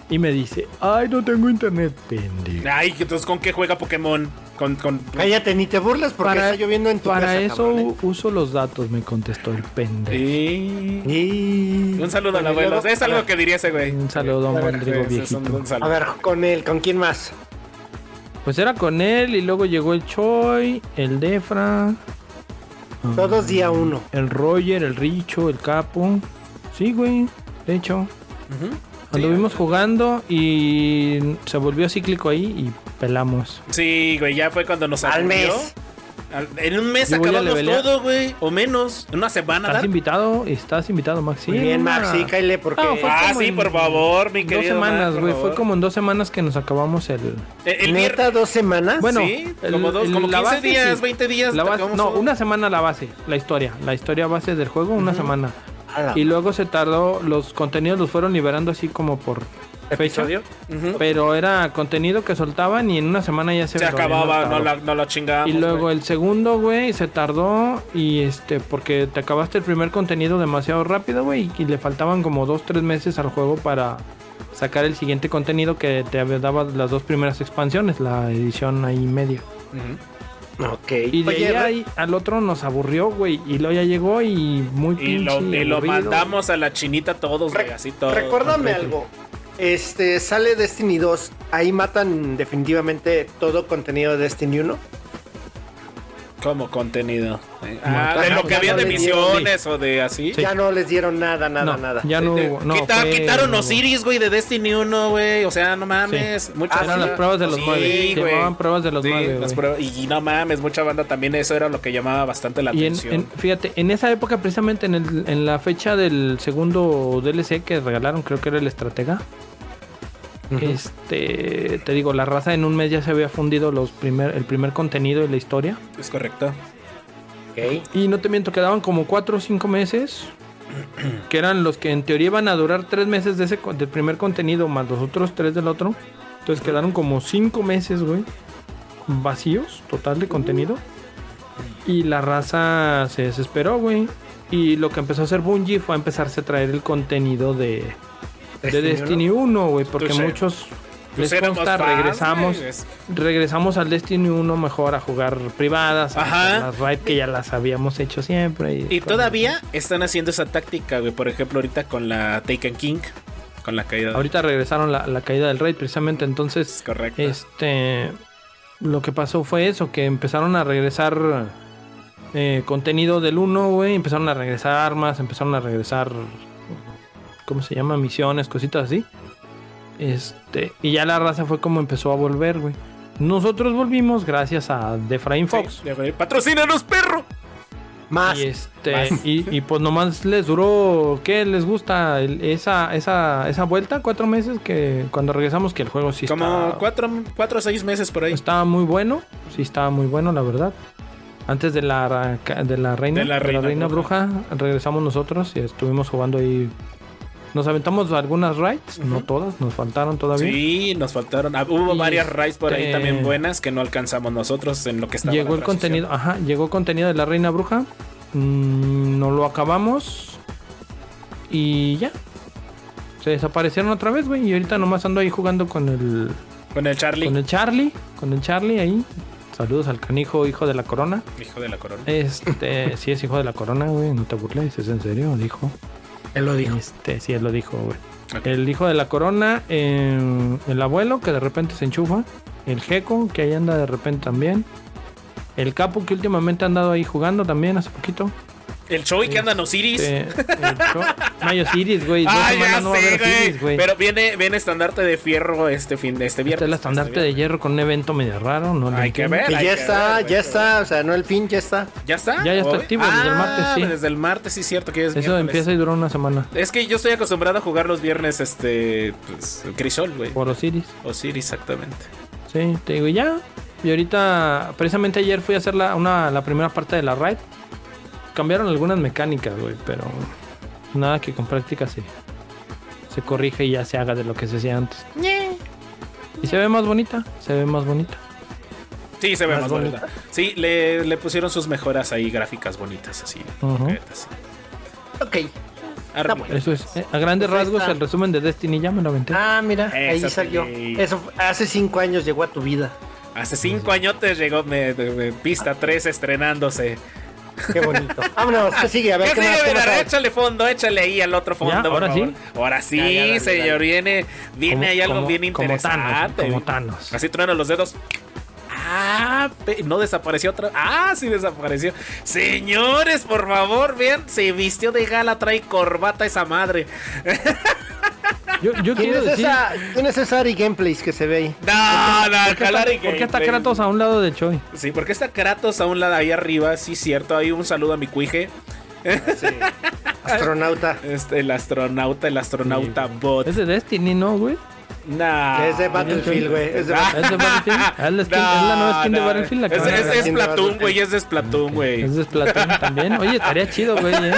Speaker 1: Y me dice, ay, no tengo internet, pendejo.
Speaker 3: Ay, entonces, ¿con qué juega Pokémon? Con. con...
Speaker 4: Cállate, ni te burlas porque
Speaker 1: Para-
Speaker 4: está lloviendo en tu
Speaker 1: Para
Speaker 4: casa,
Speaker 1: eso
Speaker 4: cabrón, ¿eh?
Speaker 1: uso los datos, me contestó el pendejo.
Speaker 3: Sí.
Speaker 4: Y-
Speaker 3: Un saludo al
Speaker 4: Bueno, y
Speaker 3: abuelo.
Speaker 4: luego-
Speaker 3: Es algo que diría ese güey.
Speaker 1: Un saludo a un buen
Speaker 3: Sí,
Speaker 1: Rodrigo
Speaker 3: ese es un-
Speaker 1: viejito.
Speaker 3: un saludo.
Speaker 4: A ver, con él, ¿con quién más?
Speaker 1: Pues era con él y luego llegó el Choi, el Defra. ah,
Speaker 4: Todos día uno.
Speaker 1: El Roger, el Richo, el Capo. Sí, güey. De hecho,
Speaker 3: Ujú.
Speaker 1: anduvimos jugando y se volvió cíclico ahí y pelamos.
Speaker 3: Sí, güey, ya fue cuando nos
Speaker 4: Al
Speaker 3: aburrió.
Speaker 4: mes.
Speaker 3: Al- En un mes
Speaker 1: Yo voy a
Speaker 3: acabamos
Speaker 1: levelear.
Speaker 3: todo, güey. O menos. En una semana.
Speaker 1: Estás
Speaker 3: Dark.
Speaker 1: invitado, estás invitado, Maxi.
Speaker 4: Muy bien, Max, sí, cállate porque...
Speaker 1: No, fue-
Speaker 3: Ah,
Speaker 1: como
Speaker 3: sí,
Speaker 1: en
Speaker 3: por favor, mi
Speaker 1: Dos
Speaker 3: querido. Matt,
Speaker 1: semanas,
Speaker 3: por
Speaker 1: güey. Fue
Speaker 3: favor.
Speaker 1: como en dos semanas que nos acabamos el.
Speaker 3: Eh, El, mier-
Speaker 4: ¿Neta dos semanas?
Speaker 1: Bueno,
Speaker 3: sí,
Speaker 1: el-
Speaker 3: como, dos,
Speaker 1: el-
Speaker 3: como
Speaker 1: la
Speaker 3: 15
Speaker 1: base,
Speaker 3: días,
Speaker 1: sí.
Speaker 3: 20 días.
Speaker 1: La base,
Speaker 3: tocamos
Speaker 1: no,
Speaker 3: un-
Speaker 1: una semana la base, la historia. La historia base del juego, una semana.
Speaker 4: A la-
Speaker 1: Y luego se tardó, los contenidos los fueron liberando así como por fecha.
Speaker 3: Ujú.
Speaker 1: Pero era contenido que soltaban y en una semana ya se
Speaker 3: Se
Speaker 1: había
Speaker 3: acababa, no
Speaker 1: agotado.
Speaker 3: la, no la chingamos.
Speaker 1: Y luego
Speaker 3: güey.
Speaker 1: el segundo, güey, se tardó y este, porque te acabaste el primer contenido demasiado rápido, güey, y le faltaban como dos, tres meses al juego para sacar el siguiente contenido que te había- daba las dos primeras expansiones, la edición ahí media.
Speaker 3: Ujú.
Speaker 4: Ok.
Speaker 1: Y de
Speaker 4: Oye,
Speaker 1: ahí ahí al otro nos aburrió, güey, y luego ya llegó y muy
Speaker 3: Y lo,
Speaker 1: pinche
Speaker 3: y lo
Speaker 1: aburrido.
Speaker 3: mandamos a la chinita todos, güey,
Speaker 4: Re-
Speaker 3: así todo.
Speaker 4: Recuérdame algo. Este, sale Destiny 2. Ahí matan definitivamente todo contenido de Destiny 1.
Speaker 3: Como contenido. Ah,
Speaker 1: Como
Speaker 3: de lo
Speaker 1: contenido.
Speaker 3: que había de
Speaker 4: Sí.
Speaker 3: misiones o de así.
Speaker 1: Sí.
Speaker 4: Ya no les dieron nada, nada,
Speaker 1: no,
Speaker 4: nada.
Speaker 1: Ya no
Speaker 3: Eh,
Speaker 1: hubo, no,
Speaker 3: quita-
Speaker 1: fue-
Speaker 3: quitaron
Speaker 1: no hubo.
Speaker 3: Osiris, güey, de Destiny 1, güey. O sea, no mames. Muchas
Speaker 4: Ah,
Speaker 1: Eran
Speaker 4: sí.
Speaker 1: las pruebas de los
Speaker 3: Sí,
Speaker 1: nueve. Se
Speaker 3: güey.
Speaker 1: llamaban pruebas de los
Speaker 3: Sí,
Speaker 1: nueve,
Speaker 3: las
Speaker 1: güey.
Speaker 3: pruebas. Y no mames, mucha banda también eso era lo que llamaba bastante la
Speaker 1: Y en,
Speaker 3: atención.
Speaker 1: en- fíjate, en esa época, precisamente en, el- en la fecha del segundo DLC que regalaron, creo que era el Estratega. Este, te digo, la raza en un mes ya se había fundido los primer, el primer contenido de la historia.
Speaker 3: Es correcto.
Speaker 4: Ok.
Speaker 1: Y no te miento, quedaban como 4 o 5 meses, que eran los que en teoría iban a durar 3 meses de ese, co- del primer contenido, más los otros 3 del otro. Entonces quedaron como 5 meses, güey, vacíos, total de contenido. Y la raza se desesperó, güey. Y lo que empezó a hacer Bungie fue a empezarse a traer el contenido de, de Destiny 1, güey, porque
Speaker 3: Touché.
Speaker 1: muchos les
Speaker 3: Pues éramos
Speaker 1: consta,
Speaker 3: fans,
Speaker 1: regresamos,
Speaker 3: güey, es-
Speaker 1: regresamos al Destiny 1 mejor a jugar privadas, a
Speaker 3: Ajá.
Speaker 1: hacer las raid que ya las habíamos hecho siempre.
Speaker 3: Y todavía están haciendo esa táctica, güey. Por ejemplo, ahorita con la Taken King, con la caída.
Speaker 1: Ahorita regresaron la, la caída del raid precisamente, entonces
Speaker 3: es correcto.
Speaker 1: Este. Lo que pasó fue eso, que empezaron a regresar eh, contenido del 1, güey. Empezaron a regresar armas, empezaron a regresar. ¿Cómo se llama? Misiones, cositas así. Este. Y ya la raza fue como empezó a volver, güey. Nosotros volvimos gracias a The Frying
Speaker 3: Sí,
Speaker 1: Fox.
Speaker 3: de güey, ¡Patrocínanos, perro!
Speaker 4: Más.
Speaker 3: Ah,
Speaker 1: Y este. Y, y, pues nomás les duró. ¿Qué les gusta? El- esa, esa, esa vuelta, cuatro meses que cuando regresamos, que el juego sí
Speaker 3: Como
Speaker 1: está-
Speaker 3: cuatro, cuatro o seis meses por ahí.
Speaker 1: Estaba muy bueno, sí estaba muy bueno, la verdad. Antes de la, ra- ca- de la reina,
Speaker 3: De la reina
Speaker 1: bruja. regresamos nosotros y estuvimos jugando ahí. Nos aventamos algunas raids, no todas, nos faltaron todavía.
Speaker 3: Sí, nos faltaron. Ah, hubo
Speaker 1: Y
Speaker 3: varias raids por ahí
Speaker 1: este-
Speaker 3: también buenas que no alcanzamos nosotros en lo que estaba.
Speaker 1: llegó
Speaker 3: la
Speaker 1: el
Speaker 3: transición.
Speaker 1: contenido, ajá, llegó contenido de la reina bruja. Mm, no lo acabamos y ya. Se desaparecieron otra vez, güey, y ahorita nomás ando ahí jugando con el
Speaker 3: Con el Charlie,
Speaker 1: con el Charlie, con el Charlie ahí. Saludos al canijo hijo de la corona.
Speaker 3: hijo de la corona.
Speaker 1: Este, [LAUGHS] sí es hijo de la corona, güey, no te burles, es en serio, dijo.
Speaker 4: Él lo dijo.
Speaker 1: Este, sí, él lo dijo, güey.
Speaker 3: Ok.
Speaker 1: eh, El hijo de la corona, eh, el abuelo que de repente se enchufa, el jeco que ahí anda de repente también, el capo que últimamente ha andado ahí jugando también hace poquito.
Speaker 3: El Choi que anda en Osiris.
Speaker 1: Este, el
Speaker 3: [LAUGHS]
Speaker 1: Cho- Mayo Siris, güey. dos
Speaker 3: Ah,
Speaker 1: semanas
Speaker 3: ya
Speaker 1: no va a
Speaker 3: sé,
Speaker 1: haber Siris,
Speaker 3: güey. Pero viene, viene estandarte de fierro este fin de este
Speaker 1: Este
Speaker 3: viernes.
Speaker 1: es el estandarte de hierro con un evento medio raro, no le
Speaker 3: Hay que
Speaker 1: entiendo.
Speaker 3: ver.
Speaker 4: Que
Speaker 3: hay
Speaker 4: ya
Speaker 3: que
Speaker 4: está, ya
Speaker 3: ver, güey.
Speaker 4: está. O sea, no el fin, ya está.
Speaker 3: ¿Ya está?
Speaker 1: Ya, ya está
Speaker 3: ¿Hoy? Ah,
Speaker 1: activo, desde el martes, sí.
Speaker 3: Desde el martes, sí, cierto que ya es
Speaker 1: Eso
Speaker 3: miércoles.
Speaker 1: empieza y dura una semana.
Speaker 3: Es que yo estoy acostumbrado a jugar los viernes, este, pues, Crisol, güey.
Speaker 1: Por Osiris.
Speaker 3: Osiris, exactamente.
Speaker 1: Sí, te digo, y ya. Y ahorita, precisamente ayer fui a hacer la, una, la primera parte de la raid. Cambiaron algunas mecánicas, güey, pero nada que con práctica se, se corrige y ya se haga de lo que se hacía antes. Y se ve más bonita, se ve más bonita.
Speaker 3: Sí, se ve
Speaker 4: Más
Speaker 3: más
Speaker 4: bonita.
Speaker 3: bonita. Sí, le, le pusieron sus mejoras ahí, gráficas bonitas, así.
Speaker 1: Ujú.
Speaker 3: concretas.
Speaker 4: Ok.
Speaker 3: Armas.
Speaker 1: Eso es, eh, a grandes
Speaker 4: Pues ahí
Speaker 1: rasgos,
Speaker 4: está.
Speaker 1: el resumen de Destiny ya me lo aventé.
Speaker 4: Ah, mira, ahí
Speaker 3: Eso
Speaker 4: salió.
Speaker 3: sí.
Speaker 4: Eso fue- hace cinco años llegó a tu vida.
Speaker 3: Hace cinco añotes llegó me- de- de Pista 3 estrenándose.
Speaker 4: Qué bonito. Vámonos, ¿qué sigue? A ver,
Speaker 3: ¿Qué
Speaker 4: ¿qué,
Speaker 3: sigue,
Speaker 4: más? ¿Qué más
Speaker 3: Benar?
Speaker 4: hay?
Speaker 3: Échale fondo, échale ahí al otro fondo, por
Speaker 1: ahora
Speaker 3: favor.
Speaker 1: sí.
Speaker 3: Ahora sí,
Speaker 4: Ya, ya, dale,
Speaker 3: señor,
Speaker 4: dale.
Speaker 3: viene, viene
Speaker 1: Como-
Speaker 3: ahí algo
Speaker 1: como-
Speaker 3: bien interesante.
Speaker 1: Como Thanos.
Speaker 3: [LAUGHS]
Speaker 1: Como Thanos.
Speaker 3: Así truenan los dedos. Ah, pe- no desapareció otra. Ah, sí desapareció. Señores, por favor, vean, se vistió de gala, trae corbata esa madre.
Speaker 1: Yo,
Speaker 4: ¿Quién
Speaker 1: yo quiero
Speaker 4: es,
Speaker 1: decir.
Speaker 4: esa, ¿Quién es esa Ari Gameplays que se ve ahí?
Speaker 3: No, no,
Speaker 1: ¿Por qué está,
Speaker 3: Calari
Speaker 1: por qué está
Speaker 3: Gameplay.
Speaker 1: Kratos a un lado de Choi?
Speaker 3: Sí, porque está Kratos a un lado ahí arriba, sí cierto. Ahí un saludo a mi cuije.
Speaker 4: Astronauta.
Speaker 3: Este, el astronauta, el astronauta bot.
Speaker 1: Es de Destiny, ¿no, güey?
Speaker 3: Nah.
Speaker 4: es de Battlefield, güey. Es de
Speaker 3: Ah,
Speaker 4: Battlefield.
Speaker 1: ¿Es de
Speaker 3: [LAUGHS]
Speaker 1: Battlefield? ¿Es la, skin- es la nueva skin de
Speaker 3: no,
Speaker 1: Battlefield? La que
Speaker 3: Es,
Speaker 1: van a
Speaker 3: es,
Speaker 1: sacar?
Speaker 3: es Platoon, güey, es de Splatoon, güey.
Speaker 1: Es de Splatoon también. Oye, estaría chido, güey, ¿eh?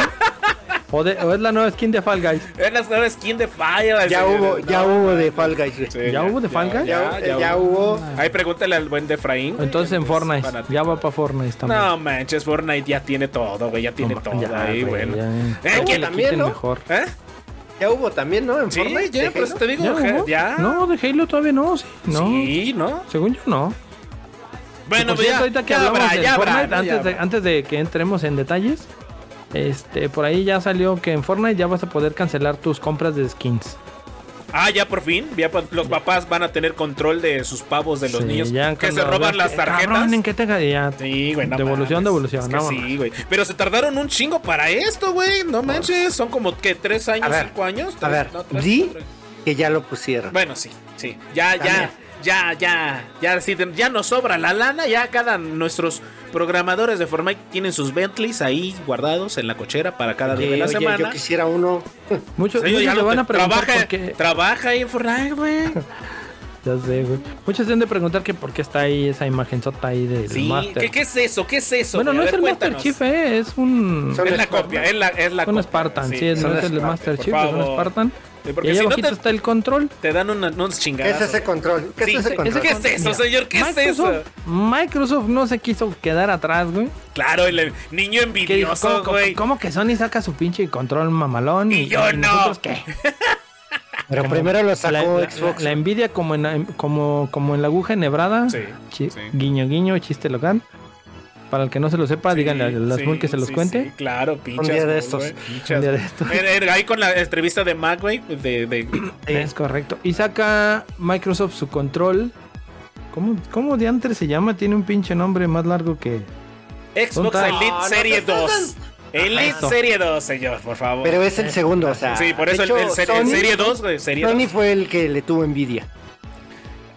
Speaker 1: O, de- o es la nueva skin de Fall Guys.
Speaker 3: Es la nueva skin de Fire.
Speaker 4: Ya
Speaker 3: señores,
Speaker 4: hubo,
Speaker 3: no.
Speaker 4: ya hubo de Fall Guys, güey.
Speaker 3: Sí,
Speaker 1: ¿Ya hubo de Fall Guys?
Speaker 4: Ya, ya hubo.
Speaker 3: Ahí pregúntale al buen de Efraín. güey,
Speaker 1: Entonces en
Speaker 3: es
Speaker 1: Fortnite.
Speaker 3: fanático.
Speaker 1: Ya va para Fortnite también.
Speaker 3: No manches, Fortnite ya tiene todo, güey. Ya tiene
Speaker 1: No,
Speaker 3: todo
Speaker 1: ya,
Speaker 3: ahí,
Speaker 1: güey,
Speaker 3: bueno.
Speaker 1: ya.
Speaker 3: Eh,
Speaker 4: Hubo
Speaker 3: ¿quién-
Speaker 4: también,
Speaker 1: Quiten
Speaker 4: ¿no?
Speaker 1: mejor.
Speaker 3: ¿Eh?
Speaker 4: Ya hubo también, ¿no? En
Speaker 3: Sí,
Speaker 4: Fortnite.
Speaker 3: ya,
Speaker 4: ¿de
Speaker 3: por eso
Speaker 4: Halo?
Speaker 3: te digo,
Speaker 1: ¿Ya
Speaker 3: je-
Speaker 1: hubo?
Speaker 3: ya.
Speaker 1: No, de Halo todavía no, sí. No.
Speaker 3: Sí, ¿no?
Speaker 1: Según yo, no.
Speaker 3: Bueno,
Speaker 1: Por
Speaker 3: pues
Speaker 1: cierto,
Speaker 3: ya,
Speaker 1: ahorita que
Speaker 3: ya
Speaker 1: hablamos
Speaker 3: habrá,
Speaker 1: de
Speaker 3: ya habrá,
Speaker 1: Fortnite,
Speaker 3: ¿no? Ya
Speaker 1: antes, De,
Speaker 3: habrá.
Speaker 1: antes de que entremos en detalles, este, por ahí ya salió que en Fortnite ya vas a poder cancelar tus compras de skins.
Speaker 3: Ah, ya por fin. Ya pa- los papás van a tener control de sus pavos de los
Speaker 1: Sí,
Speaker 3: niños
Speaker 1: ya
Speaker 3: que se
Speaker 1: cuando veas
Speaker 3: roban las
Speaker 1: que,
Speaker 3: tarjetas.
Speaker 1: "Cabrón, ¿en qué te ga-?" Ya,
Speaker 3: Sí, güey, no
Speaker 1: Devolución,
Speaker 3: mames.
Speaker 1: devolución,
Speaker 3: Es que
Speaker 1: no. Pues.
Speaker 3: sí, güey. Pero se tardaron un chingo para esto, güey. No manches, son como que tres años,
Speaker 4: A ver,
Speaker 3: cinco años.
Speaker 4: A
Speaker 3: tres-
Speaker 4: ver,
Speaker 3: no, tres,
Speaker 4: di
Speaker 3: tres.
Speaker 4: que ya lo pusieron.
Speaker 3: Bueno, sí, sí. Ya,
Speaker 4: También.
Speaker 3: ya, ya, ya, ya, sí, de- ya nos sobra la lana. Ya cada nuestros programadores de Fortnite tienen sus Bentleys ahí guardados en la cochera para cada día de
Speaker 4: Oye,
Speaker 3: la
Speaker 4: oye, yo
Speaker 3: semana.
Speaker 4: quisiera uno.
Speaker 1: Muchos,
Speaker 3: Sí,
Speaker 1: muchos
Speaker 3: ya
Speaker 1: se
Speaker 3: lo
Speaker 1: van
Speaker 3: te-
Speaker 1: a preguntar
Speaker 3: trabaja,
Speaker 1: por qué.
Speaker 3: trabaja ahí en Fortnite,
Speaker 1: [LAUGHS]
Speaker 3: güey.
Speaker 1: Ya sé, güey. Muchos se han de preguntar que por qué está ahí esa imagencita ahí del
Speaker 3: Sí,
Speaker 1: Master.
Speaker 3: ¿Qué, qué es eso? ¿Qué es eso?
Speaker 1: bueno,
Speaker 3: güey?
Speaker 1: no
Speaker 3: A
Speaker 1: es
Speaker 3: ver,
Speaker 1: el Master
Speaker 3: cuéntanos.
Speaker 1: Chief, eh, es un.
Speaker 4: Son
Speaker 3: Es la
Speaker 4: Spartan.
Speaker 3: copia, es la, es la
Speaker 1: un
Speaker 3: copia,
Speaker 1: Spartan, sí, no
Speaker 4: son
Speaker 1: es el
Speaker 4: Spartan,
Speaker 1: Master
Speaker 3: por
Speaker 1: Chief, es un
Speaker 3: favor.
Speaker 1: Spartan.
Speaker 3: Sí,
Speaker 1: Y
Speaker 3: Porque
Speaker 1: ahí
Speaker 3: si no
Speaker 1: abajito
Speaker 3: te,
Speaker 1: está el control.
Speaker 3: te dan una- unos
Speaker 4: ¿Qué es
Speaker 3: chingados.
Speaker 4: ese control? ¿Qué
Speaker 3: Sí,
Speaker 4: es ese
Speaker 3: sí,
Speaker 4: control?
Speaker 3: ¿Qué es eso, señor? ¿Qué es
Speaker 1: Microsoft,
Speaker 3: eso?
Speaker 1: Microsoft no se quiso quedar atrás, güey.
Speaker 3: Claro, el niño
Speaker 1: Que dijo,
Speaker 3: envidioso,
Speaker 1: ¿cómo, cómo-
Speaker 3: güey.
Speaker 1: cómo que Sony saca su pinche control mamalón?
Speaker 3: Y yo no.
Speaker 1: nosotros qué?
Speaker 4: Pero
Speaker 1: Como
Speaker 4: primero lo
Speaker 1: La,
Speaker 4: sacó
Speaker 1: la-
Speaker 4: Xbox.
Speaker 1: la envidia como en, la- como, como en la aguja enhebrada.
Speaker 3: Sí,
Speaker 1: Chi-
Speaker 3: sí.
Speaker 1: Guiño, guiño, chiste local. Para el que no se lo sepa, díganle a Ah, las
Speaker 3: Sí,
Speaker 1: Moon que se los
Speaker 3: sí,
Speaker 1: cuente.
Speaker 3: sí, claro, pinches.
Speaker 4: Un día de
Speaker 3: güey,
Speaker 4: estos.
Speaker 3: pinches.
Speaker 1: Un día de estos.
Speaker 3: Era- era Ahí con la entrevista de Mac, güey. De,
Speaker 1: [COUGHS]
Speaker 3: de-
Speaker 1: Es correcto. Y saca Microsoft su control. ¿Cómo, cómo de antes se llama? Tiene un pinche nombre más largo que.
Speaker 3: Xbox
Speaker 1: tal?
Speaker 3: Elite
Speaker 4: No, no
Speaker 3: Serie
Speaker 4: te
Speaker 3: 2. Elite
Speaker 1: eso.
Speaker 3: Serie 2, señor, por favor.
Speaker 4: Pero es el segundo, o sea.
Speaker 3: sí, por
Speaker 4: de
Speaker 3: eso el-
Speaker 4: hecho,
Speaker 3: el, ser- el
Speaker 4: Sony-
Speaker 3: Serie 2, güey. Serie
Speaker 4: Sony
Speaker 3: 2.
Speaker 4: fue el que le tuvo envidia.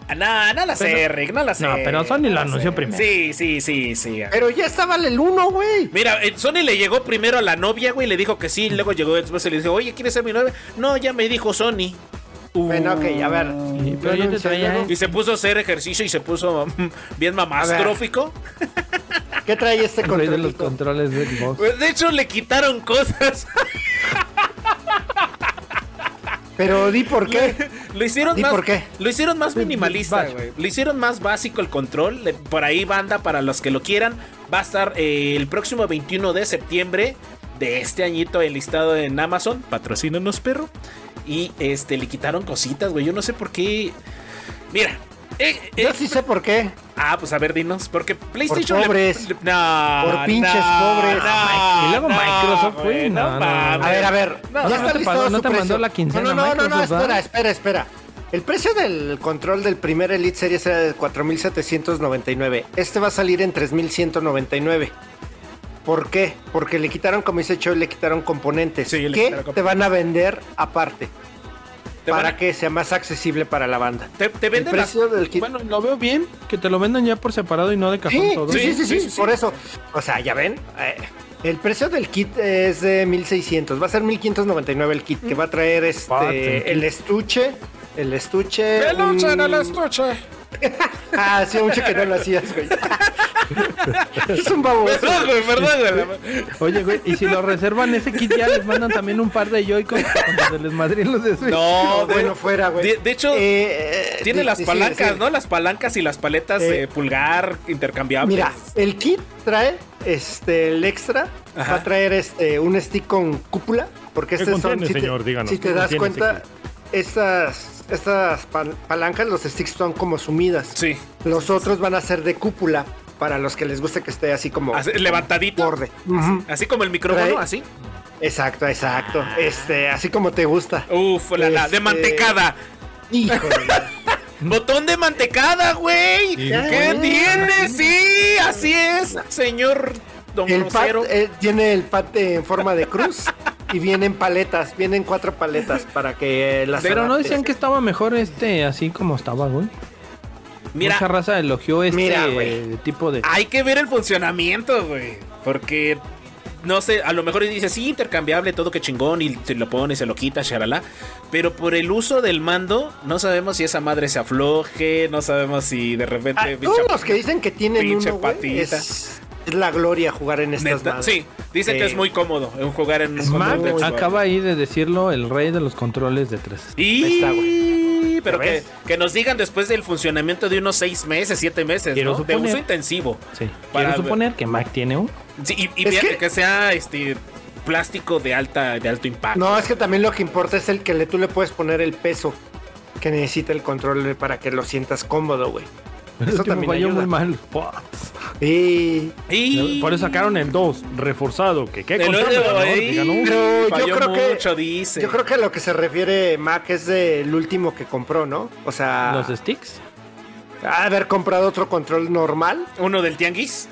Speaker 3: Ah, No, no la sé,
Speaker 1: Pero-
Speaker 3: Rick, no la sé.
Speaker 1: No, pero Sony lo
Speaker 3: la
Speaker 1: anunció
Speaker 3: sé.
Speaker 1: primero.
Speaker 3: Sí, sí, sí, sí.
Speaker 4: Pero ya estaba el 1, güey.
Speaker 3: Mira, eh, Sony le llegó primero a la novia, güey, le dijo que sí, luego llegó Xbox y le dijo, oye, ¿quieres ser mi novia? No, ya me dijo Sony.
Speaker 4: Bueno, ok, a ver.
Speaker 1: Sí,
Speaker 4: Yo
Speaker 1: pero yo te
Speaker 4: anuncié
Speaker 1: traía-
Speaker 4: algo.
Speaker 3: Y se puso a hacer ejercicio y se puso [LAUGHS] mm, bien mamastrófico.
Speaker 4: ¿Qué trae
Speaker 1: [LAUGHS]
Speaker 4: este
Speaker 1: el rey de los
Speaker 4: control?
Speaker 1: controles de Xbox.
Speaker 3: Pues, De hecho, le quitaron cosas. [LAUGHS]
Speaker 4: Pero di por
Speaker 3: [LAUGHS]
Speaker 4: qué.
Speaker 3: Lo hicieron
Speaker 4: ¿Y
Speaker 3: más.
Speaker 4: por qué?
Speaker 3: Lo hicieron más minimalista,
Speaker 1: Básico.
Speaker 3: güey. Lo hicieron más básico el control. Le- por ahí, banda, para los que lo quieran. Va a estar eh, el próximo 21 de septiembre de este añito el listado en Amazon. Patrocínanos, perro. Y este, le quitaron cositas, güey. Yo no sé por qué. Mira. eh, eh,
Speaker 4: Yo sí sé por qué.
Speaker 3: Ah, pues a ver, dinos. Porque PlayStation.
Speaker 4: pobres.
Speaker 3: le- no.
Speaker 4: Por pinches
Speaker 3: no,
Speaker 4: pobres.
Speaker 3: no,
Speaker 1: Ah, y luego
Speaker 3: no,
Speaker 1: Microsoft, güey, no, no, no.
Speaker 3: mames.
Speaker 4: A ver, a ver.
Speaker 3: No,
Speaker 4: ya
Speaker 1: no
Speaker 4: está
Speaker 1: te
Speaker 4: listado
Speaker 1: pagó- no
Speaker 4: su
Speaker 1: te mandó
Speaker 4: precio.
Speaker 1: la quincena
Speaker 4: No, no, no, no, no,
Speaker 1: Microsoft, ¿verdad?
Speaker 4: espera, espera, espera. El precio del control del primer Elite Series era de 4.799. Este va a salir en 3.199. ¿Por qué? Porque le quitaron, como dice Choy, le quitaron componentes.
Speaker 3: Sí, le
Speaker 4: que
Speaker 3: quitaron
Speaker 4: te
Speaker 3: componentes.
Speaker 4: van a vender aparte.
Speaker 3: Te van
Speaker 4: Para
Speaker 3: a-
Speaker 4: que sea más accesible para la banda.
Speaker 3: Te, te
Speaker 4: El
Speaker 3: venden las
Speaker 4: precio del kit.
Speaker 1: Bueno, lo veo bien. Que te lo vendan ya por separado y no de cajón
Speaker 4: Sí,
Speaker 1: todo.
Speaker 4: sí, sí,
Speaker 3: Sí,
Speaker 4: sí, sí,
Speaker 3: sí, sí,
Speaker 4: por
Speaker 3: sí.
Speaker 4: eso. O sea, ya ven, eh, el precio del kit es de 1600, va a ser 1599 el kit que va a traer
Speaker 1: Fuck,
Speaker 4: este
Speaker 1: el
Speaker 4: el estuche, el estuche.
Speaker 3: ¡Peluche en el
Speaker 4: un-
Speaker 3: estuche!
Speaker 4: Ah, hacía mucho que no lo hacías,
Speaker 3: [LAUGHS]
Speaker 4: güey. es un baboso.
Speaker 3: Perdón, güey, perdón, güey.
Speaker 1: Oye, güey, y si lo reservan ese kit ya les mandan también un par de Joy-Con cuando se les madrien los de Switch.
Speaker 3: No, de,
Speaker 4: bueno, fuera, güey.
Speaker 3: de- de hecho,
Speaker 4: Eh, eh,
Speaker 3: tiene
Speaker 4: sí,
Speaker 3: las
Speaker 4: sí, sí,
Speaker 3: palancas,
Speaker 4: sí.
Speaker 3: ¿no? Las palancas y las paletas
Speaker 4: Eh,
Speaker 3: de pulgar
Speaker 2: Ah,
Speaker 3: intercambiables.
Speaker 4: Mira, el kit trae este el extra, va a traer este un stick con cúpula, porque
Speaker 2: ¿Qué
Speaker 4: este
Speaker 2: contiene,
Speaker 4: son si
Speaker 2: señor?
Speaker 4: te,
Speaker 2: Díganos,
Speaker 4: si te
Speaker 2: ¿qué
Speaker 4: das
Speaker 2: contiene ese
Speaker 4: cuenta estas estas pal- palancas los sticks son como sumidas.
Speaker 3: Sí,
Speaker 4: Los otros van a ser de cúpula para los que les guste que esté así como
Speaker 3: así, levantadito.
Speaker 4: borde. Ujú.
Speaker 3: Así como el micrófono,
Speaker 4: Trae-
Speaker 3: así.
Speaker 4: Exacto, exacto.
Speaker 2: Ah.
Speaker 4: Este, así como te gusta.
Speaker 2: Oh.
Speaker 3: Uf, la, la, de
Speaker 4: Este-
Speaker 3: mantecada.
Speaker 2: [LAUGHS]
Speaker 4: Híjole.
Speaker 3: Botón de mantecada, güey. ¿Qué
Speaker 4: güey.
Speaker 3: tiene? Sí, así es, señor Don
Speaker 4: El pad
Speaker 3: Rosero.
Speaker 4: eh, tiene el pad en forma de cruz y vienen paletas, vienen cuatro paletas para que eh, las.
Speaker 1: Pero no
Speaker 4: adaptes.
Speaker 1: decían que estaba mejor este así como estaba, güey. Mucha
Speaker 3: Mira,
Speaker 1: raza elogió este
Speaker 4: Mira, güey.
Speaker 1: tipo de.
Speaker 3: hay que ver el funcionamiento, güey. Porque, no sé, a lo mejor dice, sí, intercambiable, todo que chingón, y se lo pone, se lo quita, charalá. Pero por el uso del mando, no sabemos si esa madre se afloje, no sabemos si de repente...
Speaker 4: Ah,
Speaker 3: pinche-
Speaker 4: todos los que dicen que tienen
Speaker 3: pinche
Speaker 4: uno, güey,
Speaker 3: patita.
Speaker 4: es, es la gloria jugar en
Speaker 3: Neta,
Speaker 4: estas madres. Eh,
Speaker 3: sí, dicen que
Speaker 4: Sí.
Speaker 3: es muy cómodo en jugar en un
Speaker 1: Mac
Speaker 3: control de Xbox.
Speaker 1: acaba ahí de decirlo el rey de los controles de tres.
Speaker 4: Ahí está,
Speaker 3: Y... Pero
Speaker 4: ¿Ya
Speaker 3: que,
Speaker 4: ves?
Speaker 3: que nos digan después del funcionamiento de unos seis meses, siete meses,
Speaker 1: Quiero
Speaker 3: ¿no? De
Speaker 1: suponer.
Speaker 3: uso intensivo.
Speaker 1: Sí.
Speaker 3: Para-
Speaker 1: Quiero suponer que Mac tiene uno.
Speaker 3: Sí, y y
Speaker 4: Es
Speaker 3: fíjate
Speaker 4: que-
Speaker 3: que... sea este plástico de alta de alto impacto.
Speaker 4: No, es que también lo que importa es el que le, tú le puedes poner el peso que necesita el control para que lo sientas cómodo, güey. Eso
Speaker 1: [LAUGHS] Eso
Speaker 4: también
Speaker 1: también
Speaker 4: ayuda.
Speaker 1: muy mal. Pots.
Speaker 4: Sí.
Speaker 3: Y-
Speaker 2: Por eso sacaron el 2, reforzado. Que qué
Speaker 3: El
Speaker 2: control,
Speaker 3: otro,
Speaker 2: ¿no?
Speaker 3: ahí.
Speaker 2: Digan, "Uh,
Speaker 4: Pero yo
Speaker 3: Falló
Speaker 4: creo que-
Speaker 3: mucho, dice.
Speaker 4: Yo creo que a lo que se refiere Mac es del último que compró, ¿no? O
Speaker 3: Ah.
Speaker 4: sea,
Speaker 1: Los sticks.
Speaker 4: ha de haber comprado otro control normal.
Speaker 3: uno del tianguis.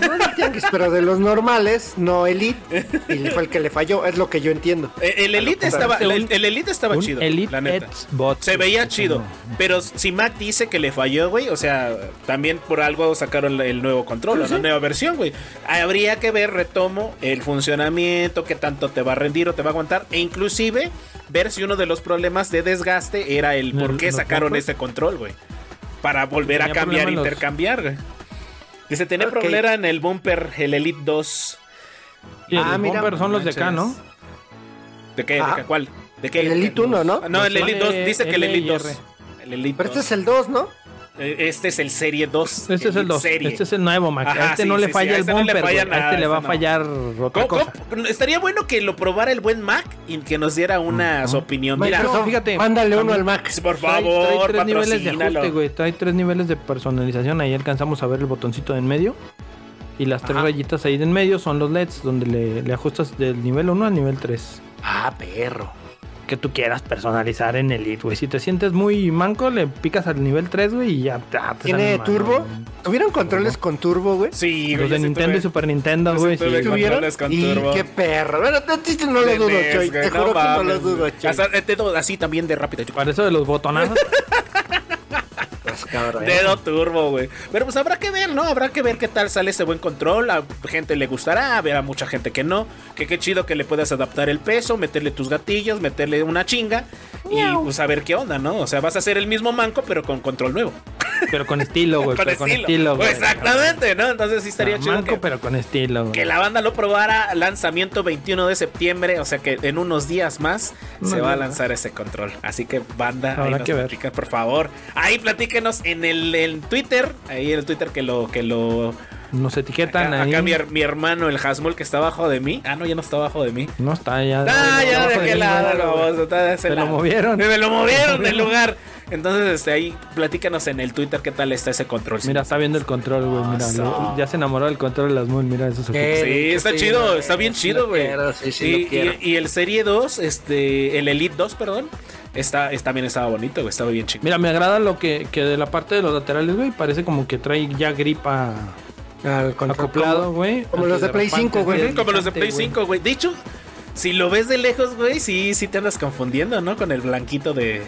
Speaker 4: No de tianguis, pero de los normales, no Elite. Y fue el que le falló, es lo que yo entiendo.
Speaker 3: Eh, El Elite
Speaker 4: Pero-
Speaker 3: estaba
Speaker 1: pero-
Speaker 3: el, el Elite estaba
Speaker 1: un
Speaker 3: chido,
Speaker 1: Elite
Speaker 3: la neta.
Speaker 1: Xbox.
Speaker 3: Se veía
Speaker 1: Eso
Speaker 3: chido,
Speaker 1: no.
Speaker 3: pero si Mac dice que le falló, güey, o sea, también por algo sacaron el nuevo control, la nueva versión, güey. Habría que ver, retomo, el funcionamiento, qué tanto te va a rendir o te va a aguantar, e inclusive ver si uno de los problemas de desgaste era el por
Speaker 1: ¿Los-
Speaker 3: qué
Speaker 1: los
Speaker 3: sacaron
Speaker 1: bumpers?
Speaker 3: este control, güey. Para volver a
Speaker 1: Tenía
Speaker 3: cambiar,
Speaker 1: problemas los-
Speaker 3: intercambiar, güey. Dice, tenía
Speaker 4: Ok.
Speaker 3: problema en el bumper, el Elite 2.
Speaker 1: Y el
Speaker 4: Ah, mira.
Speaker 1: bumper son los de acá, ¿no?
Speaker 3: ¿De qué? ¿De
Speaker 4: Ajá.
Speaker 3: qué? ¿Cuál? ¿De qué?
Speaker 4: El Elite 1, ¿no?
Speaker 3: Ah, No, el Elite 2. Dice que el Elite 2.
Speaker 1: LIR.
Speaker 3: El Elite
Speaker 4: Pero este
Speaker 3: 2.
Speaker 4: es el 2, ¿no?
Speaker 3: Eh, Este es el Serie 2.
Speaker 1: Este es el 2.
Speaker 3: Serie.
Speaker 1: Este es el nuevo, Mac.
Speaker 3: Ajá,
Speaker 1: a este
Speaker 3: sí,
Speaker 1: no le
Speaker 3: sí, sí,
Speaker 1: falla
Speaker 3: a
Speaker 1: el
Speaker 3: este no le
Speaker 1: bumper. güey.
Speaker 3: falla
Speaker 1: a
Speaker 3: nada,
Speaker 1: este le va a
Speaker 3: este no.
Speaker 1: fallar otra
Speaker 3: ¿Cómo-
Speaker 1: cosa.
Speaker 3: cómo? Estaría bueno que lo probara el buen Mac y que nos diera una su opinión. Mira,
Speaker 1: Microsoft, fíjate.
Speaker 4: Mándale uno al Mac.
Speaker 3: por
Speaker 1: Trae- trae
Speaker 3: favor,
Speaker 1: Pues tres niveles de ajuste,
Speaker 3: patrocínalo.
Speaker 1: güey. Trae tres niveles de personalización. Ahí alcanzamos a ver el botoncito de en medio. Y las tres
Speaker 3: Ajá.
Speaker 1: rayitas ahí de en medio son los LEDs, donde le, le ajustas del nivel 1 al nivel 3.
Speaker 4: Ah, perro.
Speaker 1: Que tú quieras personalizar en
Speaker 3: E
Speaker 1: Elite, güey. Si te sientes muy manco, le picas al nivel 3, güey, y ya. ah, te
Speaker 4: ¿Tiene
Speaker 1: sale mano,
Speaker 4: turbo?
Speaker 1: güey.
Speaker 4: ¿Tuvieron controles con turbo, güey?
Speaker 3: Sí,
Speaker 1: Los de
Speaker 3: yo sí
Speaker 1: Nintendo y
Speaker 3: tuve-
Speaker 1: Super Nintendo,
Speaker 3: yo sí
Speaker 1: güey. sí,
Speaker 3: tuve
Speaker 1: güey.
Speaker 4: ¿Tuvieron?
Speaker 3: controles con
Speaker 4: y
Speaker 3: turbo.
Speaker 4: qué perro. Bueno, no, sí, no lo
Speaker 3: de
Speaker 4: dudo,
Speaker 3: NES,
Speaker 4: Choy.
Speaker 3: güey,
Speaker 4: Te juro que no lo
Speaker 3: mames,
Speaker 4: dudo,
Speaker 3: güey.
Speaker 4: Choy.
Speaker 3: Hasta el dedo así también de rápido. chup,
Speaker 1: Para eso de los
Speaker 3: [LAUGHS]
Speaker 1: botonazos.
Speaker 4: Pues, cabrón.
Speaker 3: Dedo turbo, güey. Pero pues habrá que ver, ¿no? Habrá que ver qué tal sale ese buen control. A gente le gustará, habrá mucha gente que no. Que qué chido que le puedas adaptar el peso, meterle tus gatillos, meterle una chinga. Y pues a ver qué onda, ¿no? O sea, vas a hacer el mismo manco, pero con control nuevo.
Speaker 1: pero con estilo, güey. Pues, pero con estilo, güey.
Speaker 3: Exactamente, ¿no? Entonces sí estaría
Speaker 1: Ah,
Speaker 3: chido.
Speaker 1: manco,
Speaker 3: que-
Speaker 1: pero con estilo, güey.
Speaker 3: Que la banda lo probara, lanzamiento 21 de septiembre, o sea que en unos días más
Speaker 1: No,
Speaker 3: se va a
Speaker 1: no.
Speaker 3: lanzar ese control. Así que banda, ahí
Speaker 1: Habrá
Speaker 3: nos
Speaker 1: que ver.
Speaker 3: platican, por favor. Ahí platíquenos en el en Twitter, ahí en el Twitter que lo que lo
Speaker 1: Nos etiquetan
Speaker 3: acá,
Speaker 1: ahí.
Speaker 3: acá mi, her- mi hermano el Hasmul que está abajo de mí. Ah, no, ya no está abajo de mí.
Speaker 1: No está ya.
Speaker 3: Ah, ya de
Speaker 1: abajo
Speaker 3: aquel
Speaker 1: mí,
Speaker 3: lado,
Speaker 1: no,
Speaker 3: lo
Speaker 1: güey.
Speaker 3: vamos a está de ese
Speaker 1: Se lo
Speaker 3: lado.
Speaker 1: movieron.
Speaker 3: Me lo
Speaker 1: [LAUGHS]
Speaker 3: movieron del lugar. Entonces, este, ahí platícanos en el Twitter qué tal está ese control.
Speaker 1: Mira, está viendo el control, güey. Mira,
Speaker 3: Eso.
Speaker 1: lo- ya se enamoró del control de las Moon. Mira, eso se
Speaker 4: Eh,
Speaker 3: Sí, está
Speaker 4: sí,
Speaker 3: chido,
Speaker 4: güey,
Speaker 3: está bien
Speaker 4: sí
Speaker 3: chido,
Speaker 4: lo
Speaker 3: güey.
Speaker 4: quiero, sí, sí
Speaker 3: y,
Speaker 4: lo quiero.
Speaker 3: y- y el Serie 2, este, el Elite 2, perdón, está, es- también estaba bonito, güey, estaba bien chido.
Speaker 1: Mira, me agrada lo que, que de la parte de los laterales, güey, parece como que trae ya gripa
Speaker 4: Al control.
Speaker 1: acoplado,
Speaker 4: como-
Speaker 1: güey.
Speaker 4: como los de Play
Speaker 1: Antiderrapante,
Speaker 4: 5, güey.
Speaker 3: Ujú, Como los de Play
Speaker 1: güey.
Speaker 3: 5, güey. De hecho, si lo ves de lejos, güey, sí, sí te andas confundiendo, ¿no? Con el blanquito de,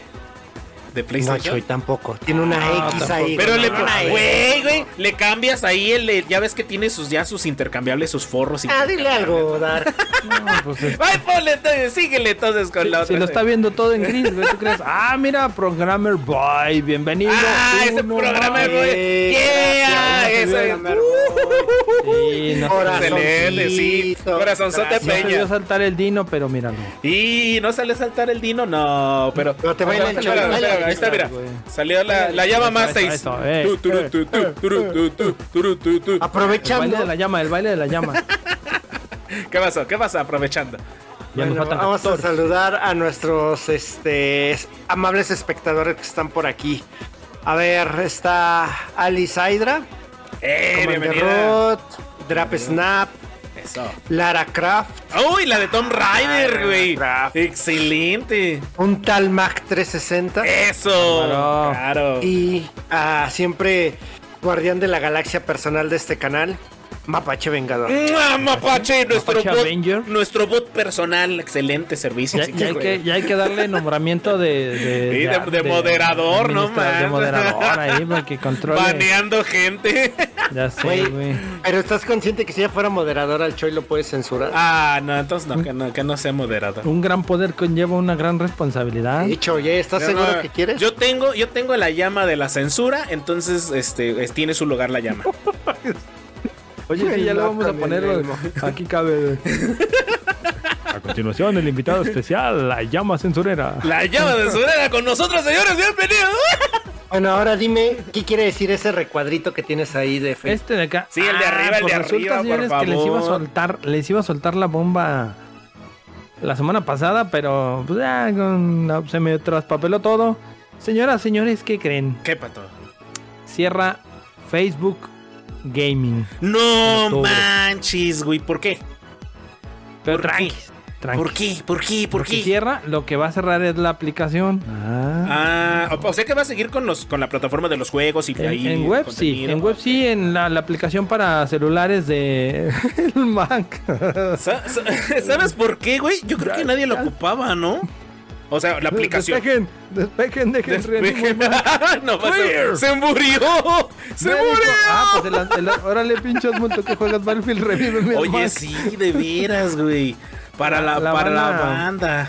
Speaker 3: de
Speaker 4: No,
Speaker 3: PlayStation.
Speaker 4: Choy, tampoco. Tiene una
Speaker 1: Ah,
Speaker 4: X
Speaker 1: tampoco.
Speaker 4: ahí.
Speaker 3: pero
Speaker 4: güey.
Speaker 3: le
Speaker 4: Una X.
Speaker 3: güey, güey, le cambias ahí el, el- ya ves que tiene sus ya sus intercambiables, sus forros y
Speaker 4: Ah, dile algo, Dar.
Speaker 3: [LAUGHS]
Speaker 1: No, pues, es-
Speaker 3: Ay, ponle, entonces, síguele entonces con
Speaker 1: si,
Speaker 3: la otra.
Speaker 1: si lo está
Speaker 3: güey.
Speaker 1: viendo todo en gris, güey, ¿tú crees? Ah, mira, Programmer Boy, bienvenido.
Speaker 3: Ah, ese
Speaker 1: Uno,
Speaker 3: programa,
Speaker 1: más.
Speaker 3: güey.
Speaker 4: Sí,
Speaker 3: Yeah,
Speaker 4: gracias,
Speaker 3: eso es. Uh,
Speaker 4: Programmer
Speaker 1: Sí, no,
Speaker 4: Ahora
Speaker 1: no
Speaker 3: Excelente, sí.
Speaker 4: Corazoncito.
Speaker 3: Corazonzote
Speaker 4: Gracias.
Speaker 1: se
Speaker 3: Peña.
Speaker 1: vio saltar el Dino, pero míralo.
Speaker 3: Y no sale a saltar el Dino, no, pero.
Speaker 4: No te baila el
Speaker 3: Espera,
Speaker 4: cholo,
Speaker 3: espera,
Speaker 4: baila el
Speaker 3: Ahí está,
Speaker 1: cholo,
Speaker 3: mira.
Speaker 1: güey.
Speaker 3: Salió la, la llama más
Speaker 1: Eso,
Speaker 3: 6.
Speaker 1: eso, eh. Ah. El baile
Speaker 4: Aprovechando.
Speaker 1: de la llama, el baile de la llama.
Speaker 3: ¿Qué pasó? ¿Qué pasa? Aprovechando.
Speaker 1: Ya nos
Speaker 4: Bueno,
Speaker 1: faltan
Speaker 4: vamos a
Speaker 1: 14.
Speaker 4: saludar a nuestros este, es- amables espectadores que están por aquí. A ver, está Ali Saidra,
Speaker 3: ¡Eh!
Speaker 4: Commander
Speaker 3: Bienvenida.
Speaker 4: Rod, Drap Snap,
Speaker 3: Eso.
Speaker 4: Lara Craft,
Speaker 3: ¡Uy! La de Tom Rider, güey.
Speaker 4: Craft.
Speaker 3: Excelente.
Speaker 4: un tal Mac 360
Speaker 3: Eh. Eso.
Speaker 1: Claro.
Speaker 3: Claro.
Speaker 4: y a siempre guardián de la galaxia personal de este canal, Mapache Vengador.
Speaker 3: ¡Mua, Mapache, nuestro
Speaker 1: Mapache
Speaker 3: bot,
Speaker 1: Avenger.
Speaker 3: nuestro bot personal, excelente servicio.
Speaker 1: Ya,
Speaker 3: sí,
Speaker 1: ya hay
Speaker 3: güey.
Speaker 1: que, ya hay que darle nombramiento de. De,
Speaker 3: Sí, de- de moderador, no
Speaker 1: administra- De
Speaker 3: más.
Speaker 1: moderador
Speaker 3: [LAUGHS]
Speaker 1: ahí, para que controle.
Speaker 3: Baneando gente. [LAUGHS]
Speaker 1: Ya sé,
Speaker 4: Güey.
Speaker 1: güey.
Speaker 4: Pero estás consciente que si ya fuera moderador al Choy lo puedes censurar.
Speaker 3: Ah, no, entonces no, que no, que no sea moderado.
Speaker 1: Un gran poder conlleva una gran responsabilidad.
Speaker 4: Sí, Choy, ¿eh? ¿estás
Speaker 3: No,
Speaker 4: seguro
Speaker 3: no,
Speaker 4: que quieres?
Speaker 3: Yo tengo, yo tengo la llama de la censura, entonces este es- tiene su lugar la llama.
Speaker 1: Oye, sí, ya lo
Speaker 4: No,
Speaker 1: vamos a
Speaker 4: con el
Speaker 3: eh.
Speaker 1: poner.
Speaker 4: mismo.
Speaker 1: Aquí cabe.
Speaker 2: A continuación, el invitado especial, la llama censurera.
Speaker 3: La llama de censura con nosotros, señores, bienvenidos.
Speaker 4: Bueno, ahora dime, ¿qué quiere decir ese recuadrito que tienes ahí de Facebook?
Speaker 1: Este de acá.
Speaker 3: Sí, el de arriba, el
Speaker 1: pues
Speaker 3: de
Speaker 1: resulta,
Speaker 3: arriba, por
Speaker 1: señores, que les iba a
Speaker 3: favor.
Speaker 1: soltar, les iba a soltar la bomba la semana pasada, pero pues, ah, con- no, se me traspapeló todo. Señoras, señores, ¿qué creen?
Speaker 3: ¿Qué pato?
Speaker 1: Cierra Facebook Gaming.
Speaker 3: No
Speaker 1: Octubre.
Speaker 3: manches, güey, ¿por qué?
Speaker 1: Pero
Speaker 3: ¿Por qué?
Speaker 1: tranquis, tranquis.
Speaker 3: ¿Por qué? ¿Por qué? ¿Por
Speaker 1: Porque
Speaker 3: qué?
Speaker 1: cierra, lo que va a cerrar es la aplicación. Ah.
Speaker 3: Ah, o, o sea que va a seguir con los con la plataforma de los juegos y
Speaker 1: En,
Speaker 3: ahí
Speaker 1: en
Speaker 3: el
Speaker 1: web sí,
Speaker 3: contenido.
Speaker 1: en web sí, en la, la aplicación para celulares de [LAUGHS] el Mac.
Speaker 3: Sa- sa- [LAUGHS] ¿Sabes por qué, güey? Yo creo que nadie lo ocupaba, ¿no? O sea,
Speaker 1: Pues,
Speaker 3: la aplicación.
Speaker 1: Despejen, despejen, dejen
Speaker 3: [LAUGHS] Despeje- no, pasa-
Speaker 2: Clear.
Speaker 3: se murió. [LAUGHS] Se
Speaker 1: Ve,
Speaker 3: murió.
Speaker 1: dijo, Ah, pues el, el, órale, pinche Osmundo, que juegas Battlefield Revive. mi
Speaker 3: [LAUGHS] Oye,
Speaker 1: hermano".
Speaker 3: sí, de veras, güey. Para la,
Speaker 1: La
Speaker 3: para la
Speaker 1: banda.
Speaker 3: banda.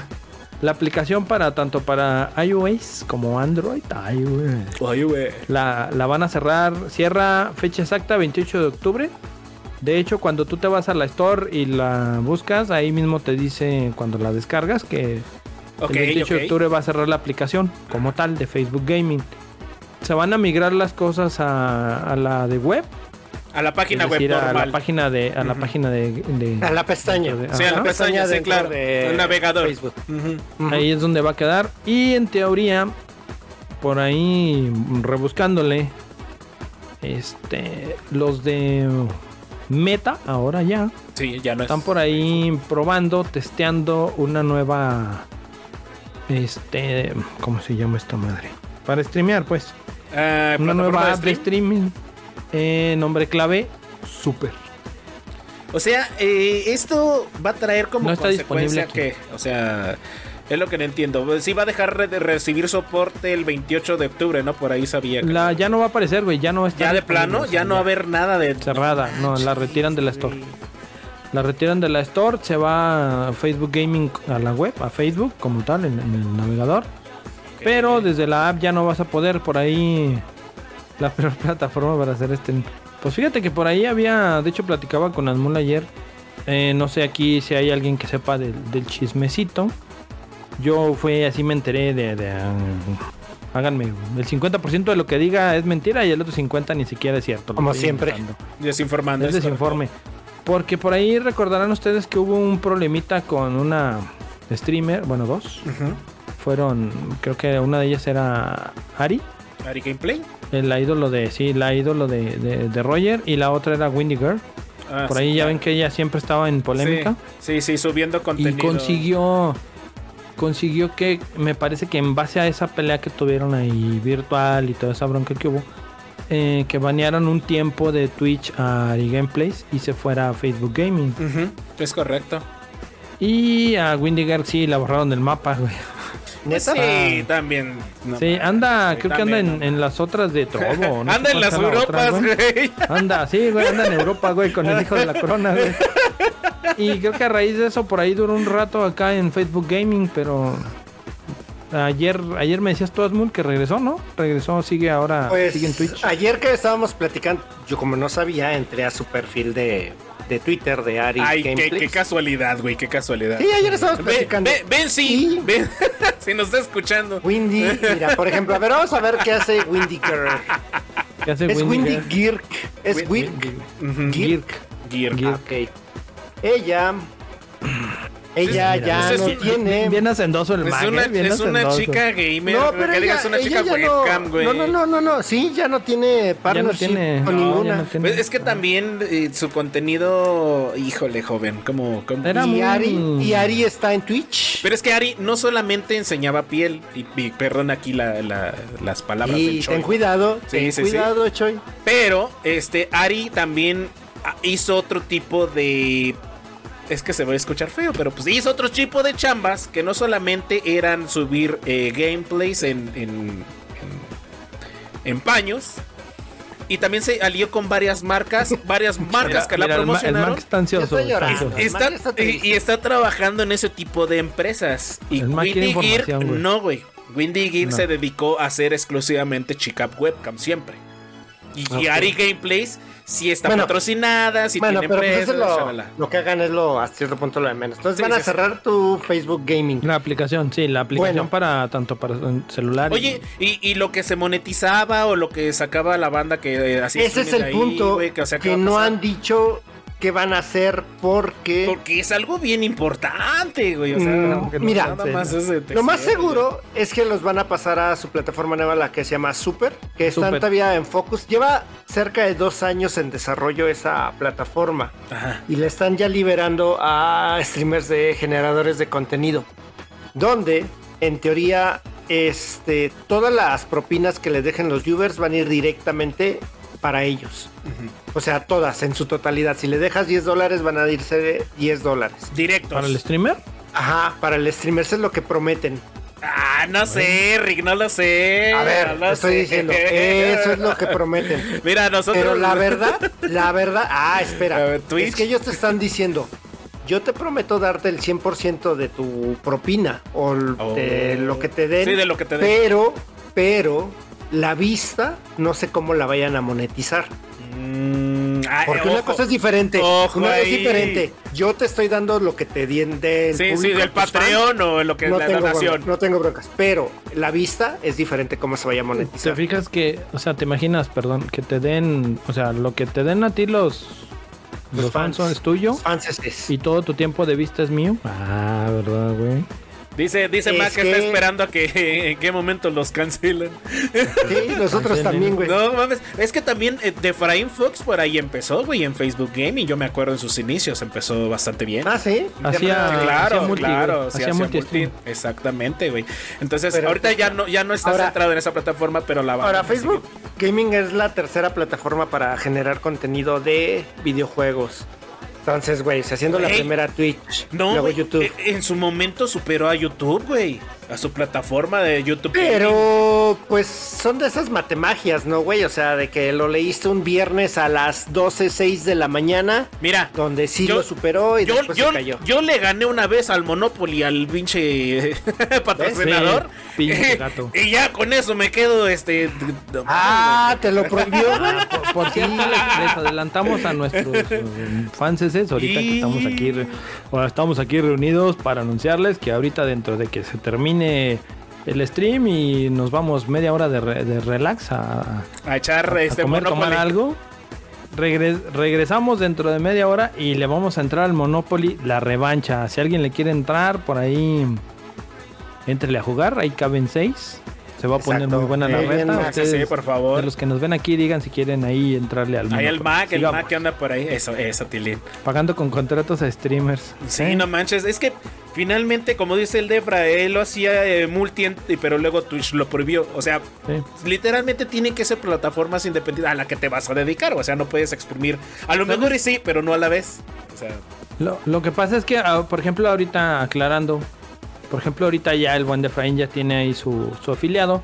Speaker 1: La aplicación para tanto para iOS como Android. Ay, güey.
Speaker 3: Oye, güey.
Speaker 1: La, la van a cerrar. Cierra fecha exacta, 28 de octubre. De hecho, cuando tú te vas a la store y la buscas, ahí mismo te dice cuando la descargas que
Speaker 3: Ok,
Speaker 1: el 28
Speaker 3: ok.
Speaker 1: de octubre va a cerrar la aplicación como tal de Facebook Gaming. Se van a migrar las cosas a, a la de web,
Speaker 3: A la página
Speaker 1: es
Speaker 3: web
Speaker 1: decir, a la
Speaker 3: normal.
Speaker 1: página de a la página de, de-
Speaker 4: A la pestaña.
Speaker 1: de-
Speaker 3: Sí, a la
Speaker 1: ajá.
Speaker 3: Ah. pestaña, sí,
Speaker 4: dentro
Speaker 3: claro. El navegador.
Speaker 4: Facebook.
Speaker 3: Ujú.
Speaker 1: Ahí es donde va a quedar y en teoría por ahí rebuscándole este los de Meta ahora ya
Speaker 3: Sí, ya no es.
Speaker 1: Están por ahí probando, testeando una nueva. Este. ¿Cómo se llama esta madre? Para streamear, pues.
Speaker 3: Ah,
Speaker 1: Una
Speaker 3: plataforma
Speaker 1: nueva
Speaker 3: de
Speaker 1: app de
Speaker 3: stream.
Speaker 1: streaming. Eh, nombre clave: Super.
Speaker 3: O sea, eh, esto va a traer como
Speaker 1: No está
Speaker 3: consecuencia
Speaker 1: disponible
Speaker 3: que, o sea, es lo que no entiendo. Pues, Sí va a dejar re- de recibir soporte el 28 de octubre, ¿no? Por ahí sabía. que-
Speaker 1: La, ya no va a aparecer, güey. Ya no está.
Speaker 3: ya de
Speaker 1: disponible,
Speaker 3: plano,
Speaker 1: o sea,
Speaker 3: ya no va a haber nada de
Speaker 1: Cerrada. No, la retiran de la Store. La retiran de la Store. Se va a Facebook Gaming a la web, a Facebook como tal, en, en el navegador. Pero desde la app ya no vas a poder por ahí. La [LAUGHS] peor plataforma para hacer este. Pues fíjate que por ahí había. De hecho, platicaba con Asmul ayer. Eh, no sé aquí si hay alguien que sepa del, del chismecito. Yo fue así me enteré de. de, ah, háganme. El 50% de lo que diga es mentira y el otro 50% ni siquiera es cierto. lo
Speaker 4: Como
Speaker 1: estoy
Speaker 4: siempre.
Speaker 1: inventando.
Speaker 3: desinformando.
Speaker 1: Es
Speaker 3: esto.
Speaker 1: desinforme. Porque por ahí recordarán ustedes que hubo un problemita con una streamer, bueno, dos.
Speaker 3: Ujú.
Speaker 1: Fueron, creo que una de ellas era Ari,
Speaker 3: Ari Gameplay.
Speaker 1: el- la ídolo de, sí, la ídolo de, de- de Roger, y la otra era Windy Girl.
Speaker 3: Ah,
Speaker 1: Por
Speaker 3: sí,
Speaker 1: ahí ya
Speaker 3: claro.
Speaker 1: ven que ella siempre estaba en polémica.
Speaker 3: Sí, sí, sí, subiendo
Speaker 1: y
Speaker 3: contenido.
Speaker 1: consiguió, consiguió que, me parece que en base a esa pelea que tuvieron ahí virtual y toda esa bronca que hubo, eh, que banearan un tiempo de Twitch a Ari Gameplays y se fuera a Facebook Gaming.
Speaker 3: Ujú, Es correcto.
Speaker 1: Y a Windy Girl sí la borraron del mapa, güey.
Speaker 4: ¿Neta?
Speaker 3: Sí, también. no
Speaker 1: Ah. sí,
Speaker 3: mames,
Speaker 1: anda,
Speaker 3: güey,
Speaker 1: creo que anda
Speaker 3: también,
Speaker 1: en,
Speaker 3: ¿no?
Speaker 1: en las otras
Speaker 3: [LAUGHS]
Speaker 1: de Trobo. no sé
Speaker 3: anda en
Speaker 1: cuál
Speaker 3: las
Speaker 1: sea la otra,
Speaker 3: Europas,
Speaker 1: güey.
Speaker 3: güey.
Speaker 1: Anda, sí, güey, anda en Europa, güey, con el hijo
Speaker 3: [LAUGHS]
Speaker 1: de la corona, güey. Y creo que a raíz de eso por ahí duró un rato acá en Facebook Gaming, pero ayer ayer me decías tú, Asmund, que regresó, ¿no? Regresó, sigue ahora, Ah, sigue en
Speaker 4: Pues
Speaker 1: Twitch.
Speaker 4: ayer que estábamos platicando, yo como no sabía, entré a su perfil de, de Twitter de Ari
Speaker 3: [LAUGHS] Ay, qué,
Speaker 4: Gameplays.
Speaker 3: qué casualidad, güey, qué casualidad.
Speaker 4: Sí, ayer estábamos
Speaker 3: Ven,
Speaker 4: platicando.
Speaker 3: ven, ven, sí, ven. [LAUGHS] si nos está escuchando.
Speaker 4: Windy, mira, por ejemplo, a ver, vamos a ver qué hace Windy Girl.
Speaker 1: ¿Qué hace
Speaker 4: Es Windy
Speaker 1: Girl?
Speaker 4: Girk. Es
Speaker 3: Win-
Speaker 4: Wirk.
Speaker 3: Ujú.
Speaker 4: Girk.
Speaker 3: Gear.
Speaker 1: Gear.
Speaker 4: Ah, Ok. Ella. Ella
Speaker 1: mira,
Speaker 4: ya
Speaker 3: pues
Speaker 4: no
Speaker 3: es-
Speaker 4: tiene.
Speaker 1: Bien hacendoso el
Speaker 3: Es
Speaker 1: man,
Speaker 3: una,
Speaker 1: ¿eh? Bien
Speaker 3: es una
Speaker 1: hacendoso.
Speaker 3: chica gamer.
Speaker 4: No,
Speaker 3: que
Speaker 4: pero
Speaker 3: digas,
Speaker 4: ella,
Speaker 3: es una
Speaker 4: ella
Speaker 3: chica
Speaker 4: ya no,
Speaker 3: webcam, güey.
Speaker 4: no, no, no, no, no, sí, ya no tiene
Speaker 1: Ya no
Speaker 4: partnership
Speaker 1: tiene,
Speaker 4: con
Speaker 1: no, ya
Speaker 4: ninguna.
Speaker 1: no tiene.
Speaker 3: Pues es que también eh, su contenido, híjole, joven, como, como-
Speaker 1: Era
Speaker 4: y,
Speaker 1: muy-
Speaker 4: Ari, y Ari está en Twitch.
Speaker 3: Pero es que Ari no solamente enseñaba piel, y, y perdón aquí la- la- las palabras del
Speaker 4: y
Speaker 3: Choi,
Speaker 4: ten cuidado,
Speaker 3: Sí,
Speaker 4: ten
Speaker 3: sí, sí.
Speaker 4: cuidado, Choy.
Speaker 3: pero este Ari también ah, hizo otro tipo de es que se va a escuchar feo, pero pues hizo otro tipo de chambas que no solamente eran subir eh, gameplays en, en, en- en paños. Y también se alió con varias marcas,
Speaker 1: [LAUGHS]
Speaker 3: varias marcas que la
Speaker 1: Mira, el ma- El
Speaker 3: promocionaron.
Speaker 1: man que está ansioso.
Speaker 4: Yo estoy
Speaker 1: está
Speaker 4: llorando.
Speaker 1: ansioso.
Speaker 4: El
Speaker 3: Está-
Speaker 4: man está
Speaker 3: y,
Speaker 4: triste.
Speaker 3: y está trabajando en ese tipo de empresas. Y
Speaker 1: El man quiere
Speaker 3: Windy Gear,
Speaker 1: información, güey.
Speaker 3: no, güey. Windy Gear
Speaker 1: No.
Speaker 3: se dedicó a hacer exclusivamente chica webcam siempre. Y, y Ari Gameplays sí está
Speaker 4: Bueno.
Speaker 3: patrocinada, sí
Speaker 4: bueno,
Speaker 3: tiene
Speaker 4: pero pues eso es
Speaker 3: empresas,
Speaker 4: lo,
Speaker 3: shalala.
Speaker 4: lo que hagan es lo a cierto punto lo de menos. Entonces
Speaker 3: Sí,
Speaker 4: van a
Speaker 3: sí, sí.
Speaker 4: cerrar tu Facebook Gaming.
Speaker 1: La aplicación, sí, la aplicación
Speaker 4: Bueno.
Speaker 1: para tanto para celular.
Speaker 3: Oye, y, y lo que se monetizaba o lo que sacaba la banda que eh, hacía
Speaker 4: Ese es el
Speaker 3: streaming ahí,
Speaker 4: punto
Speaker 3: güey, o sea, ¿qué
Speaker 4: que
Speaker 3: va a
Speaker 4: no
Speaker 3: pasar?
Speaker 4: han dicho que van a hacer porque
Speaker 3: Porque es algo bien importante, güey. O sea,
Speaker 4: Mm,
Speaker 3: como que no-
Speaker 4: mira,
Speaker 3: nada
Speaker 1: sí,
Speaker 3: más es de
Speaker 4: Lo más
Speaker 3: textear,
Speaker 4: seguro es que los van a pasar a su plataforma nueva, la que se llama Super, que están
Speaker 1: Super.
Speaker 4: todavía en focus. Lleva cerca de dos años en desarrollo esa plataforma
Speaker 3: güey. Ajá.
Speaker 4: y la están ya liberando a streamers de generadores de contenido, donde en teoría este, todas las propinas que les dejen los viewers van a ir directamente para ellos. O sea, todas en su totalidad. Si le dejas 10 dólares, van a irse 10 dólares.
Speaker 3: Directos.
Speaker 1: para el streamer.
Speaker 4: Ajá, para el streamer eso es lo que prometen.
Speaker 3: Ah, no sé, Rick, no lo sé.
Speaker 4: A ver,
Speaker 3: Eh,
Speaker 4: te
Speaker 3: no lo
Speaker 4: estoy
Speaker 3: sé.
Speaker 4: diciendo, eso es lo que prometen.
Speaker 3: [LAUGHS] Mira, nosotros.
Speaker 4: Pero la verdad, la verdad, ah,
Speaker 3: A
Speaker 4: espera,
Speaker 3: ver, Twitch.
Speaker 4: es que ellos te están diciendo, yo te prometo darte el 100% de tu propina o l-
Speaker 3: [LAUGHS] Oh.
Speaker 4: de lo que te den,
Speaker 3: Sí, de lo que te den.
Speaker 4: pero, pero la vista, no sé cómo la vayan a monetizar.
Speaker 3: Mm, Ah,
Speaker 4: Porque
Speaker 3: eh,
Speaker 4: una
Speaker 3: ojo.
Speaker 4: cosa es diferente.
Speaker 3: Ojo
Speaker 4: una es
Speaker 3: ahí.
Speaker 4: diferente. Yo te estoy dando lo que te di del
Speaker 3: Sí, sí,
Speaker 4: público,
Speaker 3: del
Speaker 4: tus fans.
Speaker 3: Patreon o lo que
Speaker 4: No
Speaker 3: es la
Speaker 4: tengo,
Speaker 3: donación.
Speaker 4: broncas, no tengo broncas. Pero la vista es diferente cómo se vaya a
Speaker 1: ¿Te
Speaker 4: monetizar.
Speaker 1: fijas que, o sea, te imaginas, perdón, que te den, o sea, lo que te den a ti los,
Speaker 4: Los
Speaker 1: los, fans,
Speaker 4: fans.
Speaker 1: es tuyo
Speaker 4: Fans es- es-
Speaker 1: y todo tu tiempo de vista es mío? Ah, ¿verdad, güey?
Speaker 3: Dice, dice
Speaker 4: Es
Speaker 3: Mac que está
Speaker 4: que-
Speaker 3: esperando a que [LAUGHS] en qué momento los cancelen.
Speaker 4: Sí, nosotros
Speaker 1: Cancelen.
Speaker 4: también, güey.
Speaker 3: No mames, es que también eh, de Fraim Fox por ahí empezó, güey, en Facebook Gaming. Yo me acuerdo en sus inicios, empezó bastante bien.
Speaker 4: Ah, sí.
Speaker 1: Hacía-
Speaker 4: Ya me-
Speaker 3: claro,
Speaker 1: hacía multi,
Speaker 3: claro,
Speaker 1: güey.
Speaker 3: sí,
Speaker 1: Hacía
Speaker 3: hacía
Speaker 1: multi
Speaker 3: multi. Exactamente, güey. Entonces,
Speaker 4: Pero-
Speaker 3: ahorita ya no, ya no está
Speaker 4: Ahora-
Speaker 3: centrado en esa plataforma, pero la
Speaker 4: Ahora,
Speaker 3: a
Speaker 4: Facebook Gaming es la tercera plataforma para generar contenido de videojuegos. Entonces, güey, o sea, haciendo la
Speaker 3: Güey.
Speaker 4: primera Twitch,
Speaker 3: No,
Speaker 4: luego
Speaker 3: güey,
Speaker 4: YouTube.
Speaker 3: eh, en su momento superó a YouTube, güey. A su plataforma de YouTube. Gaming.
Speaker 4: Pero, pues, son de esas matemagias, ¿no, güey? O sea, de que lo leíste un viernes a las 12, 6 de la mañana,
Speaker 3: Mira,
Speaker 4: donde sí
Speaker 3: Yo-
Speaker 4: lo superó y
Speaker 3: yo,
Speaker 4: después
Speaker 3: yo,
Speaker 4: se cayó.
Speaker 3: yo le gané una vez al Monopoly al [LAUGHS] pinche eh, patrocinador. Eh,
Speaker 1: Sí,
Speaker 3: [LAUGHS]
Speaker 1: pinche gato.
Speaker 3: y ya con eso me quedo este. d- d-
Speaker 4: Ah, te lo
Speaker 3: [LAUGHS]
Speaker 4: prohibió, güey.
Speaker 1: Ah, por, por
Speaker 4: [LAUGHS]
Speaker 1: cierto, les, les adelantamos a nuestros eh, fans esos ahorita que estamos aquí, re- ahora estamos aquí reunidos para anunciarles que ahorita dentro de que se termine el stream y nos vamos media hora de, re- de relax a,
Speaker 3: A echar
Speaker 1: a
Speaker 3: este
Speaker 1: comer,
Speaker 3: Monopoly.
Speaker 1: tomar algo. Regres- regresamos dentro de media hora y le vamos a entrar al Monopoly la revancha. Si alguien le quiere entrar, por ahí entrele a jugar. Ahí caben seis. Se va a poner
Speaker 4: Exacto.
Speaker 1: muy buena la
Speaker 4: Muy bien,
Speaker 1: reta.
Speaker 4: Max,
Speaker 3: Ah, Sí, sí,
Speaker 1: Ustedes,
Speaker 3: por
Speaker 1: de
Speaker 3: favor.
Speaker 1: los que nos ven aquí, digan si quieren ahí entrarle al
Speaker 3: Ahí
Speaker 1: Monopoly.
Speaker 3: el Mac, el
Speaker 1: Sigamos.
Speaker 3: Mac que anda por ahí. Eso, eso, Tilín.
Speaker 1: Pagando con contratos a streamers.
Speaker 3: Sí,
Speaker 1: ¿Eh?
Speaker 3: no manches. Es que finalmente, como dice el Defra, él lo hacía eh, multi, ent- pero luego Twitch lo prohibió. O sea,
Speaker 1: Sí.
Speaker 3: literalmente tienen que ser plataformas independientes a la que te vas a dedicar. O sea, no puedes exprimir. A lo mejor y sí, pero no a la vez. O sea,
Speaker 1: Lo, lo que pasa es que, ah, por ejemplo, ahorita aclarando, por ejemplo, ahorita ya el buen de Efraín ya tiene ahí su, su afiliado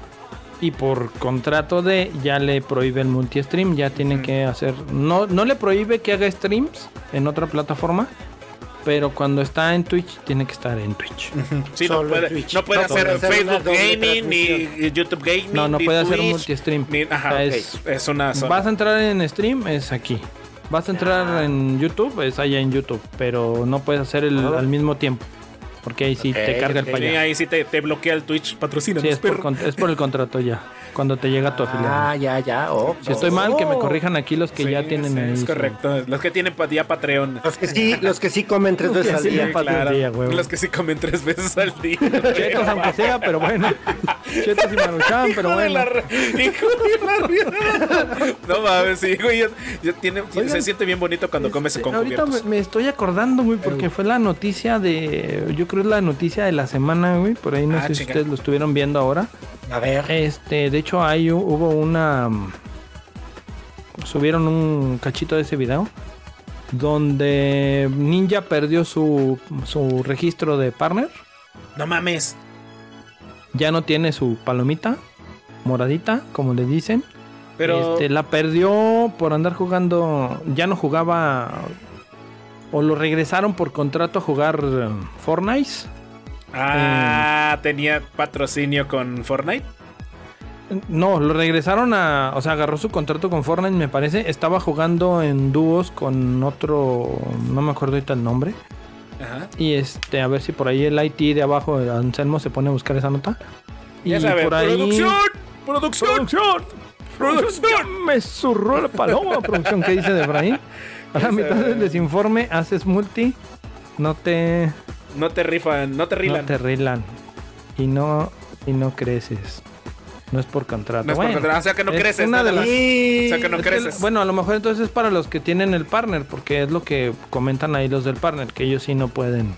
Speaker 1: y por contrato de ya le prohíbe el multi-stream, ya tiene
Speaker 3: Ujú.
Speaker 1: que hacer, no, no le prohíbe que haga streams en otra plataforma, pero cuando está en Twitch tiene que estar en Twitch.
Speaker 3: sí, no
Speaker 4: Solo
Speaker 3: puede,
Speaker 4: Twitch.
Speaker 3: no puede
Speaker 4: No
Speaker 3: hacer
Speaker 4: puede hacer una
Speaker 3: Facebook
Speaker 4: doble
Speaker 3: Gaming, ni YouTube Gaming,
Speaker 1: No, no
Speaker 3: ni
Speaker 1: puede hacer
Speaker 3: Twitch,
Speaker 1: multi-stream.
Speaker 3: ni- ajá,
Speaker 1: O sea,
Speaker 3: ok.
Speaker 1: es-
Speaker 3: Es una sola.
Speaker 1: Vas a entrar en stream, es aquí. Vas a entrar
Speaker 3: Ah.
Speaker 1: en YouTube, es allá en YouTube, pero no puedes hacer el,
Speaker 4: Ah.
Speaker 1: al mismo tiempo, porque ahí sí te
Speaker 4: Ok,
Speaker 1: carga
Speaker 4: ok.
Speaker 1: el payaso.
Speaker 3: Sí, ahí sí te, te bloquea el Twitch. Patrocina,
Speaker 1: Sí, es por, con- es por el contrato ya. Cuando te llega tu afiliado.
Speaker 4: Ah, ya, ya. oh,
Speaker 1: si estoy mal, que me
Speaker 4: oh.
Speaker 1: corrijan aquí los que ya tienen ahí
Speaker 3: Es
Speaker 1: su-
Speaker 3: correcto. Los que tienen pa- ya Patreon.
Speaker 4: Los que sí, los que sí comen tres veces al
Speaker 1: Sí,
Speaker 4: día.
Speaker 1: pa-
Speaker 3: claro.
Speaker 1: día, huevo.
Speaker 3: Los que sí comen tres veces al día.
Speaker 1: Chetos, aunque sea, pero
Speaker 3: [LAUGHS]
Speaker 1: bueno. Chetos y Maruchan, pero
Speaker 3: Hijo
Speaker 1: bueno.
Speaker 3: de la re- hijo de la re- No mames, sí, güey. ya- ya tiene- se siente bien bonito cuando comes con
Speaker 1: Este, Ahorita me,
Speaker 3: cubiertos.
Speaker 1: me estoy acordando, güey, porque fue la noticia de. Yo creo es la noticia de la semana, güey. Por ahí no
Speaker 3: Ah,
Speaker 1: sé si
Speaker 3: chinga.
Speaker 1: ustedes lo estuvieron viendo ahora.
Speaker 4: A ver.
Speaker 1: Este, de hecho, ahí hu- hubo una. mm, Subieron un cachito de ese video. Donde Ninja perdió su, su registro de partner.
Speaker 3: No mames.
Speaker 1: ya no tiene su palomita moradita, como le dicen.
Speaker 3: Pero
Speaker 1: Este, la perdió por andar jugando, ya no jugaba o lo regresaron por contrato a jugar eh, Fortnite.
Speaker 3: Ah,
Speaker 1: eh.
Speaker 3: tenía patrocinio con Fortnite.
Speaker 1: No, lo regresaron a, o sea, agarró su contrato con Fortnite, me parece, estaba jugando en dúos con otro, no me acuerdo ahorita el nombre.
Speaker 3: Ajá.
Speaker 1: Y este, a ver si por ahí el IT de abajo, Anselmo se pone a buscar esa nota.
Speaker 3: Ya sabes, producción, producción,
Speaker 1: ¡Producción!
Speaker 3: producción.
Speaker 1: Me zurró la
Speaker 3: [LAUGHS]
Speaker 1: paloma, producción. ¿Qué dice de Efraín? A la mitad del desinforme haces multi, no te,
Speaker 3: No te rifan, no te
Speaker 1: no
Speaker 3: rilan.
Speaker 1: te rilan y no, y no creces. No es por contrato.
Speaker 3: No es por
Speaker 1: Bueno,
Speaker 3: contrato, o sea que no
Speaker 1: es
Speaker 3: creces.
Speaker 1: una
Speaker 3: nada
Speaker 1: de
Speaker 3: más.
Speaker 1: las-
Speaker 3: O sea que no
Speaker 1: es que,
Speaker 3: creces.
Speaker 1: bueno, a lo mejor entonces es para los que tienen el partner, porque es lo que comentan ahí los del partner, que ellos sí no pueden.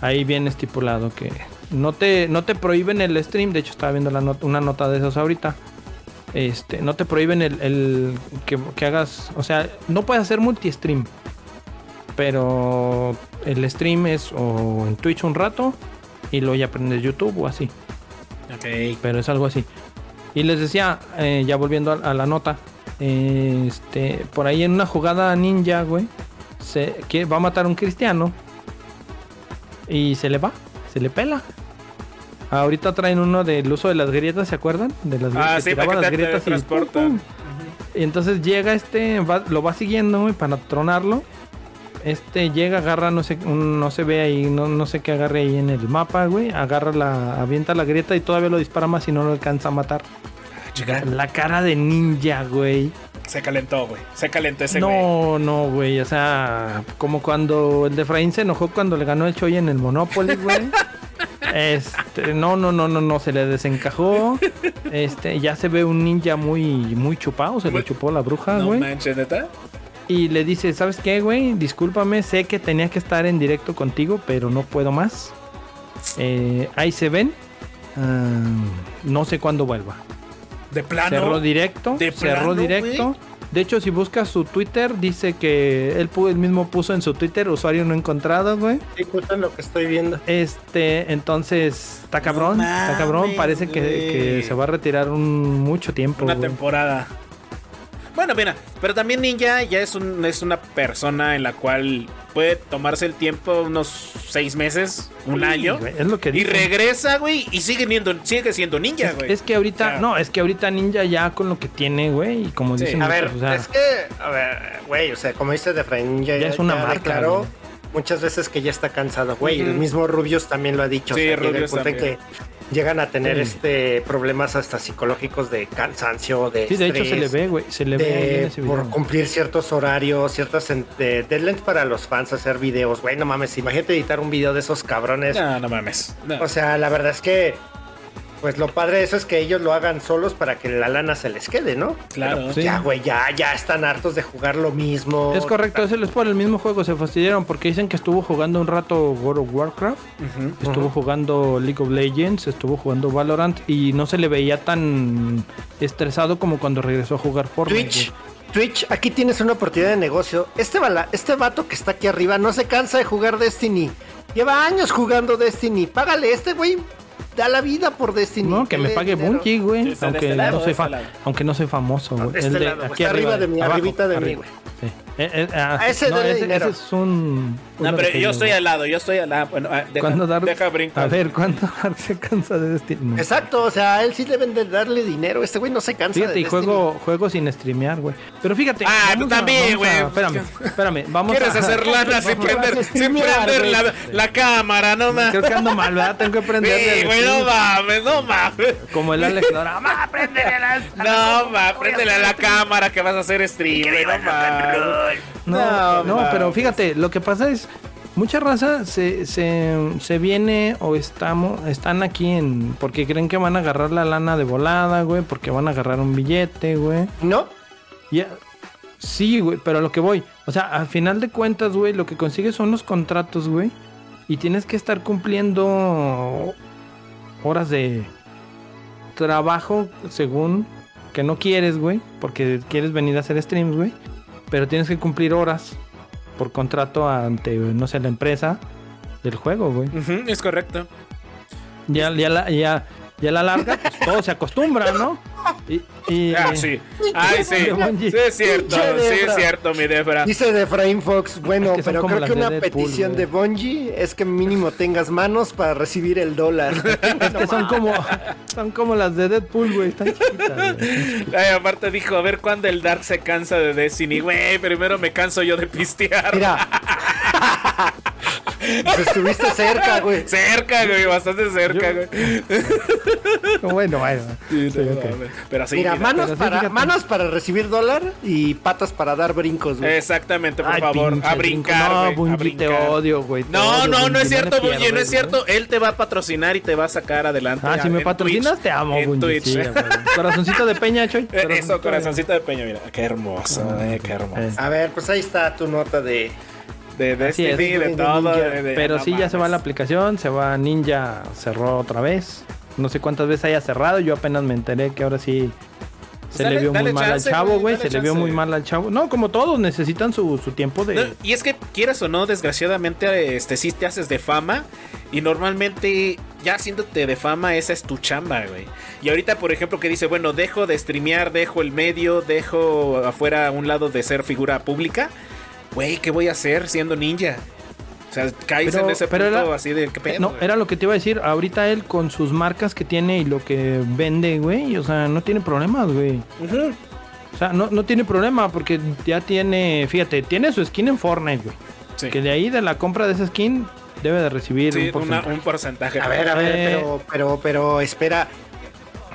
Speaker 1: Ahí bien estipulado que no te, no te prohíben el stream. De hecho, estaba viendo la not- una nota de esos ahorita. Este, no te prohíben el, el que, que hagas. O sea, no puedes hacer multi-stream. Pero el stream es o en Twitch un rato y luego ya aprendes YouTube o así
Speaker 3: Ok.
Speaker 1: pero es algo así. Y les decía, eh, ya volviendo a, a la nota, eh, este, por ahí en una jugada ninja, güey, se, que va a matar a un cristiano y se le va, se le pela. Ahorita traen uno del uso de las grietas, ¿se acuerdan? De las
Speaker 3: Ah,
Speaker 1: que
Speaker 3: sí,
Speaker 1: tiraba
Speaker 3: para que
Speaker 1: las
Speaker 3: te- te
Speaker 1: grietas y pum,
Speaker 3: transportan.
Speaker 1: pum. Y entonces llega este, va- lo va siguiendo, güey, para tronarlo. Este llega, agarra, no sé, un- no se ve ahí, no, no sé qué agarre ahí en el mapa, güey. Agarra la, avienta la grieta y todavía lo dispara más y no lo alcanza a matar.
Speaker 3: Chica,
Speaker 1: La cara de ninja, güey.
Speaker 3: se calentó, güey. Se calentó ese güey.
Speaker 1: No, no, güey. O sea, como cuando el de Efraín se enojó cuando le ganó el Choy en el Monopoly, güey.
Speaker 3: [LAUGHS]
Speaker 1: Este, no, no, no, no, no, se le desencajó. Este, ya se ve un ninja muy, muy chupado, se le
Speaker 3: Güey.
Speaker 1: chupó la bruja,
Speaker 3: No
Speaker 1: ah, güey.
Speaker 3: manches, neta.
Speaker 1: y le dice, ¿sabes qué, güey? Discúlpame, sé que tenía que estar en directo contigo, pero no puedo más. Eh, ahí se ven. Ah, no sé cuándo vuelva.
Speaker 3: De plano.
Speaker 1: Cerró directo.
Speaker 3: ¿De
Speaker 1: cerró
Speaker 3: plano,
Speaker 1: directo.
Speaker 3: güey?
Speaker 1: De hecho, si buscas su Twitter, dice que él, pu- él mismo puso en su Twitter usuario no encontrado, güey.
Speaker 4: Sí, justo en lo que estoy viendo.
Speaker 1: Este, entonces, está cabrón,
Speaker 3: No
Speaker 1: está cabrón.
Speaker 3: mames,
Speaker 1: Parece que,
Speaker 3: güey.
Speaker 1: que se va a retirar un mucho tiempo.
Speaker 3: Una
Speaker 1: Pues, güey.
Speaker 3: temporada. Bueno, mira, pero también Ninja ya es, un, es una persona en la cual puede tomarse el tiempo unos seis meses, un
Speaker 1: Sí,
Speaker 3: año.
Speaker 1: güey, es lo que
Speaker 3: Y
Speaker 1: dicen.
Speaker 3: regresa, güey, y sigue siendo, sigue siendo ninja, güey.
Speaker 1: Es que ahorita,
Speaker 3: O sea,
Speaker 1: no, es que ahorita Ninja ya con lo que tiene, güey, y como
Speaker 3: Sí.
Speaker 1: dicen,
Speaker 4: A
Speaker 1: muchos,
Speaker 4: ver,
Speaker 1: o sea,
Speaker 4: es que, a ver, güey, o sea, como dices de Efraín, ya,
Speaker 1: Ya es una marca,
Speaker 4: declaró
Speaker 1: güey.
Speaker 4: muchas veces que ya está cansado, güey. El
Speaker 3: Ujú.
Speaker 4: mismo Rubius también lo ha dicho.
Speaker 3: Sí,
Speaker 4: o sea, llega el
Speaker 3: Rubius
Speaker 4: punto en
Speaker 3: también.
Speaker 4: que llegan a tener
Speaker 1: Sí.
Speaker 4: este problemas hasta psicológicos de cansancio, de
Speaker 1: sí, de hecho se le
Speaker 4: estrés,
Speaker 1: ve, güey, se le ve ahí en
Speaker 4: de
Speaker 1: ese video.
Speaker 4: por cumplir ciertos horarios, ciertas en- de deadlines para los fans hacer videos, güey, no mames, imagínate editar un video de esos cabrones.
Speaker 3: No, no mames. No.
Speaker 4: O sea, la verdad es que pues lo padre de eso es que ellos lo hagan solos para que la lana se les quede, ¿no?
Speaker 3: claro.
Speaker 1: pues, Sí.
Speaker 4: Ya, güey, ya, ya están hartos de jugar lo mismo.
Speaker 1: Es correcto, es el, es por el mismo juego, se fastidiaron porque dicen que estuvo jugando un rato World of Warcraft,
Speaker 3: Ujú.
Speaker 1: estuvo jugando League of Legends, estuvo jugando Valorant y no se le veía tan estresado como cuando regresó a jugar Fortnite.
Speaker 4: Twitch,
Speaker 1: güey.
Speaker 4: Twitch, aquí tienes una oportunidad de negocio. Este, bala, este vato que está aquí arriba no se cansa de jugar Destiny. Lleva años jugando Destiny. Págale, este güey da la vida por Destiny.
Speaker 1: No, que me
Speaker 4: Dele
Speaker 1: pague
Speaker 4: dinero.
Speaker 1: Bungie,
Speaker 3: Sí,
Speaker 1: güey,
Speaker 3: está de
Speaker 1: aunque,
Speaker 3: este lado,
Speaker 1: no
Speaker 3: de
Speaker 1: soy
Speaker 3: este
Speaker 1: fa-
Speaker 3: lado.
Speaker 1: aunque no soy famoso, güey.
Speaker 4: de
Speaker 1: El
Speaker 4: este
Speaker 1: de-
Speaker 4: lado, güey.
Speaker 1: aquí
Speaker 4: Está
Speaker 1: arriba,
Speaker 4: arriba de mí,
Speaker 1: abajo,
Speaker 4: arribita de mí,
Speaker 1: arriba.
Speaker 4: güey.
Speaker 1: Sí. Eh, eh, ah,
Speaker 4: A ese dele
Speaker 1: ese,
Speaker 4: dinero.
Speaker 1: ese es un.
Speaker 3: No,
Speaker 1: una
Speaker 3: pero
Speaker 1: pequeña-
Speaker 3: yo estoy al lado, yo estoy al lado. Bueno, ah, deja,
Speaker 1: ¿Cuándo Dark-
Speaker 3: deja brinco.
Speaker 1: A ver, ¿cuándo [LAUGHS] Dark se cansa de Destiny? No.
Speaker 4: Exacto, o sea, a él sí deben de darle dinero. Este güey no se cansa
Speaker 1: Fíjate,
Speaker 4: de
Speaker 1: y
Speaker 4: Destiny.
Speaker 1: juego, juego sin streamear, güey. Pero fíjate.
Speaker 3: Ah,
Speaker 1: vamos
Speaker 3: tú
Speaker 1: a-
Speaker 3: también,
Speaker 1: vamos a-
Speaker 3: güey.
Speaker 1: Espérame, espérame. Vamos
Speaker 3: ¿Quieres
Speaker 1: a- [LAUGHS]
Speaker 3: hacer lana sin
Speaker 1: vamos a
Speaker 3: prender, sin
Speaker 1: streamear,
Speaker 3: prender
Speaker 1: güey.
Speaker 3: la, la cámara? No
Speaker 1: Creo
Speaker 3: mames.
Speaker 1: que ando mal, ¿verdad? Tengo que prender.
Speaker 3: Sí, güey, no mames, no mames.
Speaker 1: Como el Alex Dora.
Speaker 3: [LAUGHS]
Speaker 1: ¡Mamá!
Speaker 3: No, ma, préndele a la cámara que vas a hacer stream. No, ma.
Speaker 1: No,
Speaker 3: No,
Speaker 1: no, pero
Speaker 3: mames.
Speaker 1: fíjate, lo que pasa es. Mucha raza se, se, se viene o estamos, están aquí en. Porque creen que van a agarrar la lana de volada, güey. Porque van a agarrar un billete, güey.
Speaker 4: ¿No?
Speaker 1: Ya. Sí, güey, pero a lo que voy. O sea, al final de cuentas, güey, lo que consigues son los contratos, güey. Y tienes que estar cumpliendo horas de trabajo según que no quieres, güey. Porque quieres venir a hacer streams, güey. Pero tienes que cumplir horas por contrato ante, no sé, la empresa del juego, güey.
Speaker 3: Ujú, Es correcto.
Speaker 1: Ya, ya, la, ya, ya a la larga, pues [LAUGHS] todo se acostumbra, ¿no? Y, y-
Speaker 3: Ah, sí. Ay, sí. Sí, es cierto. Sí, es cierto, mi Debra.
Speaker 4: Dice de Frame Fox, bueno,
Speaker 1: Es que son
Speaker 4: pero
Speaker 1: como
Speaker 4: creo
Speaker 1: las
Speaker 4: que
Speaker 1: de
Speaker 4: una
Speaker 1: Deadpool,
Speaker 4: petición
Speaker 1: güey.
Speaker 4: de Bungie es que mínimo tengas manos para recibir el dólar.
Speaker 1: [LAUGHS] Es que son [LAUGHS] como, son como las de Deadpool, güey. Están chiquitas, güey.
Speaker 3: Ay, aparte dijo, a ver cuándo el Dark se cansa de Destiny. Güey, primero me canso yo de pistear.
Speaker 4: Mira. Pues estuviste cerca, güey.
Speaker 3: Cerca, güey, bastante cerca, güey.
Speaker 1: [LAUGHS] Bueno, bueno.
Speaker 3: Sí,
Speaker 1: sí,
Speaker 3: no,
Speaker 1: ok.
Speaker 3: mames. Pero sí,
Speaker 4: Mira,
Speaker 3: mira.
Speaker 4: manos
Speaker 1: pero sí,
Speaker 4: para,
Speaker 1: fíjate.
Speaker 4: manos para recibir dólar y patas para dar brincos, güey.
Speaker 3: Exactamente, por
Speaker 1: Ay,
Speaker 3: favor,
Speaker 1: pinche
Speaker 3: a
Speaker 1: brinco.
Speaker 3: brincar, güey,
Speaker 1: No,
Speaker 3: a
Speaker 1: Bungie, te
Speaker 3: brincar.
Speaker 1: odio, güey. te
Speaker 3: No,
Speaker 1: odio,
Speaker 3: no, no
Speaker 1: Bungie,
Speaker 3: es cierto,
Speaker 1: me
Speaker 3: Bungie, no es
Speaker 1: pierdes,
Speaker 3: cierto. Él te va a patrocinar y te va a sacar adelante.
Speaker 1: güey. Ah, si
Speaker 3: en
Speaker 1: me
Speaker 3: Twitch,
Speaker 1: patrocinas, te amo,
Speaker 3: en
Speaker 1: Bungie.
Speaker 3: Twitch.
Speaker 1: sí, güey. Corazoncito de peña, Choy.
Speaker 3: Eh,
Speaker 1: corazoncito
Speaker 3: [LAUGHS] Eso,
Speaker 1: de-
Speaker 3: corazoncito de peña, mira. Qué hermoso, eh, qué hermoso.
Speaker 1: Eh,
Speaker 4: A ver, pues ahí está tu nota de.
Speaker 3: De
Speaker 1: Así
Speaker 3: Destiny,
Speaker 1: es,
Speaker 3: de
Speaker 4: de
Speaker 3: todo.
Speaker 4: Ninja.
Speaker 3: de- de-
Speaker 1: Pero
Speaker 3: no
Speaker 1: sí, ya se va la
Speaker 3: mames.
Speaker 1: aplicación. Se va Ninja, cerró otra vez. No sé cuántas veces haya cerrado. Yo apenas me enteré que ahora sí. Se
Speaker 3: Pues Dale-
Speaker 1: le vio muy
Speaker 3: dale
Speaker 1: mal
Speaker 3: chance,
Speaker 1: al chavo,
Speaker 3: güey,
Speaker 1: güey. Se
Speaker 3: dale
Speaker 1: le vio
Speaker 3: chance.
Speaker 1: muy mal al chavo. No, como todos necesitan su, su tiempo de.
Speaker 3: No, y es que quieras o no, desgraciadamente, este sí te haces de fama. Y normalmente, ya haciéndote de fama, esa es tu chamba, güey. Y ahorita, por ejemplo, que dice, bueno, dejo de streamear, dejo el medio, dejo afuera a un lado de ser figura pública. Güey, ¿qué voy a hacer siendo ninja? O sea, caes
Speaker 1: Pero-
Speaker 3: en ese
Speaker 1: pero
Speaker 3: punto
Speaker 1: era-
Speaker 3: así de qué pedo.
Speaker 1: No, eh,
Speaker 3: güey?
Speaker 1: era lo que te iba a decir. Ahorita él con sus marcas que tiene y lo que vende, güey. O sea, no tiene problemas, güey.
Speaker 3: Ujú.
Speaker 1: O sea, no, no tiene problema porque ya tiene, fíjate, tiene su skin en Fortnite, güey.
Speaker 3: Sí.
Speaker 1: Que de ahí, de la compra de esa skin, debe de recibir
Speaker 3: Sí,
Speaker 1: un
Speaker 3: una-
Speaker 1: porcentaje.
Speaker 3: un porcentaje.
Speaker 4: A ver, a ver,
Speaker 1: Eh.
Speaker 4: pero, pero, pero espera.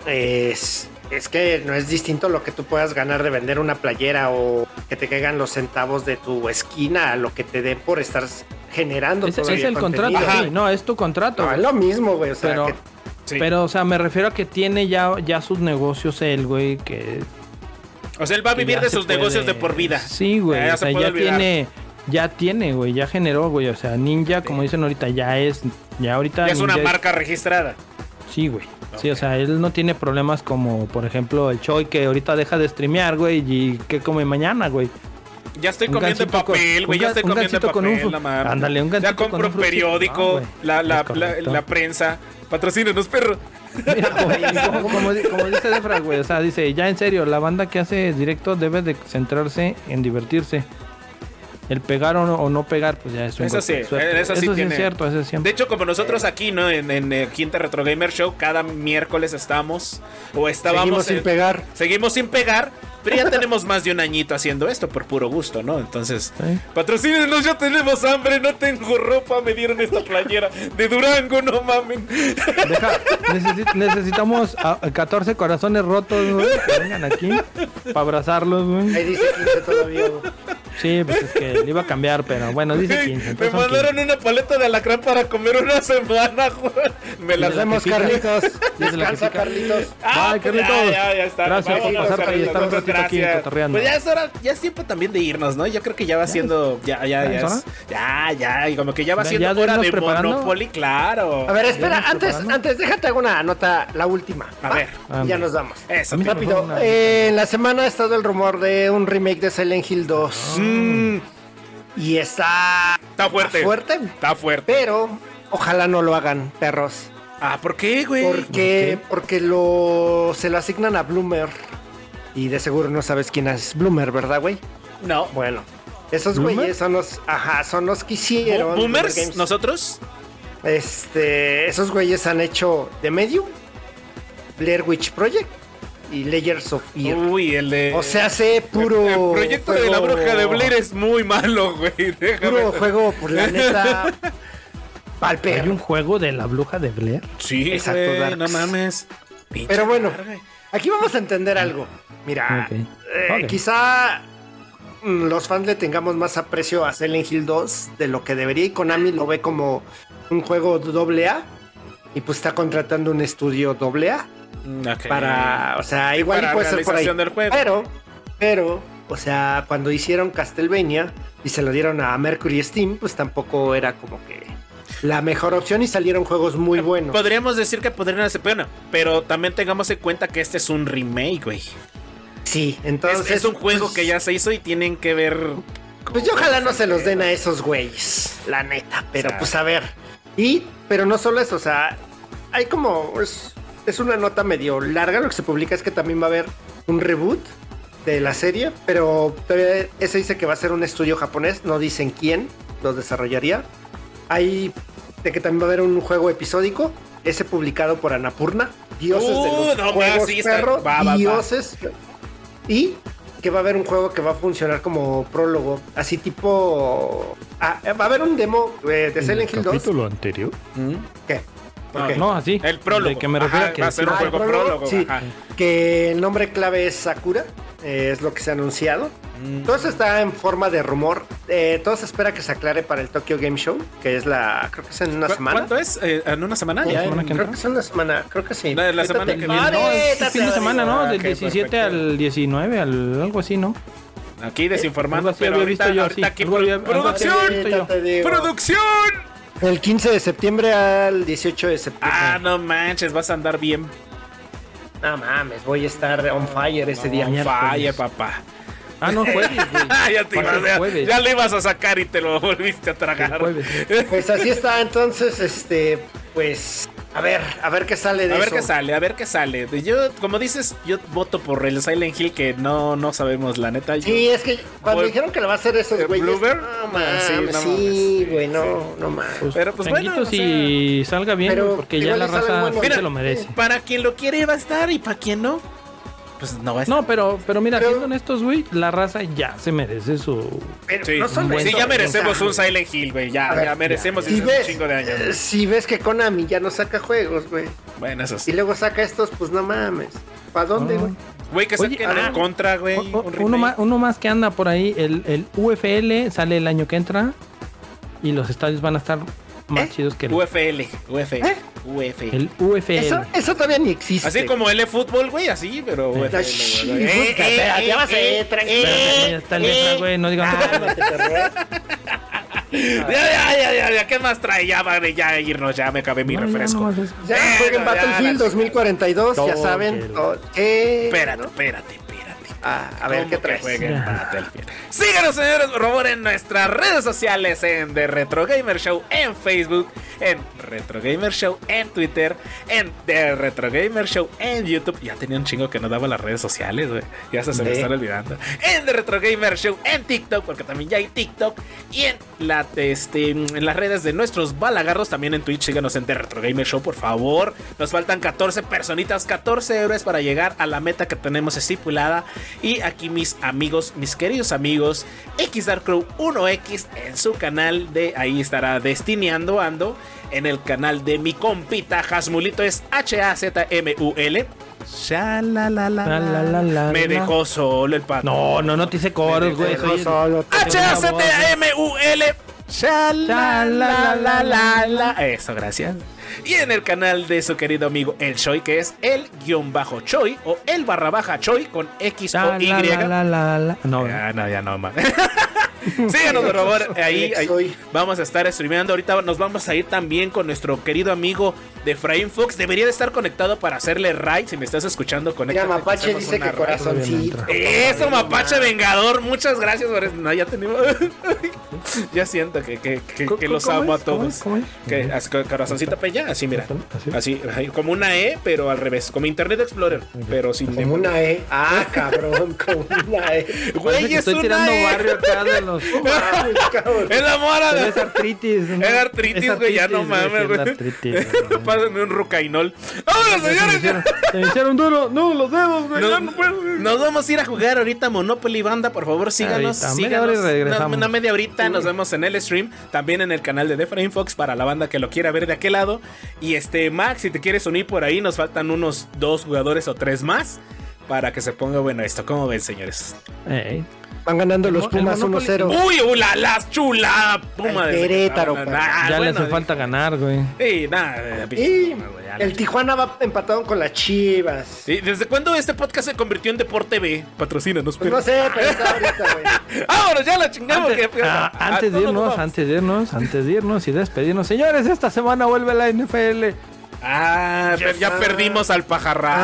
Speaker 4: Es, es que no es distinto lo que tú puedas ganar de vender una playera o que te caigan los centavos de tu esquina a lo que te den por estar generando.
Speaker 1: Es, es
Speaker 4: todavía
Speaker 1: el
Speaker 4: contenido.
Speaker 1: contrato,
Speaker 4: Ajá.
Speaker 1: sí, no, es tu contrato.
Speaker 4: No,
Speaker 3: Ah,
Speaker 1: güey.
Speaker 4: es lo mismo, güey. O sea,
Speaker 1: pero,
Speaker 4: que-
Speaker 3: Sí.
Speaker 1: pero, o sea, me refiero a que tiene ya, ya sus negocios el güey, que
Speaker 3: o sea, él va a
Speaker 1: que
Speaker 3: vivir
Speaker 1: ya
Speaker 3: de
Speaker 1: se
Speaker 3: sus negocios de
Speaker 1: puede-
Speaker 3: por vida.
Speaker 1: Sí, güey.
Speaker 3: Ya, ya
Speaker 1: o
Speaker 3: se
Speaker 1: sea,
Speaker 3: puede
Speaker 1: ya
Speaker 3: olvidar.
Speaker 1: tiene, ya tiene, güey. Ya generó, güey. O sea, Ninja, como dicen ahorita, ya es, ya ahorita.
Speaker 3: Ya es una
Speaker 1: Ninja
Speaker 3: marca registrada.
Speaker 1: Sí, güey. Sí, o sea, él no tiene problemas como, por ejemplo, el Choi que ahorita deja de streamear, güey, y que come mañana,
Speaker 3: [LAUGHS]
Speaker 1: güey.
Speaker 3: Ya estoy
Speaker 1: Un
Speaker 3: comiendo en
Speaker 1: gansito con-
Speaker 3: papel, güey.
Speaker 1: un
Speaker 3: Ya
Speaker 1: ga-
Speaker 3: estoy
Speaker 1: un
Speaker 3: comiendo en
Speaker 1: gansito
Speaker 3: papel.
Speaker 1: con un fru-
Speaker 3: la madre.
Speaker 1: Ándale, un
Speaker 3: Ya
Speaker 1: gansito con
Speaker 3: compro
Speaker 1: un frutito,
Speaker 3: periódico,
Speaker 1: güey.
Speaker 3: la, la,
Speaker 1: Es
Speaker 3: la,
Speaker 1: correcto.
Speaker 3: la prensa. Patrocínenos, perro.
Speaker 1: Mira, como- como, como di- como dice Defra, güey. O sea, dice, ya en serio, la banda que hace directo debe de centrarse en divertirse. El pegar o no, o no pegar, pues ya es un
Speaker 3: Eso
Speaker 1: golpe de
Speaker 3: sí,
Speaker 1: suerte.
Speaker 3: eso sí tiene.
Speaker 1: es cierto, eso es
Speaker 3: De
Speaker 1: siempre.
Speaker 3: hecho, como nosotros
Speaker 1: Eh.
Speaker 3: aquí, ¿no? En, en el Quinta Retro Gamer Show, cada miércoles estamos. O
Speaker 4: seguimos
Speaker 3: estábamos.
Speaker 4: sin
Speaker 3: en-
Speaker 4: pegar.
Speaker 3: seguimos sin pegar. Pero ya tenemos más de un añito haciendo esto por puro gusto, ¿no? Entonces,
Speaker 1: Sí.
Speaker 3: patrocínenos, ya tenemos hambre, no tengo ropa, me dieron esta playera de Durango, no mamen.
Speaker 1: Deja, necesi- necesitamos a- a 14 corazones rotos, güey, que vengan aquí para abrazarlos, güey.
Speaker 4: Ahí dice 15 todavía, güey.
Speaker 1: Sí, pues es que le iba a cambiar, pero bueno, dice 15.
Speaker 3: me
Speaker 1: entonces son 15.
Speaker 3: mandaron una paleta de alacrán para comer una semana, güey. Me la
Speaker 4: Nos vemos,
Speaker 1: pica.
Speaker 4: Carlitos.
Speaker 1: Desde la que
Speaker 4: Descansa,
Speaker 1: pica.
Speaker 4: Carlitos.
Speaker 3: Ah,
Speaker 1: Bye,
Speaker 3: pues
Speaker 1: Carlitos.
Speaker 3: Ya, ya, ya está.
Speaker 1: Gracias por
Speaker 3: Vámonos,
Speaker 1: pasar por ahí,
Speaker 3: Carlitos,
Speaker 1: estar un ratito aquí
Speaker 3: gracias.
Speaker 1: cotorreando.
Speaker 3: Pues ya es hora, ya es tiempo también de irnos, ¿no? Yo creo que ya va siendo, ya, ya,
Speaker 1: ¿Ya
Speaker 3: ya,
Speaker 1: es
Speaker 3: es- ya, ya, y como que ya va
Speaker 1: Ya-
Speaker 3: siendo
Speaker 1: ya de
Speaker 3: hora
Speaker 1: irnos
Speaker 3: de
Speaker 1: preparando.
Speaker 3: Monopoly, claro.
Speaker 4: A ver, espera,
Speaker 1: nos
Speaker 4: antes,
Speaker 1: preparamos.
Speaker 4: antes, déjate hago una nota, la última.
Speaker 3: A
Speaker 4: ¿va?
Speaker 3: ver.
Speaker 4: Y
Speaker 1: Ah,
Speaker 4: ya
Speaker 1: hombre.
Speaker 4: nos vamos.
Speaker 3: eso.
Speaker 1: A mí
Speaker 3: tío.
Speaker 1: Mejor
Speaker 4: Rápido,
Speaker 1: una-
Speaker 4: eh, en la semana ha estado el rumor de un remake de Silent Hill 2.
Speaker 3: Mm,
Speaker 4: Y está
Speaker 3: está fuerte.
Speaker 4: Ah. fuerte,
Speaker 3: Está fuerte.
Speaker 4: pero ojalá no lo hagan, perros.
Speaker 3: Ah, ¿por qué, güey?
Speaker 4: Porque, porque lo, se lo asignan a Bloomer. Y de seguro no sabes quién es Bloomer, ¿verdad, güey?
Speaker 3: No.
Speaker 4: Bueno, esos
Speaker 1: ¿Bloomer?
Speaker 4: güeyes son los, ajá, son los que
Speaker 3: Oh,
Speaker 4: hicieron. Bloomer
Speaker 3: ¿Boomers?
Speaker 4: Games.
Speaker 3: ¿Nosotros?
Speaker 4: Este, esos güeyes han hecho The Medium, Blair Witch Project y Layers of Fear.
Speaker 3: Uy, el de.
Speaker 4: o sea, hace puro.
Speaker 3: El proyecto de la
Speaker 4: juego-
Speaker 3: bruja de Blair es muy malo, güey. [LAUGHS]
Speaker 4: Puro
Speaker 3: Déjame.
Speaker 4: juego, por la
Speaker 3: [LAUGHS]
Speaker 4: neta. Pal
Speaker 1: Hay
Speaker 4: perro.
Speaker 1: un juego de la bruja de Blair.
Speaker 3: Sí,
Speaker 4: Exacto,
Speaker 3: güey,
Speaker 4: Darks.
Speaker 3: no mames. Pinche
Speaker 4: Pero bueno.
Speaker 3: madre.
Speaker 4: Aquí vamos a entender algo. Mira,
Speaker 1: Ok.
Speaker 4: eh,
Speaker 1: Ok.
Speaker 4: quizá mm, los fans le tengamos más aprecio a Silent Hill 2 de lo que debería y Konami lo ve como un juego doble A y pues está contratando un estudio doble A
Speaker 3: Mm, ok.
Speaker 4: para, o sea, igual y
Speaker 3: para
Speaker 4: puede ser por ahí.
Speaker 3: realización del juego.
Speaker 4: Pero, pero, o sea, cuando hicieron Castlevania y se lo dieron a Mercury Steam, pues tampoco era como que la mejor opción y salieron juegos
Speaker 3: [LAUGHS]
Speaker 4: muy
Speaker 3: Pues,
Speaker 4: buenos.
Speaker 3: Podríamos decir que podrían hacer bueno, pero también tengamos en cuenta que este es un remake, güey.
Speaker 4: Sí,
Speaker 3: Es,
Speaker 4: entonces
Speaker 3: es un juego
Speaker 4: pues,
Speaker 3: que ya se hizo y tienen que ver.
Speaker 4: Pues yo ojalá no se los den a esos güeyes, la neta, pero
Speaker 3: O sea.
Speaker 4: pues a ver. Y, pero no solo eso, o sea, hay como, es, es una nota medio larga, lo que se publica es que también va a haber un reboot de la serie, pero todavía ese dice que va a ser un estudio japonés, no dicen quién los desarrollaría. Hay de que también va a haber un juego episódico, ese publicado por Anapurna, Dioses
Speaker 3: Uh,
Speaker 4: de los
Speaker 3: no,
Speaker 4: juegos,
Speaker 3: sí, está-
Speaker 4: perro,
Speaker 3: va, va, va.
Speaker 4: Dioses y que va a haber un juego que va a funcionar como prólogo, así tipo... ah, va a haber un demo eh, de
Speaker 2: ¿En el
Speaker 4: Silent Hill 2.
Speaker 2: capítulo anterior?
Speaker 3: ¿Mm? Ah,
Speaker 4: ¿Qué? ¿Por
Speaker 3: No,
Speaker 4: qué?
Speaker 1: Ah, No, así.
Speaker 3: El prólogo.
Speaker 1: De que me refiero
Speaker 3: Ajá,
Speaker 1: a que
Speaker 3: va a ser
Speaker 1: sí,
Speaker 3: un
Speaker 4: Ah, el
Speaker 3: juego
Speaker 4: prólogo,
Speaker 3: prólogo.
Speaker 4: sí.
Speaker 3: ajá.
Speaker 4: Que el nombre clave es Sakura, eh, es lo que se ha anunciado.
Speaker 3: Mm.
Speaker 4: Todo eso está en forma de rumor. eh, todo se espera que se aclare para el Tokyo Game Show, que es la... Creo que es en una
Speaker 3: ¿Cu-
Speaker 4: semana.
Speaker 3: ¿Cuánto es? Eh, ¿En una semana?
Speaker 4: Sí,
Speaker 3: Ya,
Speaker 1: ¿La semana
Speaker 3: en-
Speaker 1: que
Speaker 4: creo
Speaker 1: entra?
Speaker 4: que es en una semana, creo que sí.
Speaker 3: La- la
Speaker 4: Ahorita
Speaker 3: semana
Speaker 4: te-
Speaker 3: que
Speaker 1: No,
Speaker 3: viene.
Speaker 1: es
Speaker 4: ahorita
Speaker 1: el fin
Speaker 4: te
Speaker 1: de semana, ¿no?
Speaker 3: Ah,
Speaker 1: Del
Speaker 3: ok,
Speaker 1: 17
Speaker 3: perfecto.
Speaker 1: al 19, al, algo así, ¿no?
Speaker 3: Aquí desinformando,
Speaker 1: Algo así
Speaker 3: pero
Speaker 1: había
Speaker 3: ahorita,
Speaker 1: visto yo,
Speaker 3: ahorita
Speaker 1: sí.
Speaker 3: aquí.
Speaker 1: Algo había- algo así
Speaker 3: ¡Producción!
Speaker 1: había visto yo.
Speaker 4: Ahorita te digo.
Speaker 3: ¡Producción!
Speaker 4: Del 15 de septiembre al 18 de septiembre.
Speaker 3: Ah, no manches, vas a andar bien
Speaker 4: No mames, voy a estar on fire ese día.
Speaker 3: on fire,
Speaker 4: miércoles.
Speaker 3: papá. [LAUGHS]
Speaker 1: Ah, no, jueves, güey.
Speaker 3: ya, te
Speaker 1: Pasa
Speaker 3: ibas,
Speaker 1: el
Speaker 3: ya-
Speaker 1: jueves.
Speaker 3: ya lo ibas a sacar y te lo [LAUGHS] volviste a tragar.
Speaker 1: El jueves.
Speaker 3: [LAUGHS]
Speaker 4: Pues así está, entonces, este, pues, a ver, a ver qué sale de
Speaker 3: A ver
Speaker 4: eso.
Speaker 3: qué sale, a ver qué sale. Yo, como dices, yo voto por el Silent Hill que no, no sabemos, la neta. Yo,
Speaker 4: Sí, es que cuando
Speaker 3: Vol-
Speaker 4: dijeron que lo va a hacer esos
Speaker 3: ¿El
Speaker 4: güeyes.
Speaker 3: Bloober?
Speaker 4: No
Speaker 3: Ah,
Speaker 4: mames,
Speaker 3: sí, no mames,
Speaker 4: sí,
Speaker 3: sí,
Speaker 4: güey, no, no mames.
Speaker 3: Pero, pues,
Speaker 1: changuito,
Speaker 3: bueno, o
Speaker 1: si salga bien,
Speaker 4: pero
Speaker 1: porque ya
Speaker 4: igual
Speaker 1: la
Speaker 4: y sale
Speaker 1: raza
Speaker 4: bueno.
Speaker 1: sí
Speaker 3: Mira,
Speaker 1: se lo merece.
Speaker 3: Para quien lo quiere va a estar y para quien no. Pues no es.
Speaker 1: No, pero, pero mira,
Speaker 4: Pero-
Speaker 1: siendo honestos, güey, la raza ya se merece su.
Speaker 4: Pero
Speaker 3: Sí,
Speaker 4: no son
Speaker 3: sí,
Speaker 4: estos,
Speaker 3: ya merecemos
Speaker 4: o
Speaker 3: un
Speaker 4: sea,
Speaker 3: Silent Hill, güey. Ya,
Speaker 4: A ver,
Speaker 3: ya merecemos
Speaker 4: Si
Speaker 3: desde hace un
Speaker 4: ves,
Speaker 3: chingo de años.
Speaker 4: eh, si ves que Konami ya no saca juegos, güey.
Speaker 3: Bueno, eso sí.
Speaker 4: Y luego saca estos, pues no mames. ¿Para dónde,
Speaker 1: No.
Speaker 4: güey?
Speaker 3: Güey, que
Speaker 1: Oye, ah,
Speaker 3: saquen
Speaker 4: a
Speaker 3: el
Speaker 4: ver.
Speaker 3: contra, güey.
Speaker 1: O- o-
Speaker 3: un
Speaker 1: uno,
Speaker 3: remake.
Speaker 1: más, uno más que anda por ahí, el, el UFL sale el año que entra y los estadios van a estar más
Speaker 4: ¿Eh?
Speaker 1: chidos que el
Speaker 3: UFL, UFL,
Speaker 4: ¿Eh?
Speaker 3: UFL.
Speaker 1: el este. UFL.
Speaker 4: Eso, eso todavía ni existe.
Speaker 3: Así como L fútbol, güey, así, pero UFL,
Speaker 4: Ay,
Speaker 3: güey. Eh,
Speaker 4: hijo, espérate, ya vas a- tranquilo.
Speaker 1: Espérate, ya está el
Speaker 3: eh.
Speaker 1: letra, güey, ¿Eh? Ah, no digo nada.
Speaker 3: Ya, ya, ya, ya, ya, ¿qué más trae? Ya, madre, ya irnos, ya me acabé mi
Speaker 1: No, ya
Speaker 3: refresco.
Speaker 1: nomás eso.
Speaker 4: Ya
Speaker 3: Bueno,
Speaker 4: jueguen
Speaker 3: ya, la
Speaker 4: Battlefield
Speaker 3: chingada.
Speaker 4: 2042, ya
Speaker 1: Todo
Speaker 4: saben.
Speaker 1: que-
Speaker 4: todo- eh,
Speaker 3: Espérate,
Speaker 4: ¿no?
Speaker 3: espérate, espérate.
Speaker 4: Ah, a ver,
Speaker 3: ¿Cómo
Speaker 4: ¿qué
Speaker 3: que
Speaker 4: traes?
Speaker 3: jueguen
Speaker 1: Ya.
Speaker 3: Battlefield? Ah. Síganos, señores, por favor, en nuestras redes sociales, en The Retro Gamer Show, en Facebook, en Retro Gamer Show, en Twitter, en The Retro Gamer Show, en YouTube. Ya tenía un chingo que no daba las redes sociales, güey. Ya hasta se me
Speaker 4: Sí.
Speaker 3: están olvidando. En The Retro Gamer Show, en TikTok, porque también ya hay TikTok. Y en, la, este, en las redes de nuestros balagarros, también en Twitch, síganos en The Retro Gamer Show, por favor. Nos faltan 14 personitas, 14 héroes para llegar a la meta que tenemos estipulada. Y aquí mis amigos, mis queridos amigos, Xdarkrow 1X en su canal de ahí estará Destineando Ando. En el canal de mi compita Hasmulito es H-A-Z-M-U-L.
Speaker 1: La, la, la, la,
Speaker 3: Me
Speaker 1: la.
Speaker 3: dejó solo el pato.
Speaker 1: No, no, no te hice coros, güey.
Speaker 4: Dejo
Speaker 1: soy el-
Speaker 4: solo, te-
Speaker 3: H-A-C-T-A-M-U-L. Sha, la, la, la, la. Eso, gracias. Y en el canal de su querido amigo El Choi, que es el guión bajo Choi o el barra baja Choi con X o
Speaker 1: La,
Speaker 3: Y.
Speaker 1: la, la, la, la, la. No,
Speaker 3: Ya, no, ya no, man. [LAUGHS] Síganos, por favor. Ahí, ahí
Speaker 4: Soy-
Speaker 3: vamos a estar streameando. Ahorita nos vamos a ir también con nuestro querido amigo de Frame Fox. Debería de estar conectado para hacerle raid. Si me estás escuchando, conecta.
Speaker 4: Mira, Mapache dice que corazoncito.
Speaker 3: Eso, Mapache Vengador, muchas gracias por eso. No, ya tenemos. [LAUGHS] ya siento que, que, que- que los
Speaker 1: ¿Cómo
Speaker 3: amo a
Speaker 1: es? ¿Cómo es?
Speaker 3: todos.
Speaker 1: ¿Cómo es?
Speaker 3: Que, así, con corazoncito pues, ya, así mira.
Speaker 1: Así.
Speaker 3: Así, ay, como una E, pero al revés. Como Internet Explorer, pero sin
Speaker 4: Como una E. Ah, cabrón, [LAUGHS] como una E.
Speaker 1: Parece
Speaker 3: Güey,
Speaker 1: que
Speaker 3: es
Speaker 1: estoy
Speaker 3: una
Speaker 1: tirando
Speaker 3: E.
Speaker 1: barrio acá de
Speaker 3: [LAUGHS]
Speaker 1: los.
Speaker 4: Ay, [LAUGHS] cabrón.
Speaker 3: Es la mora
Speaker 1: Pero
Speaker 3: de.
Speaker 1: es artritis. ¿no?
Speaker 3: Era artritis,
Speaker 1: Es
Speaker 3: güey, ya no
Speaker 1: artritis,
Speaker 3: mames,
Speaker 1: es
Speaker 3: güey. [LAUGHS]
Speaker 1: artritis, güey.
Speaker 3: [LAUGHS] Pásenme un rucainol. ¡Vámonos,
Speaker 1: Se me
Speaker 3: señores!
Speaker 1: hicieron- se me hicieron duro, no los dedos, güey. ya
Speaker 3: Nos,
Speaker 1: no puedo.
Speaker 3: nos vamos a ir a jugar ahorita Monopoly Banda, por favor síganos,
Speaker 1: Ahorita, media
Speaker 3: síganos.
Speaker 1: hora y regresamos.
Speaker 3: Una, una media horita, nos vemos en el stream, también en el canal de The Frame Fox para la banda que lo quiera ver de aquel lado. Y este Max, si te quieres unir por ahí, nos faltan unos dos jugadores o tres más para que se ponga bueno esto. ¿Cómo ven, señores?
Speaker 1: Ey,
Speaker 4: Van ganando los
Speaker 1: El
Speaker 4: Pumas
Speaker 1: Monopoly-
Speaker 4: 1-0.
Speaker 3: Uy, ula, las chula puma
Speaker 4: Al
Speaker 3: de
Speaker 4: Querétaro,
Speaker 3: Ah,
Speaker 4: pa.
Speaker 3: ah,
Speaker 1: ya le
Speaker 3: bueno,
Speaker 1: hace falta ganar, güey.
Speaker 3: Sí, nada, de-
Speaker 4: Y
Speaker 3: güey, ya
Speaker 4: el Tijuana va empatado con las Chivas.
Speaker 3: Sí, ¿Desde cuándo este podcast se convirtió en Deporte B? Patrocínanos,
Speaker 4: Pues
Speaker 3: pero-
Speaker 4: no sé, pero está ahorita, güey.
Speaker 3: Vámonos, ya la chingamos.
Speaker 1: Antes,
Speaker 3: que-
Speaker 1: ah,
Speaker 3: ah,
Speaker 1: antes de
Speaker 3: no, no, no,
Speaker 1: irnos,
Speaker 3: vamos.
Speaker 1: antes de irnos, antes de irnos y despedirnos. Señores, esta semana vuelve la NFL.
Speaker 3: Ah, per- ya
Speaker 4: Ah.
Speaker 3: perdimos al
Speaker 4: [LAUGHS]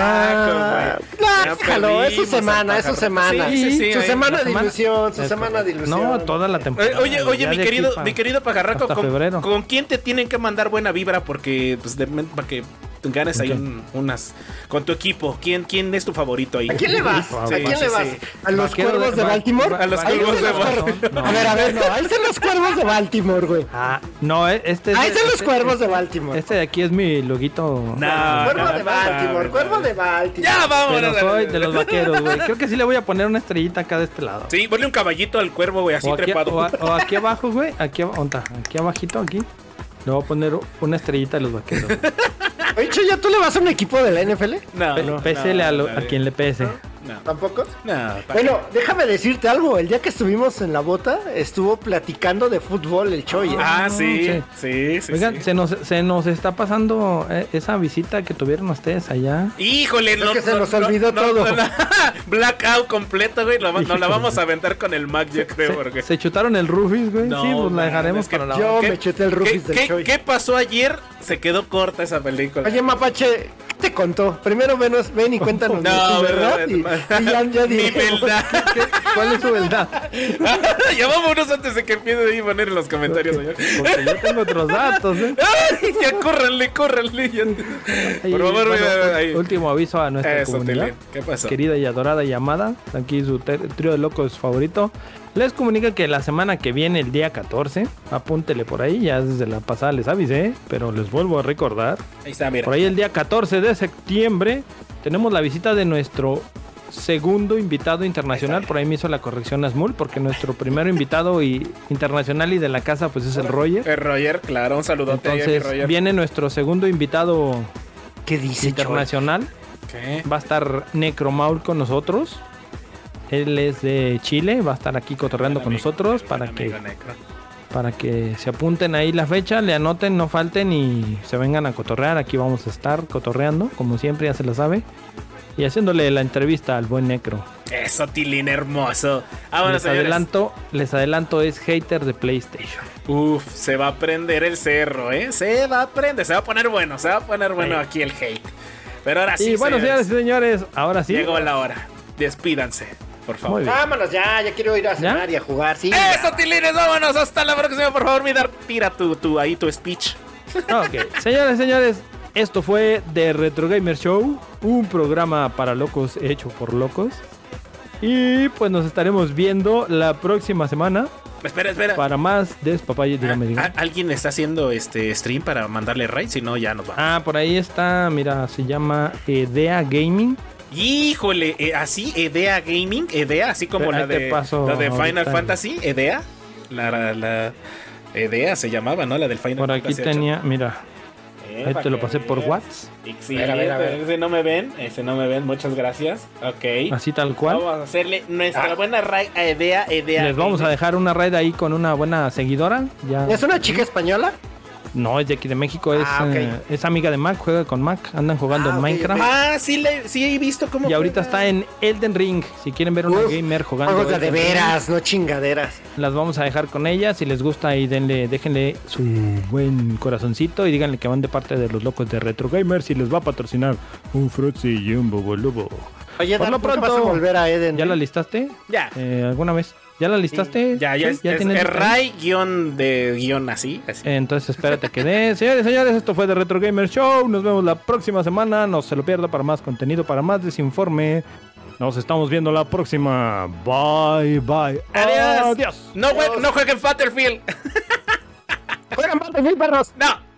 Speaker 4: Ah,
Speaker 3: pajarraco, güey. Ya
Speaker 4: déjalo, es su
Speaker 3: perdimos
Speaker 4: semana,
Speaker 3: al
Speaker 4: es su
Speaker 3: pajarraco.
Speaker 4: semana.
Speaker 3: Sí, sí, sí,
Speaker 4: su
Speaker 3: ahí.
Speaker 4: semana
Speaker 1: La
Speaker 4: de
Speaker 1: semana-
Speaker 4: ilusión, su
Speaker 1: Es
Speaker 4: semana de
Speaker 1: correcto.
Speaker 4: ilusión.
Speaker 1: Este, No, toda la
Speaker 3: Eh,
Speaker 1: temporada.
Speaker 3: Oye, oye,
Speaker 1: ya
Speaker 3: mi
Speaker 1: de aquí
Speaker 3: querido,
Speaker 1: pa-
Speaker 3: mi querido pajarraco,
Speaker 1: hasta
Speaker 3: ¿con,
Speaker 1: febrero.
Speaker 3: con quién te tienen que mandar buena vibra? Porque, pues, de- para que ganes ahí un- unas. Con tu equipo, ¿quién, quién es tu favorito ahí?
Speaker 4: ¿A quién le vas?
Speaker 1: Sí,
Speaker 4: ¿A
Speaker 3: sí,
Speaker 4: quién le vas?
Speaker 3: sí.
Speaker 4: ¿A los
Speaker 1: Vaquero
Speaker 4: cuervos de
Speaker 1: va-
Speaker 4: Baltimore?
Speaker 1: va-
Speaker 3: A los
Speaker 4: Ahí
Speaker 3: cuervos
Speaker 4: se
Speaker 3: de
Speaker 4: los
Speaker 3: Baltimore.
Speaker 4: cuervos-
Speaker 1: No.
Speaker 4: A ver, a ver, no, ahí están los cuervos de Baltimore, güey.
Speaker 1: Ah, no, eh, este.
Speaker 4: Ahí están los
Speaker 1: este-
Speaker 4: cuervos de Baltimore.
Speaker 1: Este de aquí es mi loguito.
Speaker 3: Nah,
Speaker 4: este Cuervo
Speaker 3: nah,
Speaker 4: de
Speaker 3: nah,
Speaker 4: Baltimore,
Speaker 3: nah,
Speaker 4: cuervo
Speaker 3: nah.
Speaker 4: de Baltimore.
Speaker 3: Ya, vámonos.
Speaker 1: Pero soy de los vaqueros, güey. Creo que sí le voy a poner una estrellita acá de este lado.
Speaker 3: Sí, ponle un caballito al cuervo, güey, así
Speaker 1: o, aquí,
Speaker 3: trepado.
Speaker 1: o a- o aquí abajo, güey. Aquí, ab- onta, aquí abajito, aquí. Le voy a poner una estrellita de los
Speaker 3: [LAUGHS]
Speaker 1: vaqueros. güey.
Speaker 4: Oye, Chuya, ¿tú le vas a un equipo de la NFL?
Speaker 3: [LAUGHS] No,
Speaker 1: Pe-
Speaker 3: no,
Speaker 1: pésele
Speaker 3: no,
Speaker 1: a, lo-
Speaker 3: no,
Speaker 1: a quien le pese.
Speaker 3: No,
Speaker 4: ¿Tampoco?
Speaker 3: no, pa-
Speaker 4: Bueno, déjame decirte algo. El día que estuvimos en la bota, estuvo platicando de fútbol el ¿eh? Choya.
Speaker 3: Ah, sí,
Speaker 1: sí.
Speaker 3: sí, sí.
Speaker 1: Oigan,
Speaker 3: sí.
Speaker 1: Se, nos, se nos está pasando eh, esa visita que tuvieron ustedes allá.
Speaker 3: Híjole,
Speaker 4: Creo que se nos olvidó todo.
Speaker 3: [LAUGHS] blackout completo, güey. Lo va- nos la vamos a aventar con el Mac, yo creo, porque.
Speaker 1: Se, se chutaron el Rufis, güey.
Speaker 3: No,
Speaker 1: sí, pues la
Speaker 3: man,
Speaker 1: dejaremos
Speaker 3: es que
Speaker 1: para la
Speaker 4: Yo
Speaker 3: ¿Qué-
Speaker 4: me chuté el
Speaker 3: ¿Qué,
Speaker 4: Rufis del
Speaker 3: qué-
Speaker 4: Choya.
Speaker 3: qué pasó ayer? Se quedó corta esa película.
Speaker 4: Oye, Mapache, ¿qué te contó? Primero venos, ven y cuéntanos. de
Speaker 3: no,
Speaker 4: ti,
Speaker 3: verdad.
Speaker 4: Y, y ya, ya
Speaker 3: Mi
Speaker 4: diremos. [LAUGHS]
Speaker 3: verdad.
Speaker 1: ¿Cuál es su verdad?
Speaker 3: [LAUGHS] ya vámonos antes de que empiece a poner en los comentarios, señor.
Speaker 1: Porque yo tengo otros datos, ¿eh?
Speaker 3: Ay, ya córranle, córranle. ya.
Speaker 1: Y,
Speaker 3: Por favor,
Speaker 1: bueno,
Speaker 3: mira, ahí.
Speaker 1: Último aviso a nuestra
Speaker 3: Eso,
Speaker 1: comunidad.
Speaker 3: Tilín, ¿Qué pasó?
Speaker 1: querida y adorada llamada, aquí su te- trío de locos favorito, les comunica que la semana que viene, el día 14, apúntele por ahí, ya desde la pasada les avisé, pero les vuelvo a recordar,
Speaker 3: Ahí está, mira.
Speaker 1: por ahí el día 14 de septiembre tenemos la visita de nuestro segundo invitado internacional. Por ahí me hizo la corrección Asmul, porque nuestro primero invitado y internacional y de la casa pues es el Roger.
Speaker 3: Eh, Roger, claro, un saludote ahí a mi
Speaker 1: Entonces
Speaker 3: Roger.
Speaker 1: viene nuestro segundo invitado
Speaker 4: ¿Qué dice Choy?
Speaker 1: internacional.
Speaker 3: Ok.
Speaker 1: Va a estar Necromaul con nosotros. Él es de Chile, va a estar aquí cotorreando con
Speaker 3: Amigo,
Speaker 1: nosotros para
Speaker 3: amigo
Speaker 1: que,
Speaker 3: Necro.
Speaker 1: para que se apunten ahí la fecha, le anoten, no falten y se vengan a cotorrear. Aquí vamos a estar cotorreando, como siempre, ya se lo sabe. Y haciéndole la entrevista al buen Necro.
Speaker 3: Eso, Tilín hermoso. Ah, bueno,
Speaker 1: les
Speaker 3: señores.
Speaker 1: adelanto, les adelanto, es hater de PlayStation.
Speaker 3: Uf, se va a prender el cerro, ¿eh? Se va a prender, se va a poner bueno, se va a poner bueno aquí el hate. Pero ahora sí,
Speaker 1: y bueno, señoras y
Speaker 3: señores,
Speaker 1: señores, ahora sí.
Speaker 3: llegó la hora. Despídanse, por favor.
Speaker 1: Muy bien.
Speaker 4: Vámonos ya, ya quiero ir a cenar y a jugar. Sí, ya.
Speaker 3: Eso, Tilines, vámonos. Hasta la próxima, por favor, Midar. Tira tu, tu, ahí tu speech.
Speaker 1: Ah, Ok. Señores, señores, esto fue The Retro Gamer Show, un programa para locos hecho por locos. Y pues nos estaremos viendo la próxima semana
Speaker 3: Espera, espera.
Speaker 1: para más despapalle. Dígame,
Speaker 3: Ah,
Speaker 1: dígame.
Speaker 3: ah, ¿Alguien está haciendo este stream para mandarle raid? Si no, ya nos va.
Speaker 1: Ah, por ahí está, mira, se llama Edea Gaming.
Speaker 3: Híjole, eh, así, Edea Gaming, Edea, así como
Speaker 1: Pero
Speaker 3: la
Speaker 1: ahí te
Speaker 3: de,
Speaker 1: paso
Speaker 3: la de
Speaker 1: ahorita
Speaker 3: Final
Speaker 1: el-
Speaker 3: Fantasy, Edea. La, la, la- Edea se llamaba, ¿no? La del Final
Speaker 1: Por aquí
Speaker 3: Fantasy. VIII.
Speaker 1: tenía, mira,
Speaker 3: Eh,
Speaker 1: ahí
Speaker 3: para
Speaker 1: te lo
Speaker 3: que
Speaker 1: pasé por
Speaker 3: veas.
Speaker 1: WhatsApp,
Speaker 3: Sí,
Speaker 4: A ver, a ver, a ver.
Speaker 3: ese no me ven, ese no me ven, muchas gracias. Ok.
Speaker 1: así tal cual.
Speaker 3: Vamos a hacerle
Speaker 4: Ah.
Speaker 3: nuestra buena eh, raid a Edea, Edea.
Speaker 1: Les vamos a
Speaker 3: Gaming.
Speaker 1: dejar una raid ahí con una buena seguidora. Ya.
Speaker 4: ¿Es una chica española?
Speaker 1: No, es de aquí de México, es,
Speaker 4: Ah, ok.
Speaker 1: eh, es amiga de Mac, juega con Mac, andan jugando
Speaker 4: Ah,
Speaker 1: en
Speaker 4: ok,
Speaker 1: Minecraft.
Speaker 3: Ah, sí, le, sí he visto cómo.
Speaker 1: Y ahorita
Speaker 3: juega.
Speaker 1: está en Elden Ring. Si quieren ver una
Speaker 4: Uf,
Speaker 1: gamer jugando.
Speaker 4: Juegos de, de
Speaker 1: Elden Ring,
Speaker 4: veras, no chingaderas.
Speaker 1: las vamos a dejar con ella. Si les gusta ahí denle, déjenle su buen corazoncito y díganle que van de parte de los locos de Retro Gamer si les va a patrocinar un Fruzzi y un Bobo Lobo.
Speaker 4: Oye,
Speaker 1: Por
Speaker 4: Dar,
Speaker 1: lo
Speaker 4: ¿nunca vas
Speaker 1: pronto,
Speaker 4: a volver a Eden. ¿eh?
Speaker 1: ¿Ya la listaste?
Speaker 3: Ya.
Speaker 1: Eh, ¿Alguna vez? ¿Ya la listaste?
Speaker 3: Ya, ya,
Speaker 1: ¿Sí?
Speaker 3: es, es-
Speaker 1: tienes
Speaker 3: es
Speaker 1: lista?
Speaker 3: Ray guión de guión así. así.
Speaker 1: Entonces espérate que dé. [LAUGHS] Señores, señores, esto fue The Retro Gamer Show. Nos vemos la próxima semana. No se lo pierda para más contenido, para más desinforme. Nos estamos viendo la próxima. Bye, bye.
Speaker 3: Adiós.
Speaker 1: Adiós.
Speaker 3: No, jue- no jueguen Battlefield. [LAUGHS]
Speaker 4: Juegan Battlefield, perros.
Speaker 3: No.